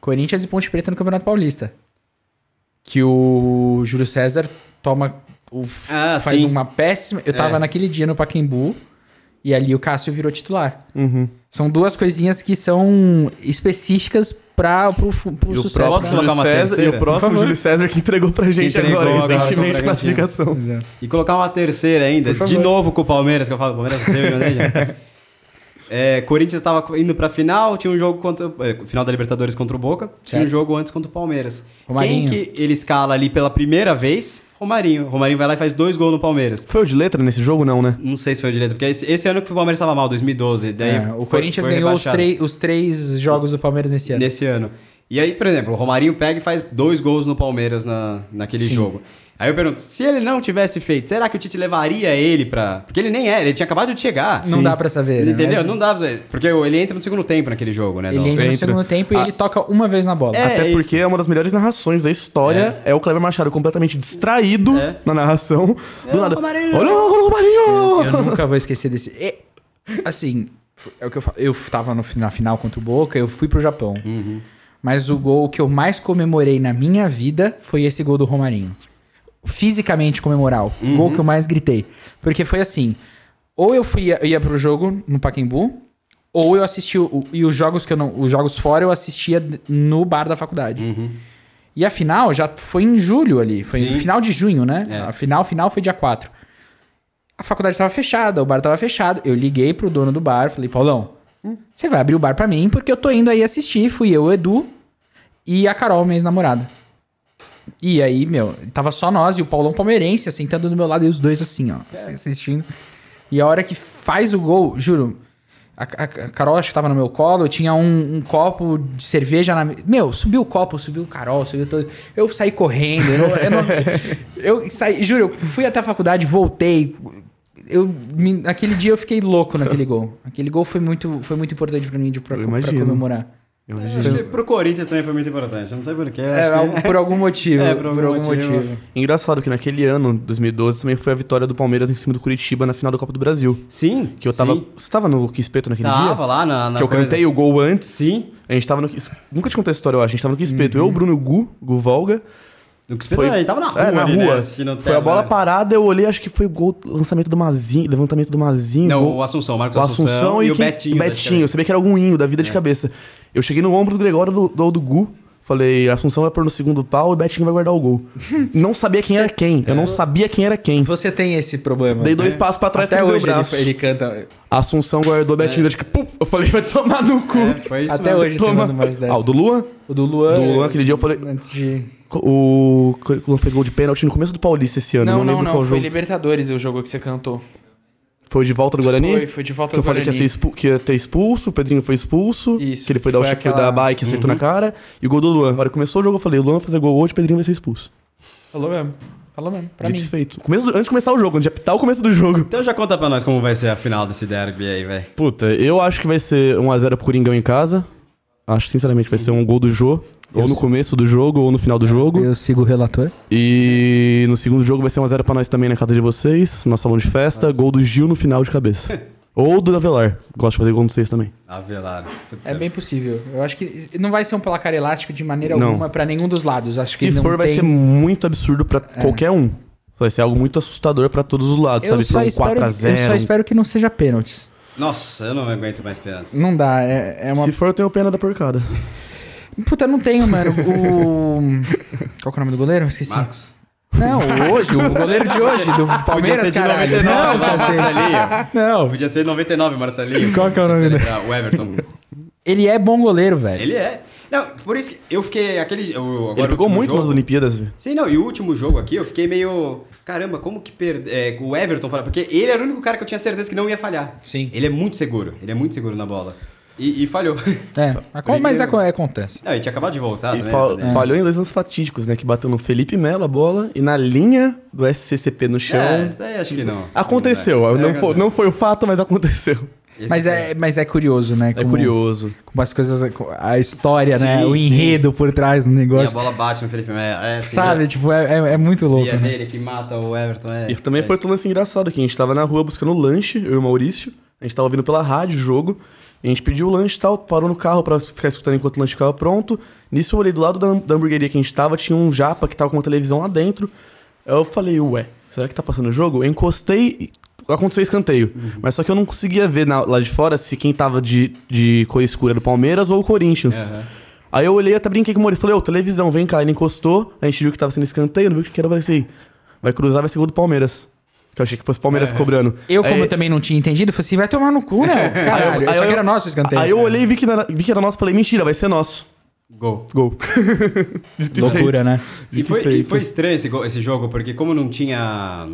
[SPEAKER 3] Corinthians e Ponte Preta no Campeonato Paulista, que o Júlio César toma o-
[SPEAKER 4] Ah,
[SPEAKER 3] faz um
[SPEAKER 4] sim.
[SPEAKER 3] uma péssima. Eu tava
[SPEAKER 4] É.
[SPEAKER 3] naquele dia no Pacaembu e ali o Cássio virou titular.
[SPEAKER 4] Uhum.
[SPEAKER 3] São duas coisinhas que são específicas para pro, fu- pro
[SPEAKER 2] E o
[SPEAKER 3] sucesso.
[SPEAKER 4] Posso
[SPEAKER 2] próximo
[SPEAKER 3] da-
[SPEAKER 4] colocar
[SPEAKER 2] Júlio
[SPEAKER 4] uma
[SPEAKER 2] César, e
[SPEAKER 4] terceira?
[SPEAKER 2] o próximo
[SPEAKER 3] Por favor.
[SPEAKER 2] Júlio César que entregou pra gente
[SPEAKER 4] Entregou
[SPEAKER 2] agora,
[SPEAKER 4] agora
[SPEAKER 2] recentemente,
[SPEAKER 4] contra o
[SPEAKER 2] classificação.
[SPEAKER 4] E colocar uma terceira ainda, de novo com o Palmeiras, que eu falo, Palmeiras deu, e o Andrés. É, Corinthians estava indo pra final, tinha um jogo contra. é, final da Libertadores contra o Boca, tinha um
[SPEAKER 3] Certo.
[SPEAKER 4] jogo antes contra o Palmeiras.
[SPEAKER 3] Romarinho.
[SPEAKER 4] Quem que ele escala ali pela primeira vez? Romarinho. Romarinho vai lá e faz dois gols no Palmeiras.
[SPEAKER 2] Foi o de letra nesse jogo, não, né?
[SPEAKER 4] Não sei se foi direito, porque esse, esse ano que o Palmeiras estava mal, 2012. Daí
[SPEAKER 3] É, o
[SPEAKER 4] foi-
[SPEAKER 3] Corinthians
[SPEAKER 4] foi
[SPEAKER 3] ganhou os,
[SPEAKER 4] rebaixado
[SPEAKER 3] três- os três jogos do Palmeiras nesse ano.
[SPEAKER 4] nesse ano. E aí, por exemplo, o Romarinho pega e faz dois gols no Palmeiras na, naquele
[SPEAKER 3] Sim.
[SPEAKER 4] jogo. Aí eu pergunto, se ele não tivesse feito, será que o Tite levaria ele pra. Porque ele nem era, ele tinha acabado de chegar.
[SPEAKER 3] Não dá pra saber. né?
[SPEAKER 4] Entendeu?
[SPEAKER 3] Mas
[SPEAKER 4] Não dá pra saber. Porque ele entra no segundo tempo naquele jogo, né?
[SPEAKER 3] Ele
[SPEAKER 4] Dom?
[SPEAKER 3] entra no
[SPEAKER 2] Entra.
[SPEAKER 3] segundo tempo e ele toca uma vez na bola.
[SPEAKER 4] É,
[SPEAKER 2] Até
[SPEAKER 4] isso.
[SPEAKER 2] porque é uma das melhores narrações da história é, o Cleber Machado completamente distraído
[SPEAKER 4] É.
[SPEAKER 2] na narração. Do nada.
[SPEAKER 4] Romarinho!
[SPEAKER 2] Olha o Romarinho!
[SPEAKER 3] Eu nunca vou esquecer desse. É, assim, f- é o que eu falo. Eu tava no, fi- na final contra o Boca, eu fui pro Japão.
[SPEAKER 4] Uhum.
[SPEAKER 3] Mas o gol que eu mais comemorei na minha vida foi esse gol do Romarinho. Fisicamente comemorar. O
[SPEAKER 4] Uhum.
[SPEAKER 3] gol que eu mais gritei. Porque foi assim: ou eu fui ia, ia pro jogo no Pacaembu, ou eu assisti. o- e os jogos que eu não. Os jogos fora eu assistia d- no bar da faculdade. E a final já foi em julho ali. Foi
[SPEAKER 4] Uhum. Sim.
[SPEAKER 3] final de junho, né?
[SPEAKER 4] É.
[SPEAKER 3] A final, final foi dia 4. A faculdade tava fechada, o bar tava fechado. Eu liguei pro dono do bar, falei, Paulão, você vai abrir o bar pra mim, porque eu tô indo aí assistir. Fui eu, o Edu e a Carol, minha ex-namorada. E aí, meu, tava só nós e o Paulão palmeirense sentando do meu lado e os dois assim,
[SPEAKER 2] É.
[SPEAKER 3] ó, assistindo. E a hora que faz o gol, juro, a, a- a Carol acho que tava no meu colo, eu tinha um, um copo de cerveja na. me- Meu, subiu o copo, subiu o Carol, subiu todo. Eu saí correndo. Eu, eu não- eu saí, juro, eu fui até a faculdade, voltei. Eu, me- aquele dia eu fiquei louco naquele gol. Aquele gol foi muito, foi muito importante pra mim de, pra,
[SPEAKER 2] Eu
[SPEAKER 3] pra
[SPEAKER 2] imagino.
[SPEAKER 3] comemorar.
[SPEAKER 4] Acho que pro Corinthians também foi muito importante. Eu não sei porquê.
[SPEAKER 3] É, al- por algum motivo.
[SPEAKER 4] É,
[SPEAKER 3] por algum, motivo.
[SPEAKER 2] Engraçado que naquele ano, 2012, também foi a vitória do Palmeiras em cima do Curitiba na final da Copa do Brasil.
[SPEAKER 4] Sim.
[SPEAKER 2] Que eu tava.
[SPEAKER 4] Sim.
[SPEAKER 2] Você tava no Quispeto naquele dia?
[SPEAKER 4] Tava lá na. na
[SPEAKER 2] que eu
[SPEAKER 4] coisa.
[SPEAKER 2] cantei o gol antes.
[SPEAKER 4] Sim. Uhum.
[SPEAKER 2] A gente tava no. Quis- Nunca te contei essa história, eu acho. A gente tava no Quispeto. Eu, Bruno Gu, Gu Volga.
[SPEAKER 4] No que foi... Ele tava na rua,
[SPEAKER 2] É, na
[SPEAKER 4] ali, né,
[SPEAKER 2] rua.
[SPEAKER 4] assistindo né? o
[SPEAKER 2] Foi a bola
[SPEAKER 4] telão.
[SPEAKER 2] parada, eu olhei, acho que foi o gol, lançamento do Mazinho, levantamento do Mazinho.
[SPEAKER 4] Não,
[SPEAKER 2] gol-
[SPEAKER 4] o Assunção, Marcos
[SPEAKER 2] o Assunção, e,
[SPEAKER 4] o
[SPEAKER 2] quem-
[SPEAKER 4] Betinho. É.
[SPEAKER 2] o Betinho. Eu sabia que era algum inho da vida de cabeça. Eu cheguei no ombro do Gregório do, do, do Gu. Falei, Assunção vai pôr no segundo pau e Betinho vai guardar o gol. não sabia quem era quem.
[SPEAKER 4] é.
[SPEAKER 2] Eu não sabia quem era quem.
[SPEAKER 3] Você tem esse problema.
[SPEAKER 2] Dei dois passos pra trás e
[SPEAKER 3] É. Até
[SPEAKER 2] cruzei o
[SPEAKER 3] hoje
[SPEAKER 2] braço.
[SPEAKER 3] ele, ele canta.
[SPEAKER 2] Assunção guardou Betinho. Eu, tipo, puf, eu falei, vai tomar no cu.
[SPEAKER 4] É, foi isso
[SPEAKER 3] Até
[SPEAKER 4] mesmo.
[SPEAKER 3] hoje você
[SPEAKER 2] Toma.
[SPEAKER 3] manda mais dessa.
[SPEAKER 2] Ah, o do Luan?
[SPEAKER 3] O do
[SPEAKER 4] É.
[SPEAKER 3] Luan. é,
[SPEAKER 2] Do Luan, aquele dia eu falei.
[SPEAKER 3] Antes de.
[SPEAKER 2] O Luan fez gol de pênalti no começo do Paulista esse ano. Não,
[SPEAKER 5] Não, não,
[SPEAKER 2] lembro
[SPEAKER 5] não.
[SPEAKER 2] qual
[SPEAKER 5] Foi
[SPEAKER 2] jogo.
[SPEAKER 5] Libertadores o jogo que você cantou.
[SPEAKER 2] Foi de volta do Guarani?
[SPEAKER 5] Foi, foi de volta
[SPEAKER 2] Que eu
[SPEAKER 5] do
[SPEAKER 2] falei que ia, ser
[SPEAKER 5] Guarani.
[SPEAKER 2] expu- que ia ter expulso, o Pedrinho foi expulso.
[SPEAKER 5] Isso,
[SPEAKER 2] Que ele foi Uhum. dar o
[SPEAKER 3] foi
[SPEAKER 2] cheque foi
[SPEAKER 3] aquela-
[SPEAKER 2] da bike, acertou na cara. E o gol do Luan. Na hora que começou o jogo, eu falei: o Luan vai fazer gol hoje, o Pedrinho vai ser expulso.
[SPEAKER 5] Falou mesmo. Falou mesmo. Pra
[SPEAKER 2] Dito
[SPEAKER 5] mim.
[SPEAKER 2] e feito. Começo do- Antes de começar o jogo, antes de apitar o começo do jogo.
[SPEAKER 4] Então já conta pra nós como vai ser a final desse derby aí, velho.
[SPEAKER 2] Puta, eu acho que vai ser 1x0 pro Coringão em casa. Acho, sinceramente, que vai ser um gol do Jô. Ou no começo do jogo, ou no final do jogo.
[SPEAKER 3] Eu sigo o relator.
[SPEAKER 2] E no segundo jogo vai ser 1x0 pra nós também na casa de vocês, nosso salão de festa. Gol do Gil no final de cabeça. Ou do Avelar. Gosto de fazer gol no vocês também.
[SPEAKER 4] Avelar. Puta.
[SPEAKER 3] É bem possível. Eu acho que não vai ser um placar elástico de maneira
[SPEAKER 2] Não.
[SPEAKER 3] alguma pra nenhum dos lados. Acho
[SPEAKER 2] Se
[SPEAKER 3] que não
[SPEAKER 2] for, vai
[SPEAKER 3] tem- É.
[SPEAKER 2] ser muito absurdo pra qualquer um. Vai ser algo muito assustador pra todos os lados,
[SPEAKER 3] Eu
[SPEAKER 2] sabe?
[SPEAKER 3] só,
[SPEAKER 2] Pra um
[SPEAKER 3] espero, eu só
[SPEAKER 2] 4x0.
[SPEAKER 3] espero que não seja pênaltis.
[SPEAKER 4] Nossa, eu não aguento mais pênaltis.
[SPEAKER 3] Não dá. É, é uma.
[SPEAKER 2] Se for, eu tenho pena da porcada.
[SPEAKER 3] Puta, eu não tenho, mano. O. Qual que é o nome do goleiro? Eu Esqueci.
[SPEAKER 4] Marcos.
[SPEAKER 3] Não, hoje, o goleiro de hoje, do
[SPEAKER 4] Podia
[SPEAKER 3] Palmeiras,
[SPEAKER 4] ser de
[SPEAKER 3] caralho.
[SPEAKER 4] 99,
[SPEAKER 3] Não,
[SPEAKER 4] vai,
[SPEAKER 3] cacete.
[SPEAKER 4] Marcelinho.
[SPEAKER 3] Não,
[SPEAKER 4] Podia ser de 99, Marcelinho.
[SPEAKER 3] Qual que é o
[SPEAKER 4] Deixa eu
[SPEAKER 3] nome
[SPEAKER 4] celebrar. O Everton.
[SPEAKER 3] ele é bom goleiro, velho.
[SPEAKER 4] Ele é. Não, por isso que eu fiquei aquele... o- agora
[SPEAKER 2] Ele
[SPEAKER 4] o
[SPEAKER 2] pegou
[SPEAKER 4] último
[SPEAKER 2] muito
[SPEAKER 4] jogo,
[SPEAKER 2] nas Olimpíadas, velho.
[SPEAKER 4] Sim, não, e o último jogo aqui eu fiquei meio. Caramba, como que perde... é, o Everton falha? Porque ele era o único cara que eu tinha certeza que não ia falhar.
[SPEAKER 3] Sim.
[SPEAKER 4] Ele é muito seguro, ele é muito seguro na bola. E, e falhou.
[SPEAKER 3] É, aco- mas aco- acontece.
[SPEAKER 4] não, ele tinha acabado de voltar.
[SPEAKER 2] E
[SPEAKER 3] Tá
[SPEAKER 4] né?
[SPEAKER 2] fal- falhou em dois lances fatídicos, né? Que bateu no Felipe Melo a bola e na linha do SCCP no chão.
[SPEAKER 4] É, isso daí acho que não.
[SPEAKER 2] Aconteceu.
[SPEAKER 4] É,
[SPEAKER 2] Não,
[SPEAKER 4] é,
[SPEAKER 2] foi, não foi o fato, mas aconteceu.
[SPEAKER 4] esse
[SPEAKER 3] Mas
[SPEAKER 4] cara-
[SPEAKER 3] é, mas é curioso, né?
[SPEAKER 2] É
[SPEAKER 3] como-
[SPEAKER 2] curioso.
[SPEAKER 3] Como as coisas, a história, né?
[SPEAKER 4] Sim,
[SPEAKER 3] O
[SPEAKER 4] sim.
[SPEAKER 3] enredo por trás do
[SPEAKER 4] E a
[SPEAKER 3] negócio.
[SPEAKER 4] bola bate no Felipe Melo. É, assim,
[SPEAKER 3] Sabe?
[SPEAKER 4] né?
[SPEAKER 3] Tipo, é, é- é muito
[SPEAKER 4] Desvia
[SPEAKER 3] louco, né?
[SPEAKER 4] dele que mata o Everton. É,
[SPEAKER 2] E também
[SPEAKER 4] é,
[SPEAKER 2] foi outro lance engraçado que a gente tava na rua buscando lanche, eu e o Maurício. A gente tava ouvindo pela rádio o jogo. E a gente pediu o lanche e tal, parou no carro pra ficar escutando enquanto o lanche ficava pronto. Nisso eu olhei do lado da, ham- da hamburgueria que a gente tava, tinha um japa que tava com uma televisão lá dentro. Aí Eu falei, ué, será que tá passando o jogo? Eu encostei e aconteceu escanteio. Mas só que eu não conseguia ver na- lá de fora se quem tava de, de cor escura era o Palmeiras ou o Corinthians.
[SPEAKER 4] Aham.
[SPEAKER 2] Aí eu olhei até brinquei com o Maurício. Falei, ô, televisão, vem cá. Ele encostou, a gente viu que tava sendo escanteio, não viu o que que era, vai ser. Vai cruzar, vai ser gol do Palmeiras. Que eu achei que fosse o Palmeiras cobrando.
[SPEAKER 3] Eu, como
[SPEAKER 2] Aí-
[SPEAKER 3] eu também não tinha entendido, falei assim, vai tomar no cu, né? Caralho, isso aqui era nosso o escanteio.
[SPEAKER 2] Aí eu olhei e vi que, era- vi que era nosso, falei, mentira, vai ser nosso.
[SPEAKER 4] Gol.
[SPEAKER 2] Gol. Dito e feito.
[SPEAKER 3] Loucura, né?
[SPEAKER 4] E
[SPEAKER 2] Dito
[SPEAKER 4] foi, e
[SPEAKER 2] feito.
[SPEAKER 4] foi estranho esse, go- esse jogo, porque como não tinha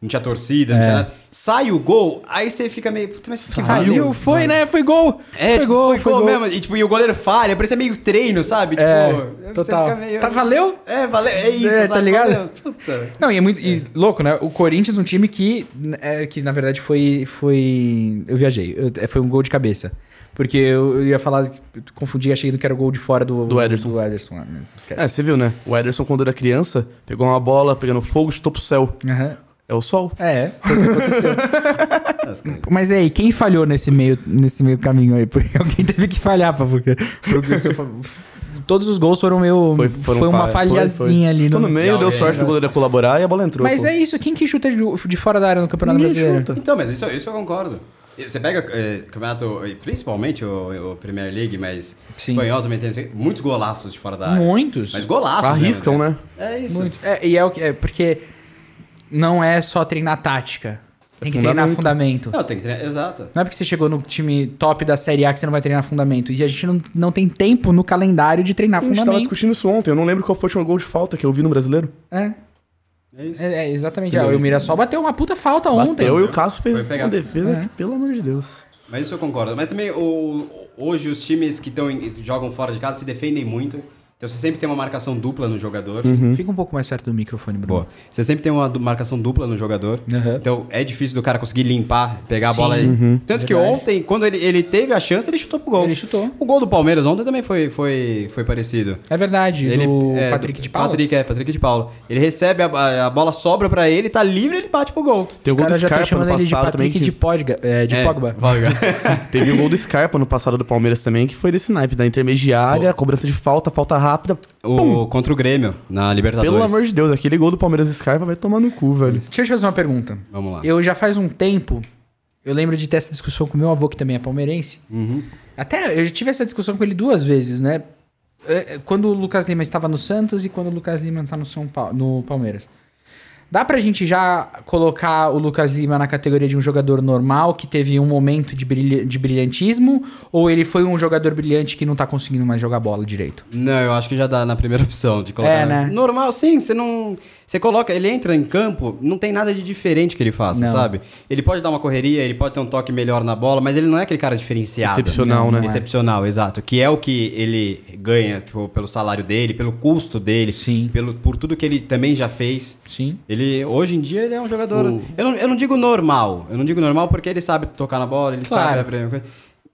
[SPEAKER 4] não tinha torcida,
[SPEAKER 3] É.
[SPEAKER 4] não tinha nada. Sai o gol, aí você fica meio. Puta, mas que valeu,
[SPEAKER 3] foi, né? Foi gol.
[SPEAKER 4] É,
[SPEAKER 3] foi
[SPEAKER 4] tipo,
[SPEAKER 3] gol,
[SPEAKER 4] foi gol, mesmo. E, tipo, e o goleiro falha, parece meio treino, sabe? Tipo,
[SPEAKER 3] É, total.
[SPEAKER 4] Você fica meio...
[SPEAKER 3] Tá valeu?
[SPEAKER 4] É, valeu, é isso,
[SPEAKER 3] É, tá
[SPEAKER 4] sabe?
[SPEAKER 3] ligado?
[SPEAKER 4] Valeu. Puta.
[SPEAKER 3] Não, e é muito e louco, né? O Corinthians, um time que, é, que na verdade foi. foi eu viajei. Eu- é, foi um gol de cabeça. Porque eu, eu ia falar, eu confundi, achei que era o gol de fora do,
[SPEAKER 2] Do Ederson.
[SPEAKER 3] Do Ederson lá, né?
[SPEAKER 2] É,
[SPEAKER 3] Esquece.
[SPEAKER 2] você viu, né? O Ederson, quando era criança, pegou uma bola, pegando fogo, chutou pro céu.
[SPEAKER 3] Aham.
[SPEAKER 2] É o sol.
[SPEAKER 3] É, foi o que aconteceu. Mas e aí, quem falhou nesse meio, nesse meio caminho aí? Porque alguém teve que falhar, pá, porque, porque o seu fa- todos os gols foram meio. Foi,
[SPEAKER 2] foram
[SPEAKER 3] uma
[SPEAKER 2] fa- foi, é, foi.
[SPEAKER 3] falhazinha ali.
[SPEAKER 2] Chutou
[SPEAKER 3] no-
[SPEAKER 2] Tipo, no meio, deu
[SPEAKER 4] alguém,
[SPEAKER 2] sorte do goleiro colaborar e a bola entrou.
[SPEAKER 3] Mas
[SPEAKER 2] pô.
[SPEAKER 3] é isso, quem que chuta de, de fora da área no Campeonato
[SPEAKER 2] Ninguém
[SPEAKER 3] Brasileiro?
[SPEAKER 2] chuta.
[SPEAKER 4] Então, mas isso, isso eu concordo. E Você pega eh, campeonato, eh, principalmente o, o Premier League, mas
[SPEAKER 3] Sim.
[SPEAKER 4] espanhol também tem não sei, muitos golaços de fora da área.
[SPEAKER 3] Muitos.
[SPEAKER 4] Mas golaços.
[SPEAKER 2] Arriscam, né?
[SPEAKER 4] É isso.
[SPEAKER 3] Muito. É, e é o que. É porque não é só treinar tática. Tem que treinar fundamento.
[SPEAKER 4] Não, tem que treinar. Exato.
[SPEAKER 3] Não é porque você chegou no time top da Série A que você não vai treinar fundamento. E a gente não, não tem tempo no calendário de treinar
[SPEAKER 2] A gente tava
[SPEAKER 3] É fundamento.
[SPEAKER 2] discutindo isso ontem. Eu não lembro qual foi o último gol de falta que eu vi no brasileiro.
[SPEAKER 3] É,
[SPEAKER 4] É isso.
[SPEAKER 3] é, é, exatamente. Ah, o Mirassol bateu uma puta falta ontem.
[SPEAKER 2] eu e o Cássio fez
[SPEAKER 4] Foi
[SPEAKER 2] uma
[SPEAKER 4] pegar.
[SPEAKER 2] defesa
[SPEAKER 3] É.
[SPEAKER 2] que, pelo amor de Deus.
[SPEAKER 4] Mas isso eu concordo. Mas também o- hoje os times que tão em- jogam fora de casa se defendem muito. Então você sempre tem uma marcação dupla no jogador.
[SPEAKER 3] Fica um pouco mais perto do microfone, Bruno.
[SPEAKER 4] Boa. Você sempre tem uma du- marcação dupla no jogador.
[SPEAKER 3] Aham.
[SPEAKER 4] Então é difícil do cara conseguir limpar, pegar a
[SPEAKER 3] Sim.
[SPEAKER 4] bola. Tanto que
[SPEAKER 3] Verdade.
[SPEAKER 4] ontem, quando ele, ele teve a chance, ele chutou pro gol.
[SPEAKER 3] Ele chutou.
[SPEAKER 4] O gol do Palmeiras ontem também foi, foi, foi parecido.
[SPEAKER 3] É verdade,
[SPEAKER 4] Ele-
[SPEAKER 3] do
[SPEAKER 4] é,
[SPEAKER 3] Patrick
[SPEAKER 4] do-
[SPEAKER 3] de Paula.
[SPEAKER 4] Patrick, é, Patrick de Paula. Ele recebe, a- a, a bola sobra pra ele, tá livre, ele bate pro gol.
[SPEAKER 2] Tem o
[SPEAKER 3] Os
[SPEAKER 2] gol do
[SPEAKER 3] caras já estão
[SPEAKER 2] Scarpa no
[SPEAKER 3] chamando ele de
[SPEAKER 2] passado também.
[SPEAKER 3] Patrick de,
[SPEAKER 2] Que...
[SPEAKER 3] Podga, é, de
[SPEAKER 4] É,
[SPEAKER 3] Pogba.
[SPEAKER 2] Teve o gol do Scarpa no passado do Palmeiras também, que foi desse naipe da intermediária, cobrança de falta, falta rápida.
[SPEAKER 4] O, Contra o Grêmio, na Libertadores.
[SPEAKER 2] Pelo amor de Deus, aquele gol do Palmeiras e Scarpa vai tomar no cu, velho.
[SPEAKER 3] Deixa eu te fazer uma pergunta.
[SPEAKER 4] Vamos lá.
[SPEAKER 3] Eu já faz um tempo, eu lembro de ter essa discussão com meu avô, que também é palmeirense.
[SPEAKER 4] Uhum.
[SPEAKER 3] Até eu já tive essa discussão com ele duas vezes, né? É, é, Quando o Lucas Lima estava no Santos e quando o Lucas Lima está no São Paulo, no Palmeiras. Dá pra gente já colocar o Lucas Lima na categoria de um jogador normal que teve um momento de, brilha- de brilhantismo? Ou ele foi um jogador brilhante que não tá conseguindo mais jogar bola direito?
[SPEAKER 4] Não, eu acho que já dá na primeira opção de colocar.
[SPEAKER 3] É, né?
[SPEAKER 4] Normal, sim, você não. Você coloca, ele entra em campo, não tem nada de diferente que ele faça,
[SPEAKER 3] Não.
[SPEAKER 4] sabe? Ele pode dar uma correria, ele pode ter um toque melhor na bola, mas ele não é aquele cara diferenciado.
[SPEAKER 2] Excepcional, né?
[SPEAKER 4] Excepcional, exato. Que é o que ele ganha, tipo, pelo salário dele, pelo custo dele,
[SPEAKER 3] Sim.
[SPEAKER 4] pelo, por tudo que ele também já fez.
[SPEAKER 3] Sim.
[SPEAKER 4] Ele, hoje em dia, ele é um jogador.
[SPEAKER 2] O-
[SPEAKER 4] Eu, não, eu não digo normal. Eu não digo normal porque ele sabe tocar na bola, ele
[SPEAKER 3] Claro.
[SPEAKER 4] sabe. abrir uma coisa,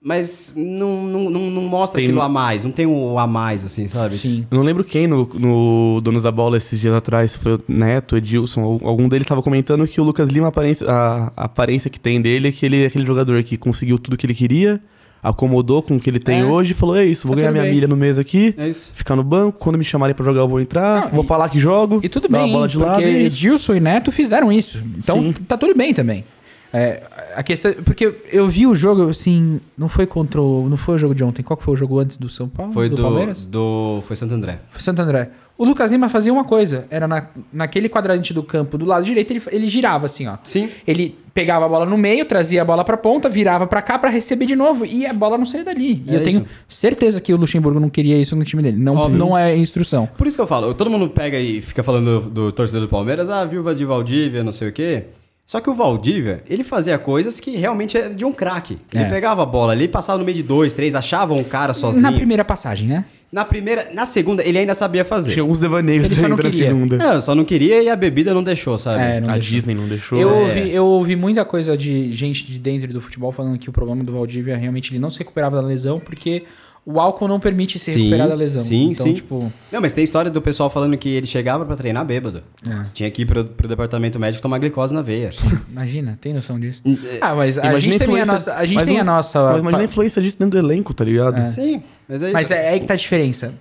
[SPEAKER 4] Mas não, não, não, não mostra
[SPEAKER 2] Tem-
[SPEAKER 4] aquilo a mais. Não tem o a mais, assim, sabe?
[SPEAKER 3] Sim.
[SPEAKER 2] Eu não lembro quem no, no Donos da Bola esses dias atrás, se foi o Neto, Edilson, ou algum deles estava comentando que o Lucas Lima, a aparência, a, a aparência que tem dele é que ele é aquele jogador que conseguiu tudo que ele queria, acomodou com o que ele tem
[SPEAKER 3] É.
[SPEAKER 2] hoje e falou: é isso, vou
[SPEAKER 3] Tá
[SPEAKER 2] ganhar
[SPEAKER 3] tudo
[SPEAKER 2] minha
[SPEAKER 3] bem."
[SPEAKER 2] milha no mês aqui,
[SPEAKER 4] É isso.
[SPEAKER 2] ficar no banco, quando me chamarem pra jogar eu vou entrar,
[SPEAKER 3] Não,
[SPEAKER 2] vou
[SPEAKER 3] e-
[SPEAKER 2] falar que jogo,
[SPEAKER 3] E tudo
[SPEAKER 2] dar
[SPEAKER 3] bem,
[SPEAKER 2] uma bola de
[SPEAKER 3] porque
[SPEAKER 2] lado. e é isso.
[SPEAKER 3] Edilson e Neto fizeram isso. Então
[SPEAKER 2] Sim.
[SPEAKER 3] tá tudo bem também. É, a questão, porque eu vi o jogo assim, não foi contra, o, não foi o jogo de ontem. Qual que foi o jogo antes do São Paulo?
[SPEAKER 4] Foi do,
[SPEAKER 3] Palmeiras?
[SPEAKER 4] do. Foi Santo André.
[SPEAKER 3] Foi Santo André. O Lucas Lima fazia uma coisa, era na, naquele quadrante do campo do lado direito, ele, ele girava assim, ó.
[SPEAKER 4] Sim.
[SPEAKER 3] Ele pegava a bola no meio, trazia a bola pra ponta, virava pra cá pra receber de novo e a bola não saía dali. E
[SPEAKER 4] É
[SPEAKER 3] eu tenho
[SPEAKER 4] isso.
[SPEAKER 3] certeza que o Luxemburgo não queria isso no time dele. Não,
[SPEAKER 4] Óbvio.
[SPEAKER 3] não é instrução.
[SPEAKER 4] Por isso que eu falo, todo mundo pega e fica falando do, do torcedor do Palmeiras, ah, viúva de Valdívia, não sei o quê. Só que o Valdívia, ele fazia coisas que realmente era de um craque. Ele
[SPEAKER 3] É.
[SPEAKER 4] pegava a bola ali, passava no meio de dois, três, achava um cara sozinho.
[SPEAKER 3] Na primeira passagem, né?
[SPEAKER 4] na primeira, na segunda, ele ainda sabia fazer.
[SPEAKER 2] Tinha uns devaneios
[SPEAKER 3] Ele só não
[SPEAKER 2] ainda na
[SPEAKER 3] queria.
[SPEAKER 2] segunda.
[SPEAKER 4] Não, eu só não queria e a bebida não deixou, sabe?
[SPEAKER 3] É, não
[SPEAKER 2] a
[SPEAKER 3] deixou.
[SPEAKER 2] Disney não deixou.
[SPEAKER 3] Eu
[SPEAKER 2] né?
[SPEAKER 3] ouvi, eu ouvi muita coisa de gente de dentro do futebol falando que o problema do Valdívia realmente ele não se recuperava da lesão porque o álcool não permite se
[SPEAKER 4] Sim,
[SPEAKER 3] recuperar da lesão.
[SPEAKER 4] sim,
[SPEAKER 3] então,
[SPEAKER 4] sim.
[SPEAKER 3] tipo,
[SPEAKER 4] Não, mas tem história do pessoal falando que ele chegava pra treinar bêbado.
[SPEAKER 3] É.
[SPEAKER 4] Tinha que ir pro, pro departamento médico tomar glicose na veia.
[SPEAKER 3] imagina, tem noção disso? Ah, mas a
[SPEAKER 2] Imagina
[SPEAKER 3] gente também a
[SPEAKER 2] influência-
[SPEAKER 3] nossa, a gente
[SPEAKER 2] mas
[SPEAKER 3] tem
[SPEAKER 2] não-
[SPEAKER 3] a nossa.
[SPEAKER 2] um Mas imagina a influência disso dentro do elenco, tá ligado?
[SPEAKER 4] Sim, mas é isso.
[SPEAKER 3] Mas é aí que tá a diferença.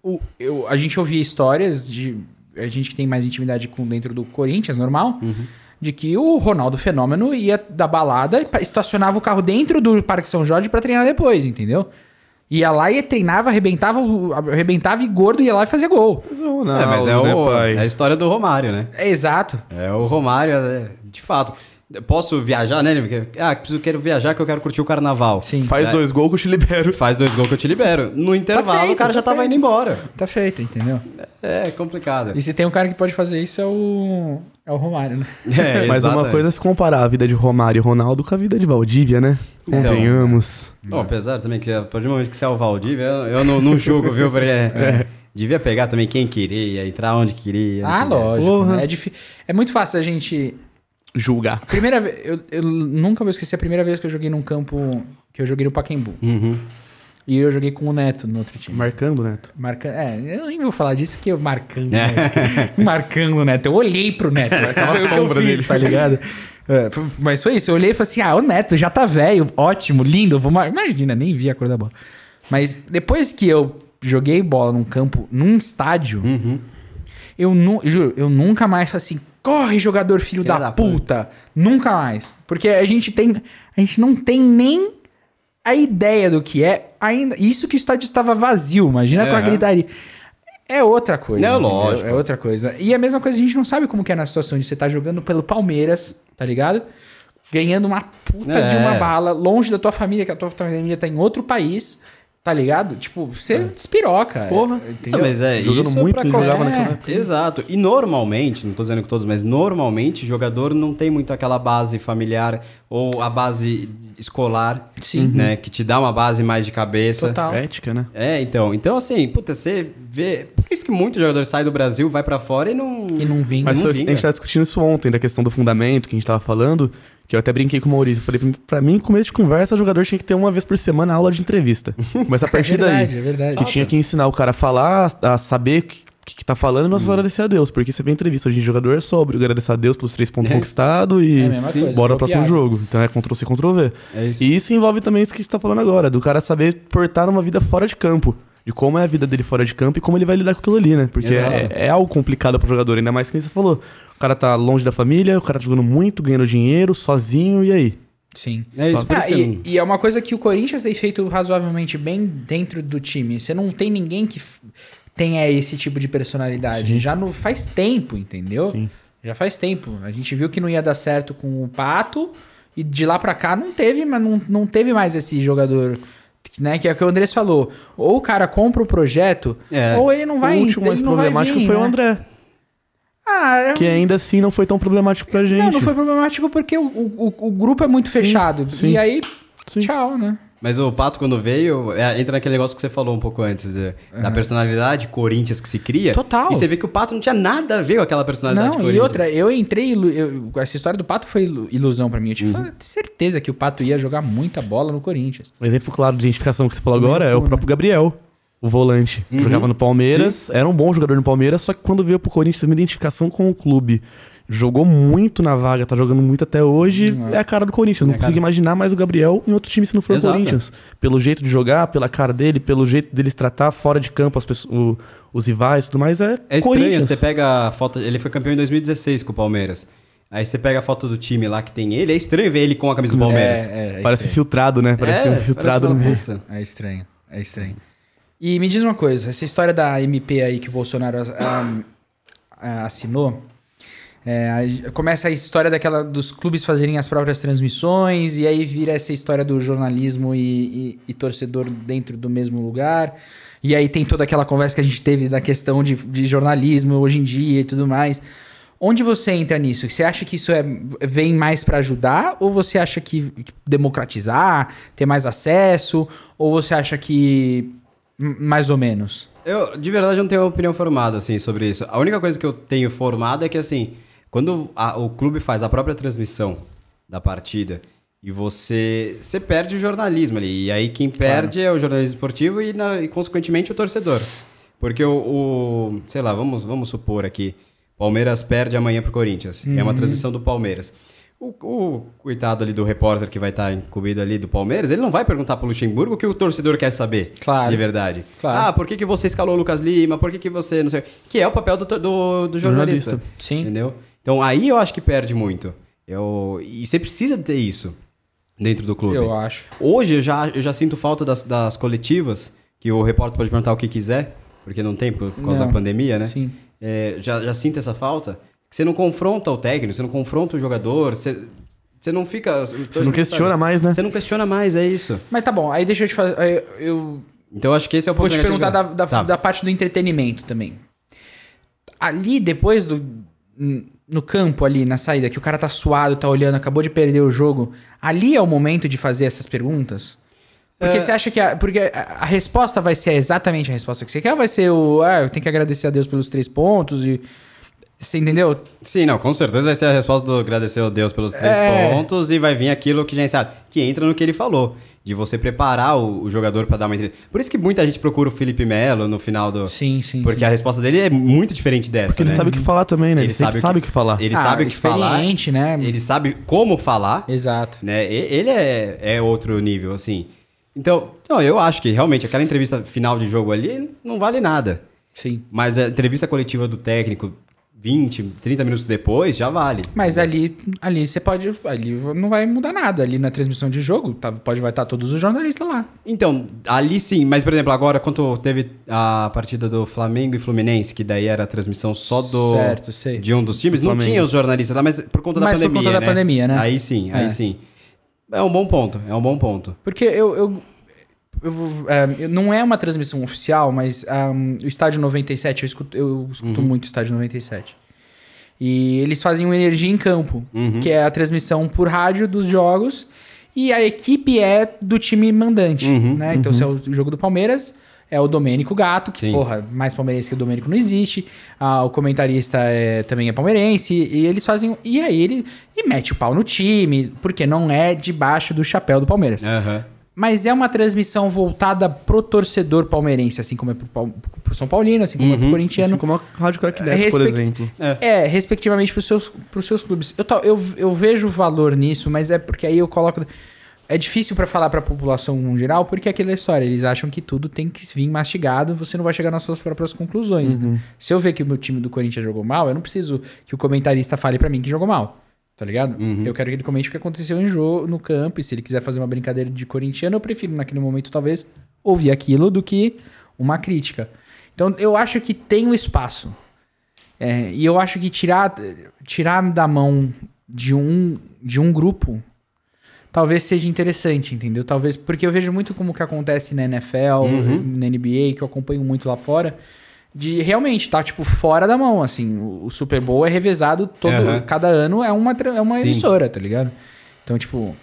[SPEAKER 3] O- eu- a gente ouvia histórias de. A gente que tem mais intimidade com dentro do Corinthians, normal. De que o Ronaldo Fenômeno ia da balada, pa- estacionava o carro dentro do Parque São Jorge pra treinar depois, entendeu? Ia lá e treinava, arrebentava, o- arrebentava e gordo ia lá e fazia gol.
[SPEAKER 2] Mas o Ronaldo,
[SPEAKER 4] É, mas é,
[SPEAKER 2] né,
[SPEAKER 4] o,
[SPEAKER 2] pai?
[SPEAKER 4] é a história do Romário, né?
[SPEAKER 3] É exato.
[SPEAKER 4] É o Romário, é, de fato. Posso viajar, né? Porque, Ah, preciso, quero viajar que eu quero curtir o carnaval.
[SPEAKER 3] Sim.
[SPEAKER 2] Faz
[SPEAKER 4] É.
[SPEAKER 2] dois gols que eu te libero.
[SPEAKER 4] Faz dois gols que eu te libero. No intervalo,
[SPEAKER 3] feito,
[SPEAKER 4] o cara
[SPEAKER 3] tá
[SPEAKER 4] já tava
[SPEAKER 3] feito.
[SPEAKER 4] indo embora.
[SPEAKER 3] Tá feito, entendeu?
[SPEAKER 4] É complicado.
[SPEAKER 3] E se tem um cara que pode fazer isso é o. É o Romário, né?
[SPEAKER 4] É,
[SPEAKER 2] Mas uma
[SPEAKER 4] exatamente.
[SPEAKER 2] coisa é se comparar a vida de Romário e Ronaldo com a vida de Valdívia, né?
[SPEAKER 4] Então.
[SPEAKER 2] Convenhamos.
[SPEAKER 4] Bom, apesar também que a partir do momento que você é o Valdívia, eu, eu não, não julgo, viu? Porque é, devia pegar também quem queria, entrar onde queria. não
[SPEAKER 3] Ah,
[SPEAKER 4] sei o quê.
[SPEAKER 3] lógico.
[SPEAKER 2] Porra.
[SPEAKER 3] né? É, difí- é muito fácil a gente
[SPEAKER 2] Julgar.
[SPEAKER 3] Primeira vez, eu, eu nunca vou esquecer a primeira vez que eu joguei num campo que eu joguei no Pacaembu.
[SPEAKER 4] Uhum.
[SPEAKER 3] E eu joguei com o Neto no outro time.
[SPEAKER 2] Marcando, Neto.
[SPEAKER 3] Marca... É, eu nem vou falar disso porque eu marcando, o Neto. marcando o Neto. Eu olhei pro Neto, aquela sombra dele, tá ligado? É, foi- mas foi isso, eu olhei e falei assim: ah, o Neto já tá velho, ótimo, lindo. eu Vou mar... Imagina, nem vi a cor da bola. Mas depois que eu joguei bola num campo, num estádio,
[SPEAKER 4] Uhum.
[SPEAKER 3] eu, nu... eu juro, eu nunca mais falei assim: corre, jogador filho
[SPEAKER 4] Filha
[SPEAKER 3] da,
[SPEAKER 4] da
[SPEAKER 3] puta. Nunca mais. Porque a gente tem. A gente não tem nem a ideia do que é ainda. Isso que o estádio estava vazio, imagina com a
[SPEAKER 4] É.
[SPEAKER 3] gritaria. É outra coisa.
[SPEAKER 4] Não,
[SPEAKER 3] entendeu?
[SPEAKER 4] lógico.
[SPEAKER 3] É outra coisa. E a mesma coisa, a gente não sabe como que é na situação de você estar jogando pelo Palmeiras, tá ligado? Ganhando uma puta
[SPEAKER 4] É.
[SPEAKER 3] de uma bala, longe da tua família, que a tua família tá em outro país, tá ligado? Tipo, você despiroca.
[SPEAKER 2] É. Porra.
[SPEAKER 4] Ah,
[SPEAKER 3] Entendeu?
[SPEAKER 4] mas é
[SPEAKER 2] Jogando
[SPEAKER 4] isso
[SPEAKER 2] muito,
[SPEAKER 4] pra
[SPEAKER 2] ele
[SPEAKER 4] qualquer-
[SPEAKER 2] jogava naquela
[SPEAKER 3] É.
[SPEAKER 2] época.
[SPEAKER 4] Exato. E normalmente, não tô dizendo que todos, mas normalmente jogador não tem muito aquela base familiar ou a base escolar,
[SPEAKER 3] Sim.
[SPEAKER 4] né, que te dá uma base mais de cabeça.
[SPEAKER 3] Total.
[SPEAKER 2] Ética, né?
[SPEAKER 4] É, então, então assim, puta, você vê, por isso que muito jogador sai do Brasil, vai pra fora e não
[SPEAKER 3] E não vinga.
[SPEAKER 2] Mas
[SPEAKER 4] Não
[SPEAKER 2] só- a
[SPEAKER 4] vinga.
[SPEAKER 2] gente tava discutindo isso ontem, da questão do fundamento que a gente tava falando, que eu até brinquei com o Maurício. Falei, pra mim- pra mim, começo de conversa, o jogador tinha que ter uma vez por semana aula de entrevista. Mas a partir daí.
[SPEAKER 3] é verdade.
[SPEAKER 2] Que tinha que ensinar o cara a falar, a saber o que, que, que tá falando e
[SPEAKER 3] Hum.
[SPEAKER 2] nós agradecer a Deus. Porque você vê entrevista hoje em jogador é sobre agradecer a Deus pelos três pontos conquistados e
[SPEAKER 3] É a mesma coisa,
[SPEAKER 2] bora pro próximo
[SPEAKER 3] copiado.
[SPEAKER 2] jogo. Então é Ctrl-C, Ctrl-V.
[SPEAKER 4] É isso.
[SPEAKER 2] E isso envolve também isso que você tá falando agora, do cara saber portar uma vida fora de campo. De como é a vida dele fora de campo e como ele vai lidar com aquilo ali, né? Porque é,
[SPEAKER 4] Exato.
[SPEAKER 2] é algo complicado pro jogador, ainda mais que nem você falou. O cara tá longe da família, o cara tá jogando muito, ganhando dinheiro, sozinho, e aí?
[SPEAKER 3] Sim.
[SPEAKER 4] É isso,
[SPEAKER 2] Só-
[SPEAKER 4] por isso
[SPEAKER 3] Ah,
[SPEAKER 4] que eu
[SPEAKER 3] e,
[SPEAKER 4] não-
[SPEAKER 3] e é uma coisa que o Corinthians tem feito razoavelmente bem dentro do time. Você não tem ninguém que f- tenha esse tipo de personalidade. Já no, faz tempo, entendeu?
[SPEAKER 2] Sim.
[SPEAKER 3] Já faz tempo. A gente viu que não ia dar certo com o Pato e de lá pra cá não teve, mas não, não teve mais esse jogador, né? Que é o que o Andrés falou. Ou o cara compra o projeto,
[SPEAKER 4] É.
[SPEAKER 3] ou ele não vai.
[SPEAKER 2] o último
[SPEAKER 3] ele
[SPEAKER 2] mais
[SPEAKER 3] não vai
[SPEAKER 2] problemático
[SPEAKER 3] vir,
[SPEAKER 2] foi o
[SPEAKER 3] né?
[SPEAKER 2] André,
[SPEAKER 3] Ah, eu-
[SPEAKER 2] que ainda assim não foi tão problemático pra gente.
[SPEAKER 3] não, não foi problemático porque o, o, o- o grupo é muito
[SPEAKER 2] Sim,
[SPEAKER 3] fechado.
[SPEAKER 2] sim.
[SPEAKER 3] E aí,
[SPEAKER 2] Sim.
[SPEAKER 3] tchau, né?
[SPEAKER 4] Mas o Pato, quando veio, é, entra naquele negócio que você falou um pouco antes, de- da personalidade Corinthians que se cria.
[SPEAKER 3] Total.
[SPEAKER 4] E você vê que o Pato não tinha nada a ver com aquela personalidade
[SPEAKER 3] Não, e
[SPEAKER 4] Corinthians.
[SPEAKER 3] outra, eu entrei. ilu- eu- essa história do Pato foi ilu- ilusão pra mim. Eu tinha fa- certeza que o Pato ia jogar muita bola no Corinthians.
[SPEAKER 2] Um exemplo claro de identificação que você falou agora é Uhum. o próprio Gabriel, o volante. Jogava no Palmeiras, era um bom jogador no Palmeiras, só que quando veio pro Corinthians, teve uma identificação com o clube. Jogou muito na vaga, tá jogando muito até hoje, é a cara do Corinthians. Não consigo imaginar mais o Gabriel em outro time se não for
[SPEAKER 4] Exato.
[SPEAKER 2] o Corinthians. Pelo jeito de jogar, pela cara dele, pelo jeito deles tratar fora de campo as pessoas, o- os rivais e tudo mais, é,
[SPEAKER 4] É estranho,
[SPEAKER 2] Corinthians.
[SPEAKER 4] você pega a foto. Ele foi campeão em 2016 com o Palmeiras. Aí você pega a foto do time lá que tem ele, é estranho ver ele com a camisa do Palmeiras.
[SPEAKER 3] É, é, é
[SPEAKER 2] Parece
[SPEAKER 3] estranho.
[SPEAKER 2] filtrado, né? Parece que é um filtrado no
[SPEAKER 4] parece uma
[SPEAKER 2] meio.
[SPEAKER 4] puta.
[SPEAKER 3] É estranho, é estranho. E me diz uma coisa, essa história da MP aí que o Bolsonaro ah, ah, assinou, é, a gen- começa a história daquela dos clubes fazerem as próprias transmissões, e aí vira essa história do jornalismo e, e- e torcedor dentro do mesmo lugar. E aí tem toda aquela conversa que a gente teve da questão de, de jornalismo hoje em dia e tudo mais. Onde você entra nisso? Você acha que isso é, vem mais pra ajudar? Ou você acha que democratizar, ter mais acesso? Ou você acha que m- mais ou menos?
[SPEAKER 4] Eu, de verdade, eu não tenho opinião formada, assim, sobre isso. A única coisa que eu tenho formado é que, assim, quando a- o clube faz a própria transmissão da partida e você, você perde o jornalismo ali. E aí quem perde é o jornalismo esportivo e, na- e, consequentemente, o torcedor. Porque o, o- sei lá, vamos, vamos supor aqui, Palmeiras perde amanhã pro Corinthians. É uma transmissão do Palmeiras. O, o coitado ali do repórter que vai estar incumbido ali do Palmeiras, ele não vai perguntar pro Luxemburgo o que o torcedor quer saber.
[SPEAKER 3] Claro.
[SPEAKER 4] De verdade.
[SPEAKER 3] Claro.
[SPEAKER 4] Ah, por que, que você escalou o Lucas Lima? Por que, que você não sei. Que é o papel do, do, do jornalista.
[SPEAKER 2] Jornalista.
[SPEAKER 3] Sim.
[SPEAKER 4] Entendeu? Então aí eu acho que perde muito. Eu, e você precisa ter isso dentro do é clube.
[SPEAKER 3] Eu acho.
[SPEAKER 4] Hoje eu já, eu já sinto falta das, das coletivas, que o repórter pode perguntar o que quiser, porque não tem por causa
[SPEAKER 3] Não.
[SPEAKER 4] da pandemia, né?
[SPEAKER 3] Sim.
[SPEAKER 4] É, já, já sinto essa falta. que Você não confronta o técnico, você não confronta o jogador. Você, Você não fica.
[SPEAKER 2] Você não questiona mais, né?
[SPEAKER 4] Você não questiona mais, é isso.
[SPEAKER 3] Mas tá bom, aí deixa eu te fazer. aí Eu
[SPEAKER 4] Então eu acho que esse é o
[SPEAKER 3] vou
[SPEAKER 4] ponto
[SPEAKER 3] te
[SPEAKER 4] negativo.
[SPEAKER 3] perguntar da, da,
[SPEAKER 4] Tá.
[SPEAKER 3] da parte do entretenimento também. Ali, depois do. No campo ali, na saída, que o cara tá suado, tá olhando, acabou de perder o jogo. Ali é o momento de fazer essas perguntas? Porque você acha que. A, porque a, a resposta vai ser exatamente a resposta que você quer? Ou vai ser o. Ah, eu tenho que agradecer a Deus pelos três pontos e. Você entendeu?
[SPEAKER 4] Sim, não, com certeza vai ser a resposta do agradecer a Deus pelos três
[SPEAKER 3] É.
[SPEAKER 4] pontos e vai vir aquilo que já ensaiado, que entra no que ele falou, de você preparar o, o jogador pra dar uma entrevista. Por isso que muita gente procura o Felipe Melo no final do...
[SPEAKER 3] Sim, sim.
[SPEAKER 4] porque a resposta dele é muito diferente dessa,
[SPEAKER 2] Porque ele
[SPEAKER 4] né?
[SPEAKER 2] sabe o que falar também, né? Ele,
[SPEAKER 4] Ele
[SPEAKER 2] sempre sabe o que, falar.
[SPEAKER 4] Ele sabe o que falar,
[SPEAKER 3] Ah, experiente, né?
[SPEAKER 4] ele sabe como falar,
[SPEAKER 3] Exato.
[SPEAKER 4] né? E- Ele é, é outro nível, assim. Então, não, eu acho que realmente aquela entrevista final de jogo ali não vale nada.
[SPEAKER 3] Sim.
[SPEAKER 4] Mas a entrevista coletiva do técnico 20, 30 minutos depois já vale.
[SPEAKER 3] Mas ali, ali você pode. Ali não vai mudar nada. Ali na transmissão de jogo, tá- pode vai estar todos os jornalistas lá.
[SPEAKER 4] Então, ali sim, mas por exemplo, agora quando teve a partida do Flamengo e Fluminense, que daí era a transmissão só do
[SPEAKER 3] Certo, sei.
[SPEAKER 4] de um dos times, não
[SPEAKER 2] Flamengo.
[SPEAKER 4] tinha os jornalistas lá, mas por conta
[SPEAKER 3] Mas
[SPEAKER 4] da
[SPEAKER 3] por
[SPEAKER 4] pandemia,
[SPEAKER 3] conta da
[SPEAKER 4] né?
[SPEAKER 3] pandemia, né?
[SPEAKER 4] Aí sim, aí
[SPEAKER 3] É.
[SPEAKER 4] sim. É um bom ponto, é um bom ponto.
[SPEAKER 3] Porque eu. eu, eu vou- é, eu- não é uma transmissão oficial, mas ahm, o Estádio 97, eu escuto, eu escuto muito o Estádio 97. E eles fazem o Energia em Campo, que é a transmissão por rádio dos jogos. E a equipe é do time mandante, né? Então, se é o jogo do Palmeiras, é o Domênico Gato, que,
[SPEAKER 4] Sim.
[SPEAKER 3] porra, mais palmeirense que o Domênico não existe. Ah, o comentarista é- também é palmeirense. E eles fazem... E aí ele e mete o pau no time, porque não é debaixo do chapéu do Palmeiras. Mas é uma transmissão voltada pro torcedor palmeirense, assim como é pro, pal- pro São Paulino, assim como é pro corintiano.
[SPEAKER 2] Assim como a Rádio Crack Neto, por
[SPEAKER 3] Respeito-
[SPEAKER 2] exemplo.
[SPEAKER 3] É, respectivamente pros seus, pros seus clubes. Eu, tal- eu, eu vejo valor nisso, mas é porque aí eu coloco. É difícil pra falar pra população em geral, porque é aquela história. Eles acham que tudo tem que vir mastigado, você não vai chegar nas suas próprias conclusões. né? Se eu ver que o meu time do Corinthians jogou mal, eu não preciso que o comentarista fale pra mim que jogou mal. Tá ligado? Eu quero que ele comente o que aconteceu em jogo, no campo, e se ele quiser fazer uma brincadeira de corintiano, eu prefiro naquele momento, talvez, ouvir aquilo do que uma crítica. Então, eu acho que tem o espaço. É, e eu acho que tirar, tirar da mão de um, de um grupo talvez seja interessante, entendeu? Talvez. Porque eu vejo muito como que acontece na NFL, na NBA, que eu acompanho muito lá fora. De realmente tá, tipo, fora da mão, assim. O o Super Bowl é revezado todo.
[SPEAKER 4] Aham.
[SPEAKER 3] Cada ano é uma, tra- é uma
[SPEAKER 4] Sim.
[SPEAKER 3] emissora, tá ligado? Então, tipo.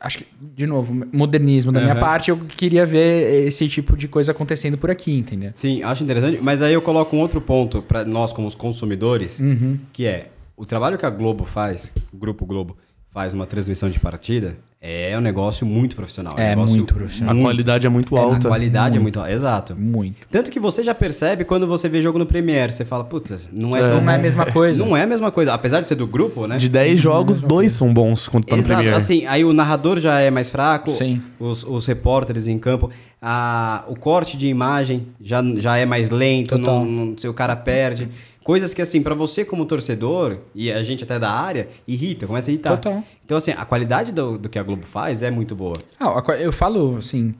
[SPEAKER 3] Acho que, de novo, modernismo da minha
[SPEAKER 4] Aham.
[SPEAKER 3] parte, eu queria ver esse tipo de coisa acontecendo por aqui, entendeu?
[SPEAKER 4] Sim, acho interessante, mas aí eu coloco um outro ponto pra nós como os consumidores,
[SPEAKER 3] Uhum.
[SPEAKER 4] que é o trabalho que a Globo faz, o grupo Globo faz uma transmissão de partida, é um negócio muito profissional, um
[SPEAKER 3] É
[SPEAKER 4] negócio
[SPEAKER 3] muito profissional.
[SPEAKER 2] A qualidade é muito
[SPEAKER 4] A
[SPEAKER 2] alta.
[SPEAKER 4] qualidade é muito alta, exato.
[SPEAKER 3] Muito.
[SPEAKER 4] Tanto que você já percebe quando você vê jogo no Premiere, você fala, putz, não é, tão...
[SPEAKER 3] Não é a mesma coisa.
[SPEAKER 4] Não é a mesma coisa, apesar de ser do grupo, né?
[SPEAKER 2] De
[SPEAKER 3] é
[SPEAKER 2] 10 jogos, dois são bons quando tá no
[SPEAKER 4] Exato,
[SPEAKER 2] Premiere.
[SPEAKER 4] assim, aí o narrador já é mais fraco,
[SPEAKER 3] Sim.
[SPEAKER 4] Os, os repórteres em campo, a, o corte de imagem já, já é mais lento,
[SPEAKER 3] Total.
[SPEAKER 4] não, não, se o cara perde. Coisas que, assim, pra você como torcedor, e a gente até da área, irrita, começa a irritar.
[SPEAKER 3] Total.
[SPEAKER 4] Então, assim, a qualidade do, do que a Globo faz é muito boa.
[SPEAKER 3] Ah, a qua- eu falo assim.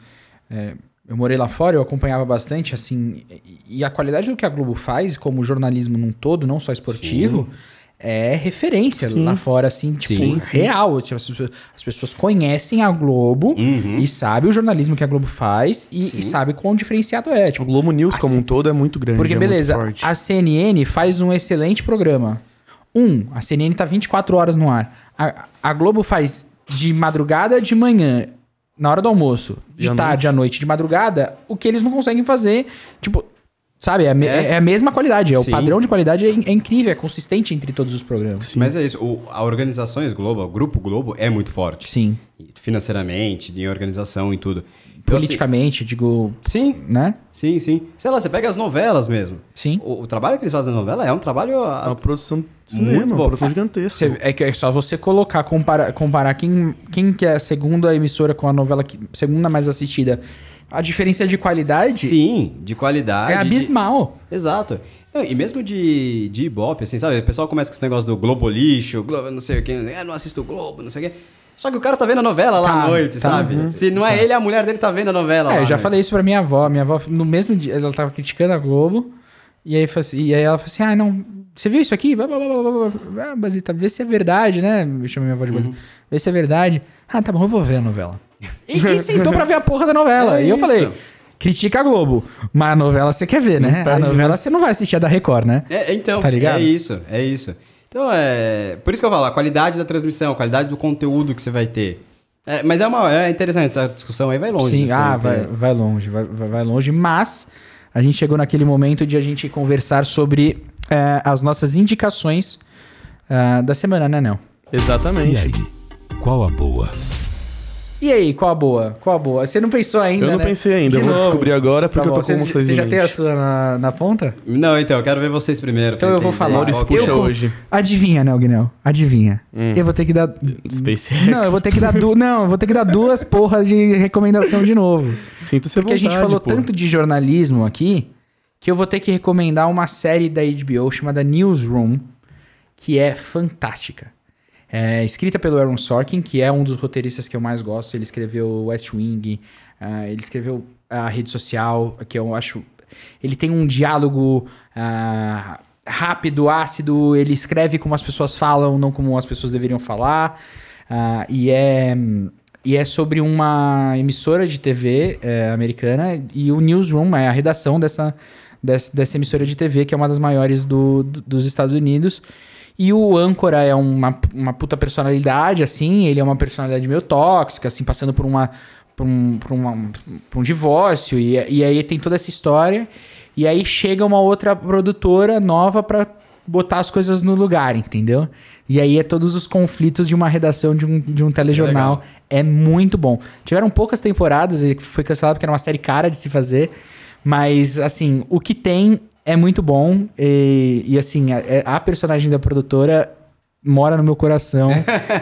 [SPEAKER 3] é, eu morei lá fora, eu acompanhava bastante, assim. e- E a qualidade do que a Globo faz, como jornalismo num todo, não só esportivo, é referência lá fora, assim, tipo, real. Tipo, as, pessoas- as pessoas conhecem a Globo e sabem o jornalismo que a Globo faz e, e sabem quão diferenciado é.
[SPEAKER 2] O
[SPEAKER 3] Tipo,
[SPEAKER 2] Globo News como
[SPEAKER 3] Assim,
[SPEAKER 2] um todo é muito grande.
[SPEAKER 3] porque,
[SPEAKER 2] é muito
[SPEAKER 3] beleza,
[SPEAKER 2] forte.
[SPEAKER 3] a CNN faz um excelente programa. Um, a CNN tá 24 horas no ar. A, a Globo faz de madrugada, de manhã, na hora do almoço, de
[SPEAKER 2] E à
[SPEAKER 3] tarde, à noite, de madrugada, o que eles não conseguem fazer. Tipo, sabe? É a, me-
[SPEAKER 4] É.
[SPEAKER 3] é a mesma qualidade. É o
[SPEAKER 4] Sim.
[SPEAKER 3] padrão de qualidade é, in- é incrível, é consistente entre todos os programas.
[SPEAKER 4] Mas é isso, o, a organizações Globo, o grupo Globo é muito forte.
[SPEAKER 3] Sim.
[SPEAKER 4] Financeiramente, em organização, em tudo. Então, assim,
[SPEAKER 3] Politicamente, digo,
[SPEAKER 4] Sim,
[SPEAKER 3] né?
[SPEAKER 4] sim, sim. Sei lá, você pega as novelas mesmo.
[SPEAKER 3] Sim.
[SPEAKER 4] O, o trabalho que eles fazem na novela é um trabalho.
[SPEAKER 2] É
[SPEAKER 4] ah,
[SPEAKER 2] uma produção de cinema,
[SPEAKER 4] Muito
[SPEAKER 2] uma
[SPEAKER 4] bom.
[SPEAKER 2] produção gigantesca.
[SPEAKER 3] Cê- é que é só você colocar, comparar, comparar quem, quem que é a segunda emissora com a novela que, segunda mais assistida. A diferença de qualidade
[SPEAKER 4] Sim, de qualidade.
[SPEAKER 3] é
[SPEAKER 4] de-
[SPEAKER 3] abismal.
[SPEAKER 4] Exato. Não, e mesmo de, de Ibope, assim, sabe? O pessoal começa com esse negócio do Globo lixo, Globo não sei o quê, "Ah, não assisto o Globo, não sei o quê. Só que o cara tá vendo a novela lá
[SPEAKER 3] Tá,
[SPEAKER 4] à noite,
[SPEAKER 3] tá,
[SPEAKER 4] sabe?
[SPEAKER 3] uhum.
[SPEAKER 4] Se não é ele, a mulher dele tá vendo a novela lá.
[SPEAKER 3] É, eu já
[SPEAKER 4] à noite.
[SPEAKER 3] falei isso pra minha avó. Minha avó, no mesmo dia, ela tava criticando a Globo. E aí, fa- e aí ela falou assim: ah, não, Você viu isso aqui? Blá, blá, blá, blá, blá, blá. Ah, Basita, vê se é verdade, né? Eu chamei minha voz de
[SPEAKER 4] Uhum.
[SPEAKER 3] Basita. Vê se é verdade. Ah, tá bom, eu vou ver a novela. E quem sentou pra ver a porra da novela?
[SPEAKER 4] É
[SPEAKER 3] e eu falei,
[SPEAKER 4] isso.
[SPEAKER 3] critica a Globo, mas a novela você quer ver, né? A
[SPEAKER 2] perde,
[SPEAKER 3] novela você não vai assistir a da Record, né?
[SPEAKER 4] É, é, então,
[SPEAKER 3] Tá ligado?
[SPEAKER 4] é isso, é isso. Então é. Por isso que eu falo, a qualidade da transmissão, a qualidade do conteúdo que você vai ter. É, mas é uma. É interessante, essa discussão aí vai longe.
[SPEAKER 3] Sim,
[SPEAKER 4] assim,
[SPEAKER 3] ah,
[SPEAKER 4] porque-
[SPEAKER 3] vai, vai longe, vai, vai vai longe. Mas a gente chegou naquele momento de a gente conversar sobre eh, as nossas indicações ah, da semana, né, Nel?
[SPEAKER 2] Exatamente.
[SPEAKER 1] E aí, qual a boa?
[SPEAKER 3] E aí, qual a boa? Qual a boa? Você não pensou ainda,
[SPEAKER 2] eu não
[SPEAKER 3] né?
[SPEAKER 2] pensei ainda,
[SPEAKER 3] De
[SPEAKER 2] eu vou
[SPEAKER 3] novo.
[SPEAKER 2] descobrir agora
[SPEAKER 3] Tá
[SPEAKER 2] porque eu
[SPEAKER 3] bom,
[SPEAKER 2] tô
[SPEAKER 3] você,
[SPEAKER 2] com vocês
[SPEAKER 3] você
[SPEAKER 2] em
[SPEAKER 3] já tem a
[SPEAKER 2] mente.
[SPEAKER 3] sua na, na ponta?
[SPEAKER 4] Não, então, eu quero ver vocês primeiro.
[SPEAKER 3] Então
[SPEAKER 4] pra
[SPEAKER 3] eu vou
[SPEAKER 4] entender
[SPEAKER 3] falar.
[SPEAKER 2] Maurício
[SPEAKER 4] qual que é
[SPEAKER 2] puxa
[SPEAKER 3] eu-
[SPEAKER 2] hoje.
[SPEAKER 3] Adivinha, né, Guinel? Adivinha.
[SPEAKER 2] Hum.
[SPEAKER 3] Eu vou ter que dar...
[SPEAKER 2] SpaceX.
[SPEAKER 3] Não, eu vou ter que dar, du... não, eu vou ter que dar duas porras de recomendação de novo.
[SPEAKER 2] Sinta-se à
[SPEAKER 3] Porque a
[SPEAKER 2] vontade,
[SPEAKER 3] gente falou
[SPEAKER 2] pô.
[SPEAKER 3] tanto de jornalismo aqui que eu vou ter que recomendar uma série da HBO chamada Newsroom, que é fantástica. É escrita pelo Aaron Sorkin, que é um dos roteiristas que eu mais gosto. Ele escreveu West Wing, ah, ele escreveu a rede social, que eu acho. Ele tem um diálogo ah, rápido, ácido, ele escreve como as pessoas falam, não como as pessoas deveriam falar. Ah, e é. E é sobre uma emissora de TV eh, americana e o Newsroom é a redação dessa, dessa, dessa emissora de TV, que é uma das maiores do- do- dos Estados Unidos. E o âncora é uma, uma puta personalidade, assim, ele é uma personalidade meio tóxica, assim, passando por uma por um, por uma- por um divórcio, e, e aí tem toda essa história. E aí chega uma outra produtora nova pra botar as coisas no lugar, entendeu? E aí é todos os conflitos de uma redação de um, de um telejornal.
[SPEAKER 4] legal.
[SPEAKER 3] É muito bom. Tiveram poucas temporadas e foi cancelado porque era uma série cara de se fazer. Mas, assim, o que tem é muito bom. E, e, assim, a, é- a personagem da produtora mora no meu coração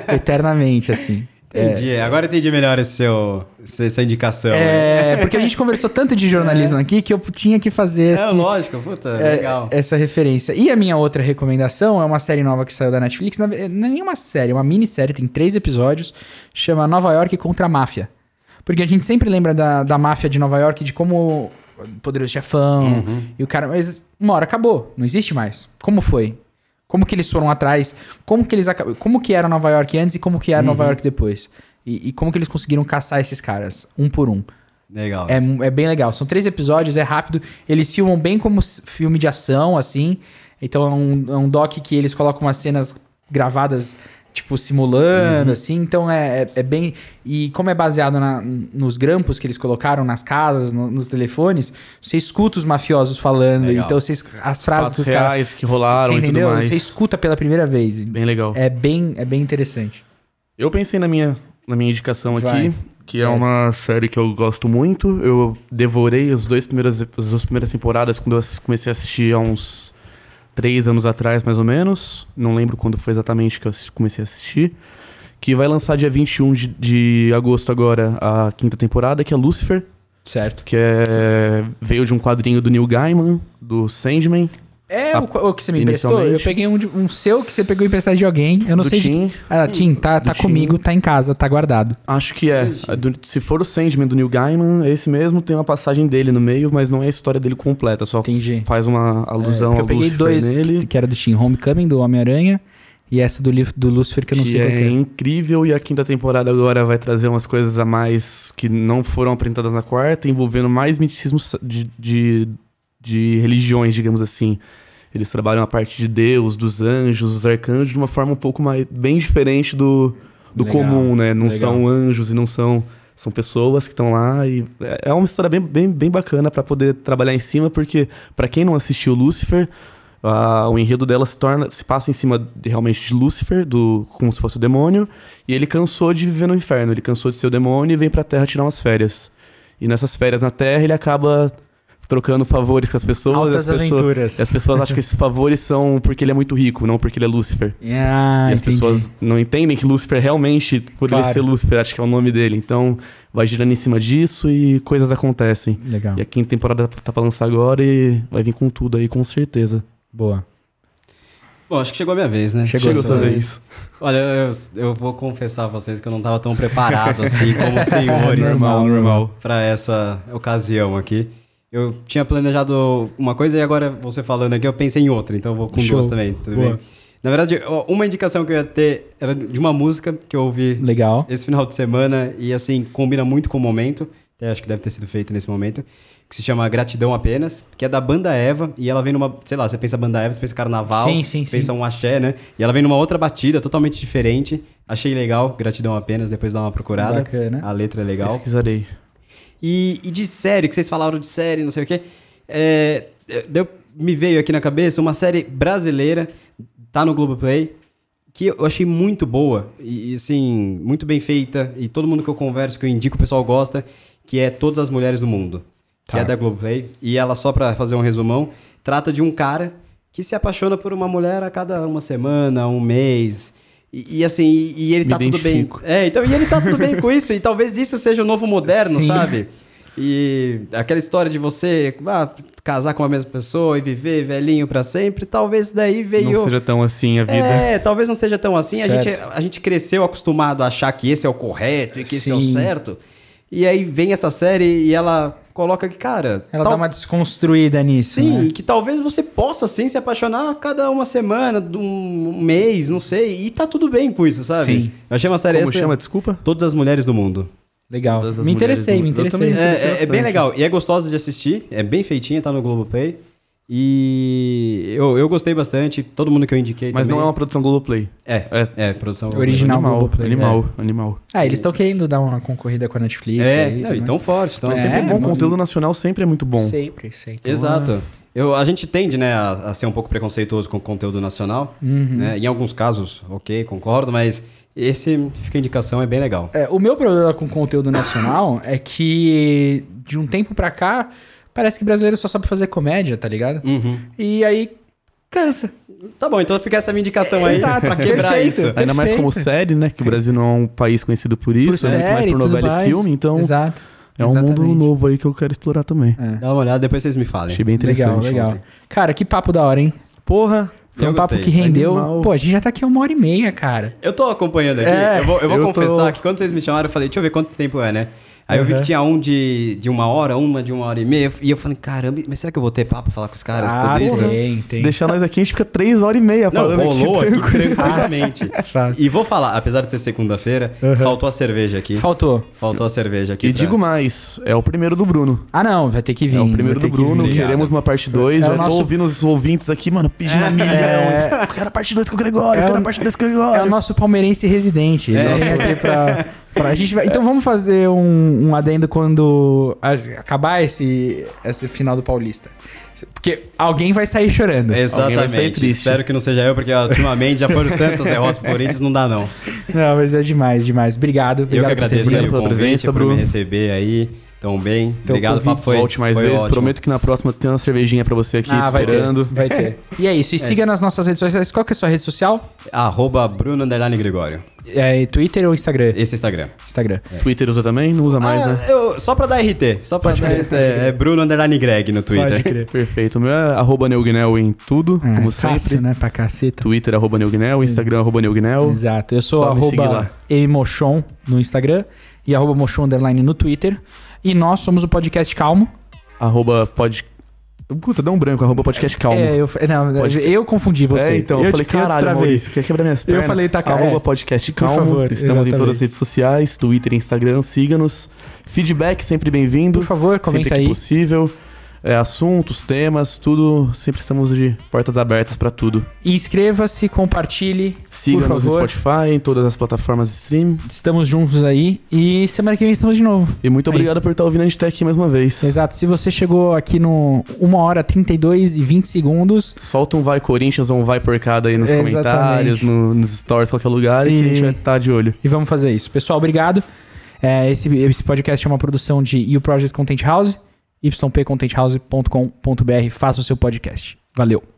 [SPEAKER 3] eternamente, assim.
[SPEAKER 4] Entendi. Agora eu entendi melhor esse seu, esse- essa indicação. né?
[SPEAKER 3] É, porque a gente conversou tanto de jornalismo aqui que eu tinha que fazer
[SPEAKER 4] É,
[SPEAKER 3] esse-
[SPEAKER 4] lógico, puta,
[SPEAKER 3] é,
[SPEAKER 4] legal.
[SPEAKER 3] essa referência. E a minha outra recomendação é uma série nova que saiu da Netflix. Na ve- Não é nenhuma série, é uma minissérie, tem três episódios. Chama Nova York contra a Máfia. Porque a gente sempre lembra da, da máfia de Nova York, de como o poderoso chefão e o cara. Mas uma hora acabou, não existe mais. Como foi? Como que eles foram atrás? Como que eles acabaram? Como que era Nova York antes e como que era Nova York depois? E, e como que eles conseguiram caçar esses caras, um por um.
[SPEAKER 4] Legal.
[SPEAKER 3] É, mu- é bem legal. São três episódios, é rápido. Eles filmam bem como s- filme de ação, assim. Então é um, é um doc que eles colocam umas cenas gravadas, tipo,
[SPEAKER 2] Uhum.
[SPEAKER 3] simulando, assim. Então é, é- é bem. E como é baseado na- nos grampos que eles colocaram nas casas, no- nos telefones, você escuta os mafiosos falando.
[SPEAKER 4] Legal.
[SPEAKER 3] Então vocês, as frases
[SPEAKER 2] Fatos
[SPEAKER 3] dos caras.
[SPEAKER 2] reais que rolaram
[SPEAKER 3] você
[SPEAKER 2] e tudo
[SPEAKER 3] entendeu?
[SPEAKER 2] mais.
[SPEAKER 3] Você escuta pela primeira vez.
[SPEAKER 2] Bem legal.
[SPEAKER 3] É bem, é bem interessante.
[SPEAKER 2] Eu pensei na minha, na minha indicação
[SPEAKER 3] Vai.
[SPEAKER 2] aqui, que é, uma série que eu gosto muito. Eu devorei os dois primeiros, as duas primeiras temporadas quando eu ass- comecei a assistir há uns três anos atrás, mais ou menos. Não lembro quando foi exatamente que eu assi- comecei a assistir. Que vai lançar dia 21 de, de agosto agora a quinta temporada, que é Lucifer,
[SPEAKER 3] Certo.
[SPEAKER 2] que é, veio de um quadrinho do Neil Gaiman, do Sandman,
[SPEAKER 3] É
[SPEAKER 2] A-
[SPEAKER 3] o, qu- o que você me emprestou? Eu
[SPEAKER 2] inicialmente.
[SPEAKER 3] peguei um, de- um seu que você pegou emprestado de alguém. Eu não
[SPEAKER 2] do
[SPEAKER 3] sei de
[SPEAKER 2] Tim.
[SPEAKER 3] Ah, Tim, tá, tá
[SPEAKER 2] Tim.
[SPEAKER 3] comigo, tá em casa, tá guardado.
[SPEAKER 2] Acho que é. Do- se for o Sandman do Neil Gaiman, é esse mesmo. Tem uma passagem dele no meio, mas não é a história dele completa. Só
[SPEAKER 3] Entendi. É,
[SPEAKER 2] faz uma alusão
[SPEAKER 3] Porque
[SPEAKER 2] ao
[SPEAKER 3] eu peguei
[SPEAKER 2] Lucifer
[SPEAKER 3] dois,
[SPEAKER 2] nele.
[SPEAKER 3] que, que era do Tim Homecoming, do Homem-Aranha, e essa do, Lif- do Lucifer, que eu não sei qual
[SPEAKER 2] é
[SPEAKER 3] que é.
[SPEAKER 2] incrível e a quinta temporada agora vai trazer umas coisas a mais que não foram apresentadas na quarta, envolvendo mais misticismo sa- de, de, de religiões, digamos assim. Eles trabalham a parte de Deus, dos anjos, dos arcanjos, de uma forma um pouco mais bem diferente do, do
[SPEAKER 3] Legal,
[SPEAKER 2] comum, né? Não
[SPEAKER 3] legal.
[SPEAKER 2] são anjos e não são são pessoas que estão lá e é- é uma história bem, bem, bem bacana pra poder trabalhar em cima, porque pra quem não assistiu Lucifer, ah, o enredo dela se torna se passa em cima de- realmente de Lúcifer, do como se fosse o demônio, e ele cansou de viver no inferno, ele cansou de ser o demônio e vem pra Terra tirar umas férias. E nessas férias na Terra ele acaba trocando favores com as pessoas, e as
[SPEAKER 3] Altas
[SPEAKER 2] pessoas
[SPEAKER 3] aventuras.
[SPEAKER 2] e as pessoas acham que esses favores são porque ele é muito rico, não porque ele é Lúcifer.
[SPEAKER 3] Ah,
[SPEAKER 2] e as
[SPEAKER 3] entendi.
[SPEAKER 2] pessoas não entendem que Lúcifer realmente, por
[SPEAKER 3] Claro.
[SPEAKER 2] ele ser Lúcifer, acho que é o nome dele. Então, vai girando em cima disso e coisas acontecem.
[SPEAKER 3] Legal,
[SPEAKER 2] E a quinta temporada tá pra lançar agora e vai vir com tudo aí, com certeza.
[SPEAKER 3] boa.
[SPEAKER 4] Bom, acho que chegou a minha vez, né?
[SPEAKER 3] Chegou
[SPEAKER 2] Chegou
[SPEAKER 3] sua
[SPEAKER 2] essa
[SPEAKER 3] vez.
[SPEAKER 2] vez.
[SPEAKER 4] Olha, eu, eu vou confessar a vocês que eu não tava tão preparado assim como os senhores
[SPEAKER 3] Normal, normal.
[SPEAKER 4] pra essa ocasião aqui. Eu tinha planejado uma coisa e agora você falando aqui, eu pensei em outra, então eu vou com
[SPEAKER 6] Show.
[SPEAKER 4] duas também, tudo
[SPEAKER 6] Boa.
[SPEAKER 4] bem? Na verdade, ó, uma indicação que eu ia ter era de uma música que eu ouvi
[SPEAKER 3] Legal.
[SPEAKER 4] esse final de semana e assim combina muito com o momento. Até acho que deve ter sido feito nesse momento, que se chama Gratidão Apenas, que é da banda Eva, e ela vem numa, sei lá, você pensa banda Eva, você pensa carnaval,
[SPEAKER 3] Sim, sim,
[SPEAKER 4] você
[SPEAKER 3] sim.
[SPEAKER 4] pensa um axé, né? E ela vem numa outra batida totalmente diferente. Achei legal, Gratidão Apenas, depois dá uma procurada.
[SPEAKER 3] Bacana.
[SPEAKER 4] A letra é legal.
[SPEAKER 2] Pesquisarei.
[SPEAKER 4] E, e de série, que vocês falaram de série, não sei o quê. É, deu- me veio aqui na cabeça uma série brasileira, tá no Globoplay, que eu achei muito boa. E, e, assim, muito bem feita. E todo mundo que eu converso, que eu indico, o pessoal gosta, que é Todas as Mulheres do Mundo. Que
[SPEAKER 6] Tá.
[SPEAKER 4] é da Globoplay. E ela, só pra fazer um resumão, trata de um cara que se apaixona por uma mulher a cada uma semana, um mês. E, e, assim, e, e ele
[SPEAKER 2] Me
[SPEAKER 4] tá tudo bem.
[SPEAKER 2] identifico.
[SPEAKER 4] É, então, e ele tá tudo bem com isso, e talvez isso seja o novo moderno, sabe? E aquela história de você ah, casar com a mesma pessoa e viver velhinho pra sempre, talvez daí veio.
[SPEAKER 2] Não seja tão assim a vida.
[SPEAKER 4] É, talvez não seja tão assim. A
[SPEAKER 3] Certo.
[SPEAKER 4] gente, a gente cresceu acostumado a achar que esse é o correto e que esse é o
[SPEAKER 3] Sim.
[SPEAKER 4] certo. E aí vem essa série e ela coloca que, cara.
[SPEAKER 3] Ela
[SPEAKER 4] tal-
[SPEAKER 3] dá uma desconstruída nisso.
[SPEAKER 4] Sim,
[SPEAKER 3] né?
[SPEAKER 4] e que talvez você possa sim se apaixonar a cada uma semana, de um mês, não sei. E tá tudo bem com isso, sabe?
[SPEAKER 3] Sim.
[SPEAKER 4] Eu achei uma série
[SPEAKER 2] Como
[SPEAKER 4] essa-
[SPEAKER 2] chama, desculpa?
[SPEAKER 4] Todas as mulheres do mundo.
[SPEAKER 3] Legal.
[SPEAKER 2] Todas as
[SPEAKER 3] Me interessei, me
[SPEAKER 2] mulheres do- Eu
[SPEAKER 3] interessei.
[SPEAKER 2] também.
[SPEAKER 4] É, é, é bem
[SPEAKER 2] bastante.
[SPEAKER 4] legal. E é gostosa de assistir. É bem feitinha, tá no Globoplay. E eu, eu gostei bastante. Todo mundo que eu indiquei
[SPEAKER 2] Mas
[SPEAKER 4] também.
[SPEAKER 2] não é uma produção Globoplay.
[SPEAKER 4] É, é, produção...
[SPEAKER 3] Origi- Original
[SPEAKER 2] animal,
[SPEAKER 3] Globoplay,
[SPEAKER 2] animal, animal.
[SPEAKER 3] Ah, eles estão querendo dar uma concorrida com a Netflix.
[SPEAKER 4] É,
[SPEAKER 3] aí
[SPEAKER 4] não,
[SPEAKER 3] também.
[SPEAKER 4] e tão forte. Tão
[SPEAKER 3] Mas
[SPEAKER 4] é,
[SPEAKER 2] Sempre bom, conteúdo nacional sempre é muito então, bom.
[SPEAKER 3] Sempre, sempre.
[SPEAKER 4] Exato. Eu, a gente tende, né, a, a ser um pouco preconceituoso com o conteúdo nacional.
[SPEAKER 3] Uhum.
[SPEAKER 4] Né? Em alguns casos, ok, concordo, mas esse fica a indicação, é bem legal.
[SPEAKER 3] É, o meu problema com conteúdo nacional é que de um tempo pra cá parece que brasileiro só sabe fazer comédia, tá ligado?
[SPEAKER 4] Uhum.
[SPEAKER 3] E aí cansa.
[SPEAKER 4] Tá bom, então fica essa minha indicação aí
[SPEAKER 3] Exato,
[SPEAKER 4] pra quebrar
[SPEAKER 3] perfeito.
[SPEAKER 4] isso.
[SPEAKER 2] Ainda mais como
[SPEAKER 3] Perfeito.
[SPEAKER 2] série, né? Que o Brasil não é um país conhecido por isso, é muito mais
[SPEAKER 3] série
[SPEAKER 2] por
[SPEAKER 3] e tudo
[SPEAKER 2] novela e
[SPEAKER 3] mais.
[SPEAKER 2] filme, então
[SPEAKER 3] Exato.
[SPEAKER 2] é um mundo
[SPEAKER 3] exatamente. É.
[SPEAKER 2] novo aí que eu quero explorar também.
[SPEAKER 4] Dá uma olhada, depois vocês me falem.
[SPEAKER 2] Achei bem
[SPEAKER 3] Legal,
[SPEAKER 2] interessante. né?
[SPEAKER 3] legal. Cara, que papo da hora, hein?
[SPEAKER 2] Porra,
[SPEAKER 3] Foi
[SPEAKER 4] Eu
[SPEAKER 3] um papo
[SPEAKER 4] gostei.
[SPEAKER 3] que rendeu.
[SPEAKER 2] Animal.
[SPEAKER 3] Pô, a gente já tá aqui há uma hora e meia, cara.
[SPEAKER 4] Eu tô acompanhando aqui.
[SPEAKER 3] É,
[SPEAKER 4] eu vou, eu vou
[SPEAKER 2] eu
[SPEAKER 4] confessar
[SPEAKER 2] tô-
[SPEAKER 4] que quando vocês me chamaram, eu falei, deixa eu ver quanto tempo é, né? Aí eu vi que tinha um de, de uma hora, uma de uma hora e meia. E eu falei, caramba, mas será que eu vou ter papo pra falar com os caras?
[SPEAKER 2] Ah,
[SPEAKER 4] tudo isso?
[SPEAKER 3] tem,
[SPEAKER 2] se deixar nós aqui, a gente fica três horas e meia
[SPEAKER 4] Não,
[SPEAKER 2] falando
[SPEAKER 4] rolou aqui
[SPEAKER 2] tranquilo.
[SPEAKER 4] tranquilamente.
[SPEAKER 3] Fácil.
[SPEAKER 4] e vou falar, apesar de ser segunda-feira, faltou a cerveja aqui.
[SPEAKER 3] Faltou.
[SPEAKER 4] Faltou a cerveja aqui.
[SPEAKER 2] E
[SPEAKER 4] pra-
[SPEAKER 2] digo mais, é o primeiro do Bruno.
[SPEAKER 3] Ah, não, vai ter que vir.
[SPEAKER 2] É o primeiro
[SPEAKER 3] vai
[SPEAKER 2] do
[SPEAKER 3] ter que
[SPEAKER 2] Bruno,
[SPEAKER 3] vir.
[SPEAKER 2] queremos uma parte 2.
[SPEAKER 3] É o
[SPEAKER 2] Já
[SPEAKER 3] nosso-
[SPEAKER 2] tô ouvindo os ouvintes aqui, mano, pedindo a milhão. Eu quero a parte 2 com o Gregório,
[SPEAKER 3] É
[SPEAKER 2] eu quero
[SPEAKER 3] o-
[SPEAKER 2] a parte 2 com o Gregório.
[SPEAKER 3] É o nosso palmeirense residente. Ele
[SPEAKER 2] É.
[SPEAKER 3] vem aqui pra, pra gente. vai- Então vamos fazer um, um adendo quando a- acabar esse, esse final do Paulista. Porque alguém vai sair chorando.
[SPEAKER 2] né? Alguém vai sair
[SPEAKER 4] Exatamente.
[SPEAKER 2] triste.
[SPEAKER 4] Espero que não seja eu, porque ultimamente já foram tantas derrotas pro Corinthians, não dá não.
[SPEAKER 3] Não, mas é demais, demais. Obrigado.
[SPEAKER 4] Eu
[SPEAKER 3] obrigado por
[SPEAKER 4] que
[SPEAKER 3] ter
[SPEAKER 4] agradeço
[SPEAKER 3] vindo.
[SPEAKER 4] aí o
[SPEAKER 2] pela
[SPEAKER 4] convite,
[SPEAKER 2] presença,
[SPEAKER 4] por me
[SPEAKER 2] Bruno.
[SPEAKER 4] receber aí tão bem. Obrigado, o
[SPEAKER 3] convite.
[SPEAKER 4] papo foi
[SPEAKER 2] Volte mais
[SPEAKER 4] foi
[SPEAKER 2] vezes,
[SPEAKER 4] ótimo.
[SPEAKER 2] prometo que na próxima tem uma cervejinha pra você aqui te
[SPEAKER 3] Ah, vai ter,
[SPEAKER 2] esperando.
[SPEAKER 3] Vai ter. E é isso. E siga nas nossas redes sociais. Qual que é a sua rede social?
[SPEAKER 4] Arroba Bruno Underline Gregório.
[SPEAKER 3] É Twitter ou Instagram?
[SPEAKER 4] Esse é Instagram.
[SPEAKER 3] Instagram.
[SPEAKER 4] É.
[SPEAKER 2] Twitter usa também? Não usa mais, né?
[SPEAKER 4] Ah, eu- só pra dar RT. Só pra dar RT. É Bruno Underline Greg no Twitter.
[SPEAKER 2] Perfeito. O meu é arroba neugnel em tudo,
[SPEAKER 3] Ah,
[SPEAKER 2] como
[SPEAKER 3] fácil,
[SPEAKER 2] sempre.
[SPEAKER 3] né? Pra caceta.
[SPEAKER 2] Twitter arroba neugnel, Instagram arroba neugnel.
[SPEAKER 3] Exato. Eu sou
[SPEAKER 2] Só me seguir
[SPEAKER 3] arroba
[SPEAKER 2] lá.
[SPEAKER 3] mmochon no Instagram e arroba mochon underline no Twitter. E nós somos o podcast Calmo.
[SPEAKER 2] Arroba pod... Puta, dá um branco, arroba podcast calmo.
[SPEAKER 3] É, eu, não,
[SPEAKER 2] Pode-
[SPEAKER 3] eu confundi você.
[SPEAKER 2] É, então, eu,
[SPEAKER 3] eu
[SPEAKER 2] falei,
[SPEAKER 3] te- eu te
[SPEAKER 2] caralho,
[SPEAKER 3] travei.
[SPEAKER 2] Maurício, quer quebrar minhas pernas?
[SPEAKER 3] falei, tá, cara,
[SPEAKER 2] Arroba
[SPEAKER 3] é.
[SPEAKER 2] podcast
[SPEAKER 3] Por
[SPEAKER 2] calmo,
[SPEAKER 3] favor,
[SPEAKER 2] estamos em todas
[SPEAKER 3] exatamente.
[SPEAKER 2] as redes sociais, Twitter, Instagram, siga-nos. Feedback sempre bem-vindo.
[SPEAKER 3] Por favor, comenta
[SPEAKER 2] sempre tipo
[SPEAKER 3] aí.
[SPEAKER 2] que possível. É, assuntos, temas, tudo, sempre estamos de portas abertas pra tudo.
[SPEAKER 3] Inscreva-se, compartilhe. por
[SPEAKER 2] Siga-nos no
[SPEAKER 3] favor.
[SPEAKER 2] Spotify, em todas as plataformas de stream.
[SPEAKER 3] Estamos juntos aí. E semana que vem estamos de novo.
[SPEAKER 2] E muito
[SPEAKER 3] Aí.
[SPEAKER 2] obrigado por estar ouvindo a gente até aqui mais uma vez.
[SPEAKER 3] Exato. Se você chegou aqui no 1 hora 32 e 20 segundos,
[SPEAKER 2] Solta um vai Corinthians ou um vai porcada aí nos
[SPEAKER 3] Exatamente.
[SPEAKER 2] comentários, no- nos stories, qualquer lugar, e que a
[SPEAKER 3] E-
[SPEAKER 2] gente vai estar de olho.
[SPEAKER 3] E vamos fazer isso. Pessoal, obrigado. É, esse, esse podcast é uma produção de U Project Content House, ypcontenthouse.com.br. Faça o seu podcast. Valeu.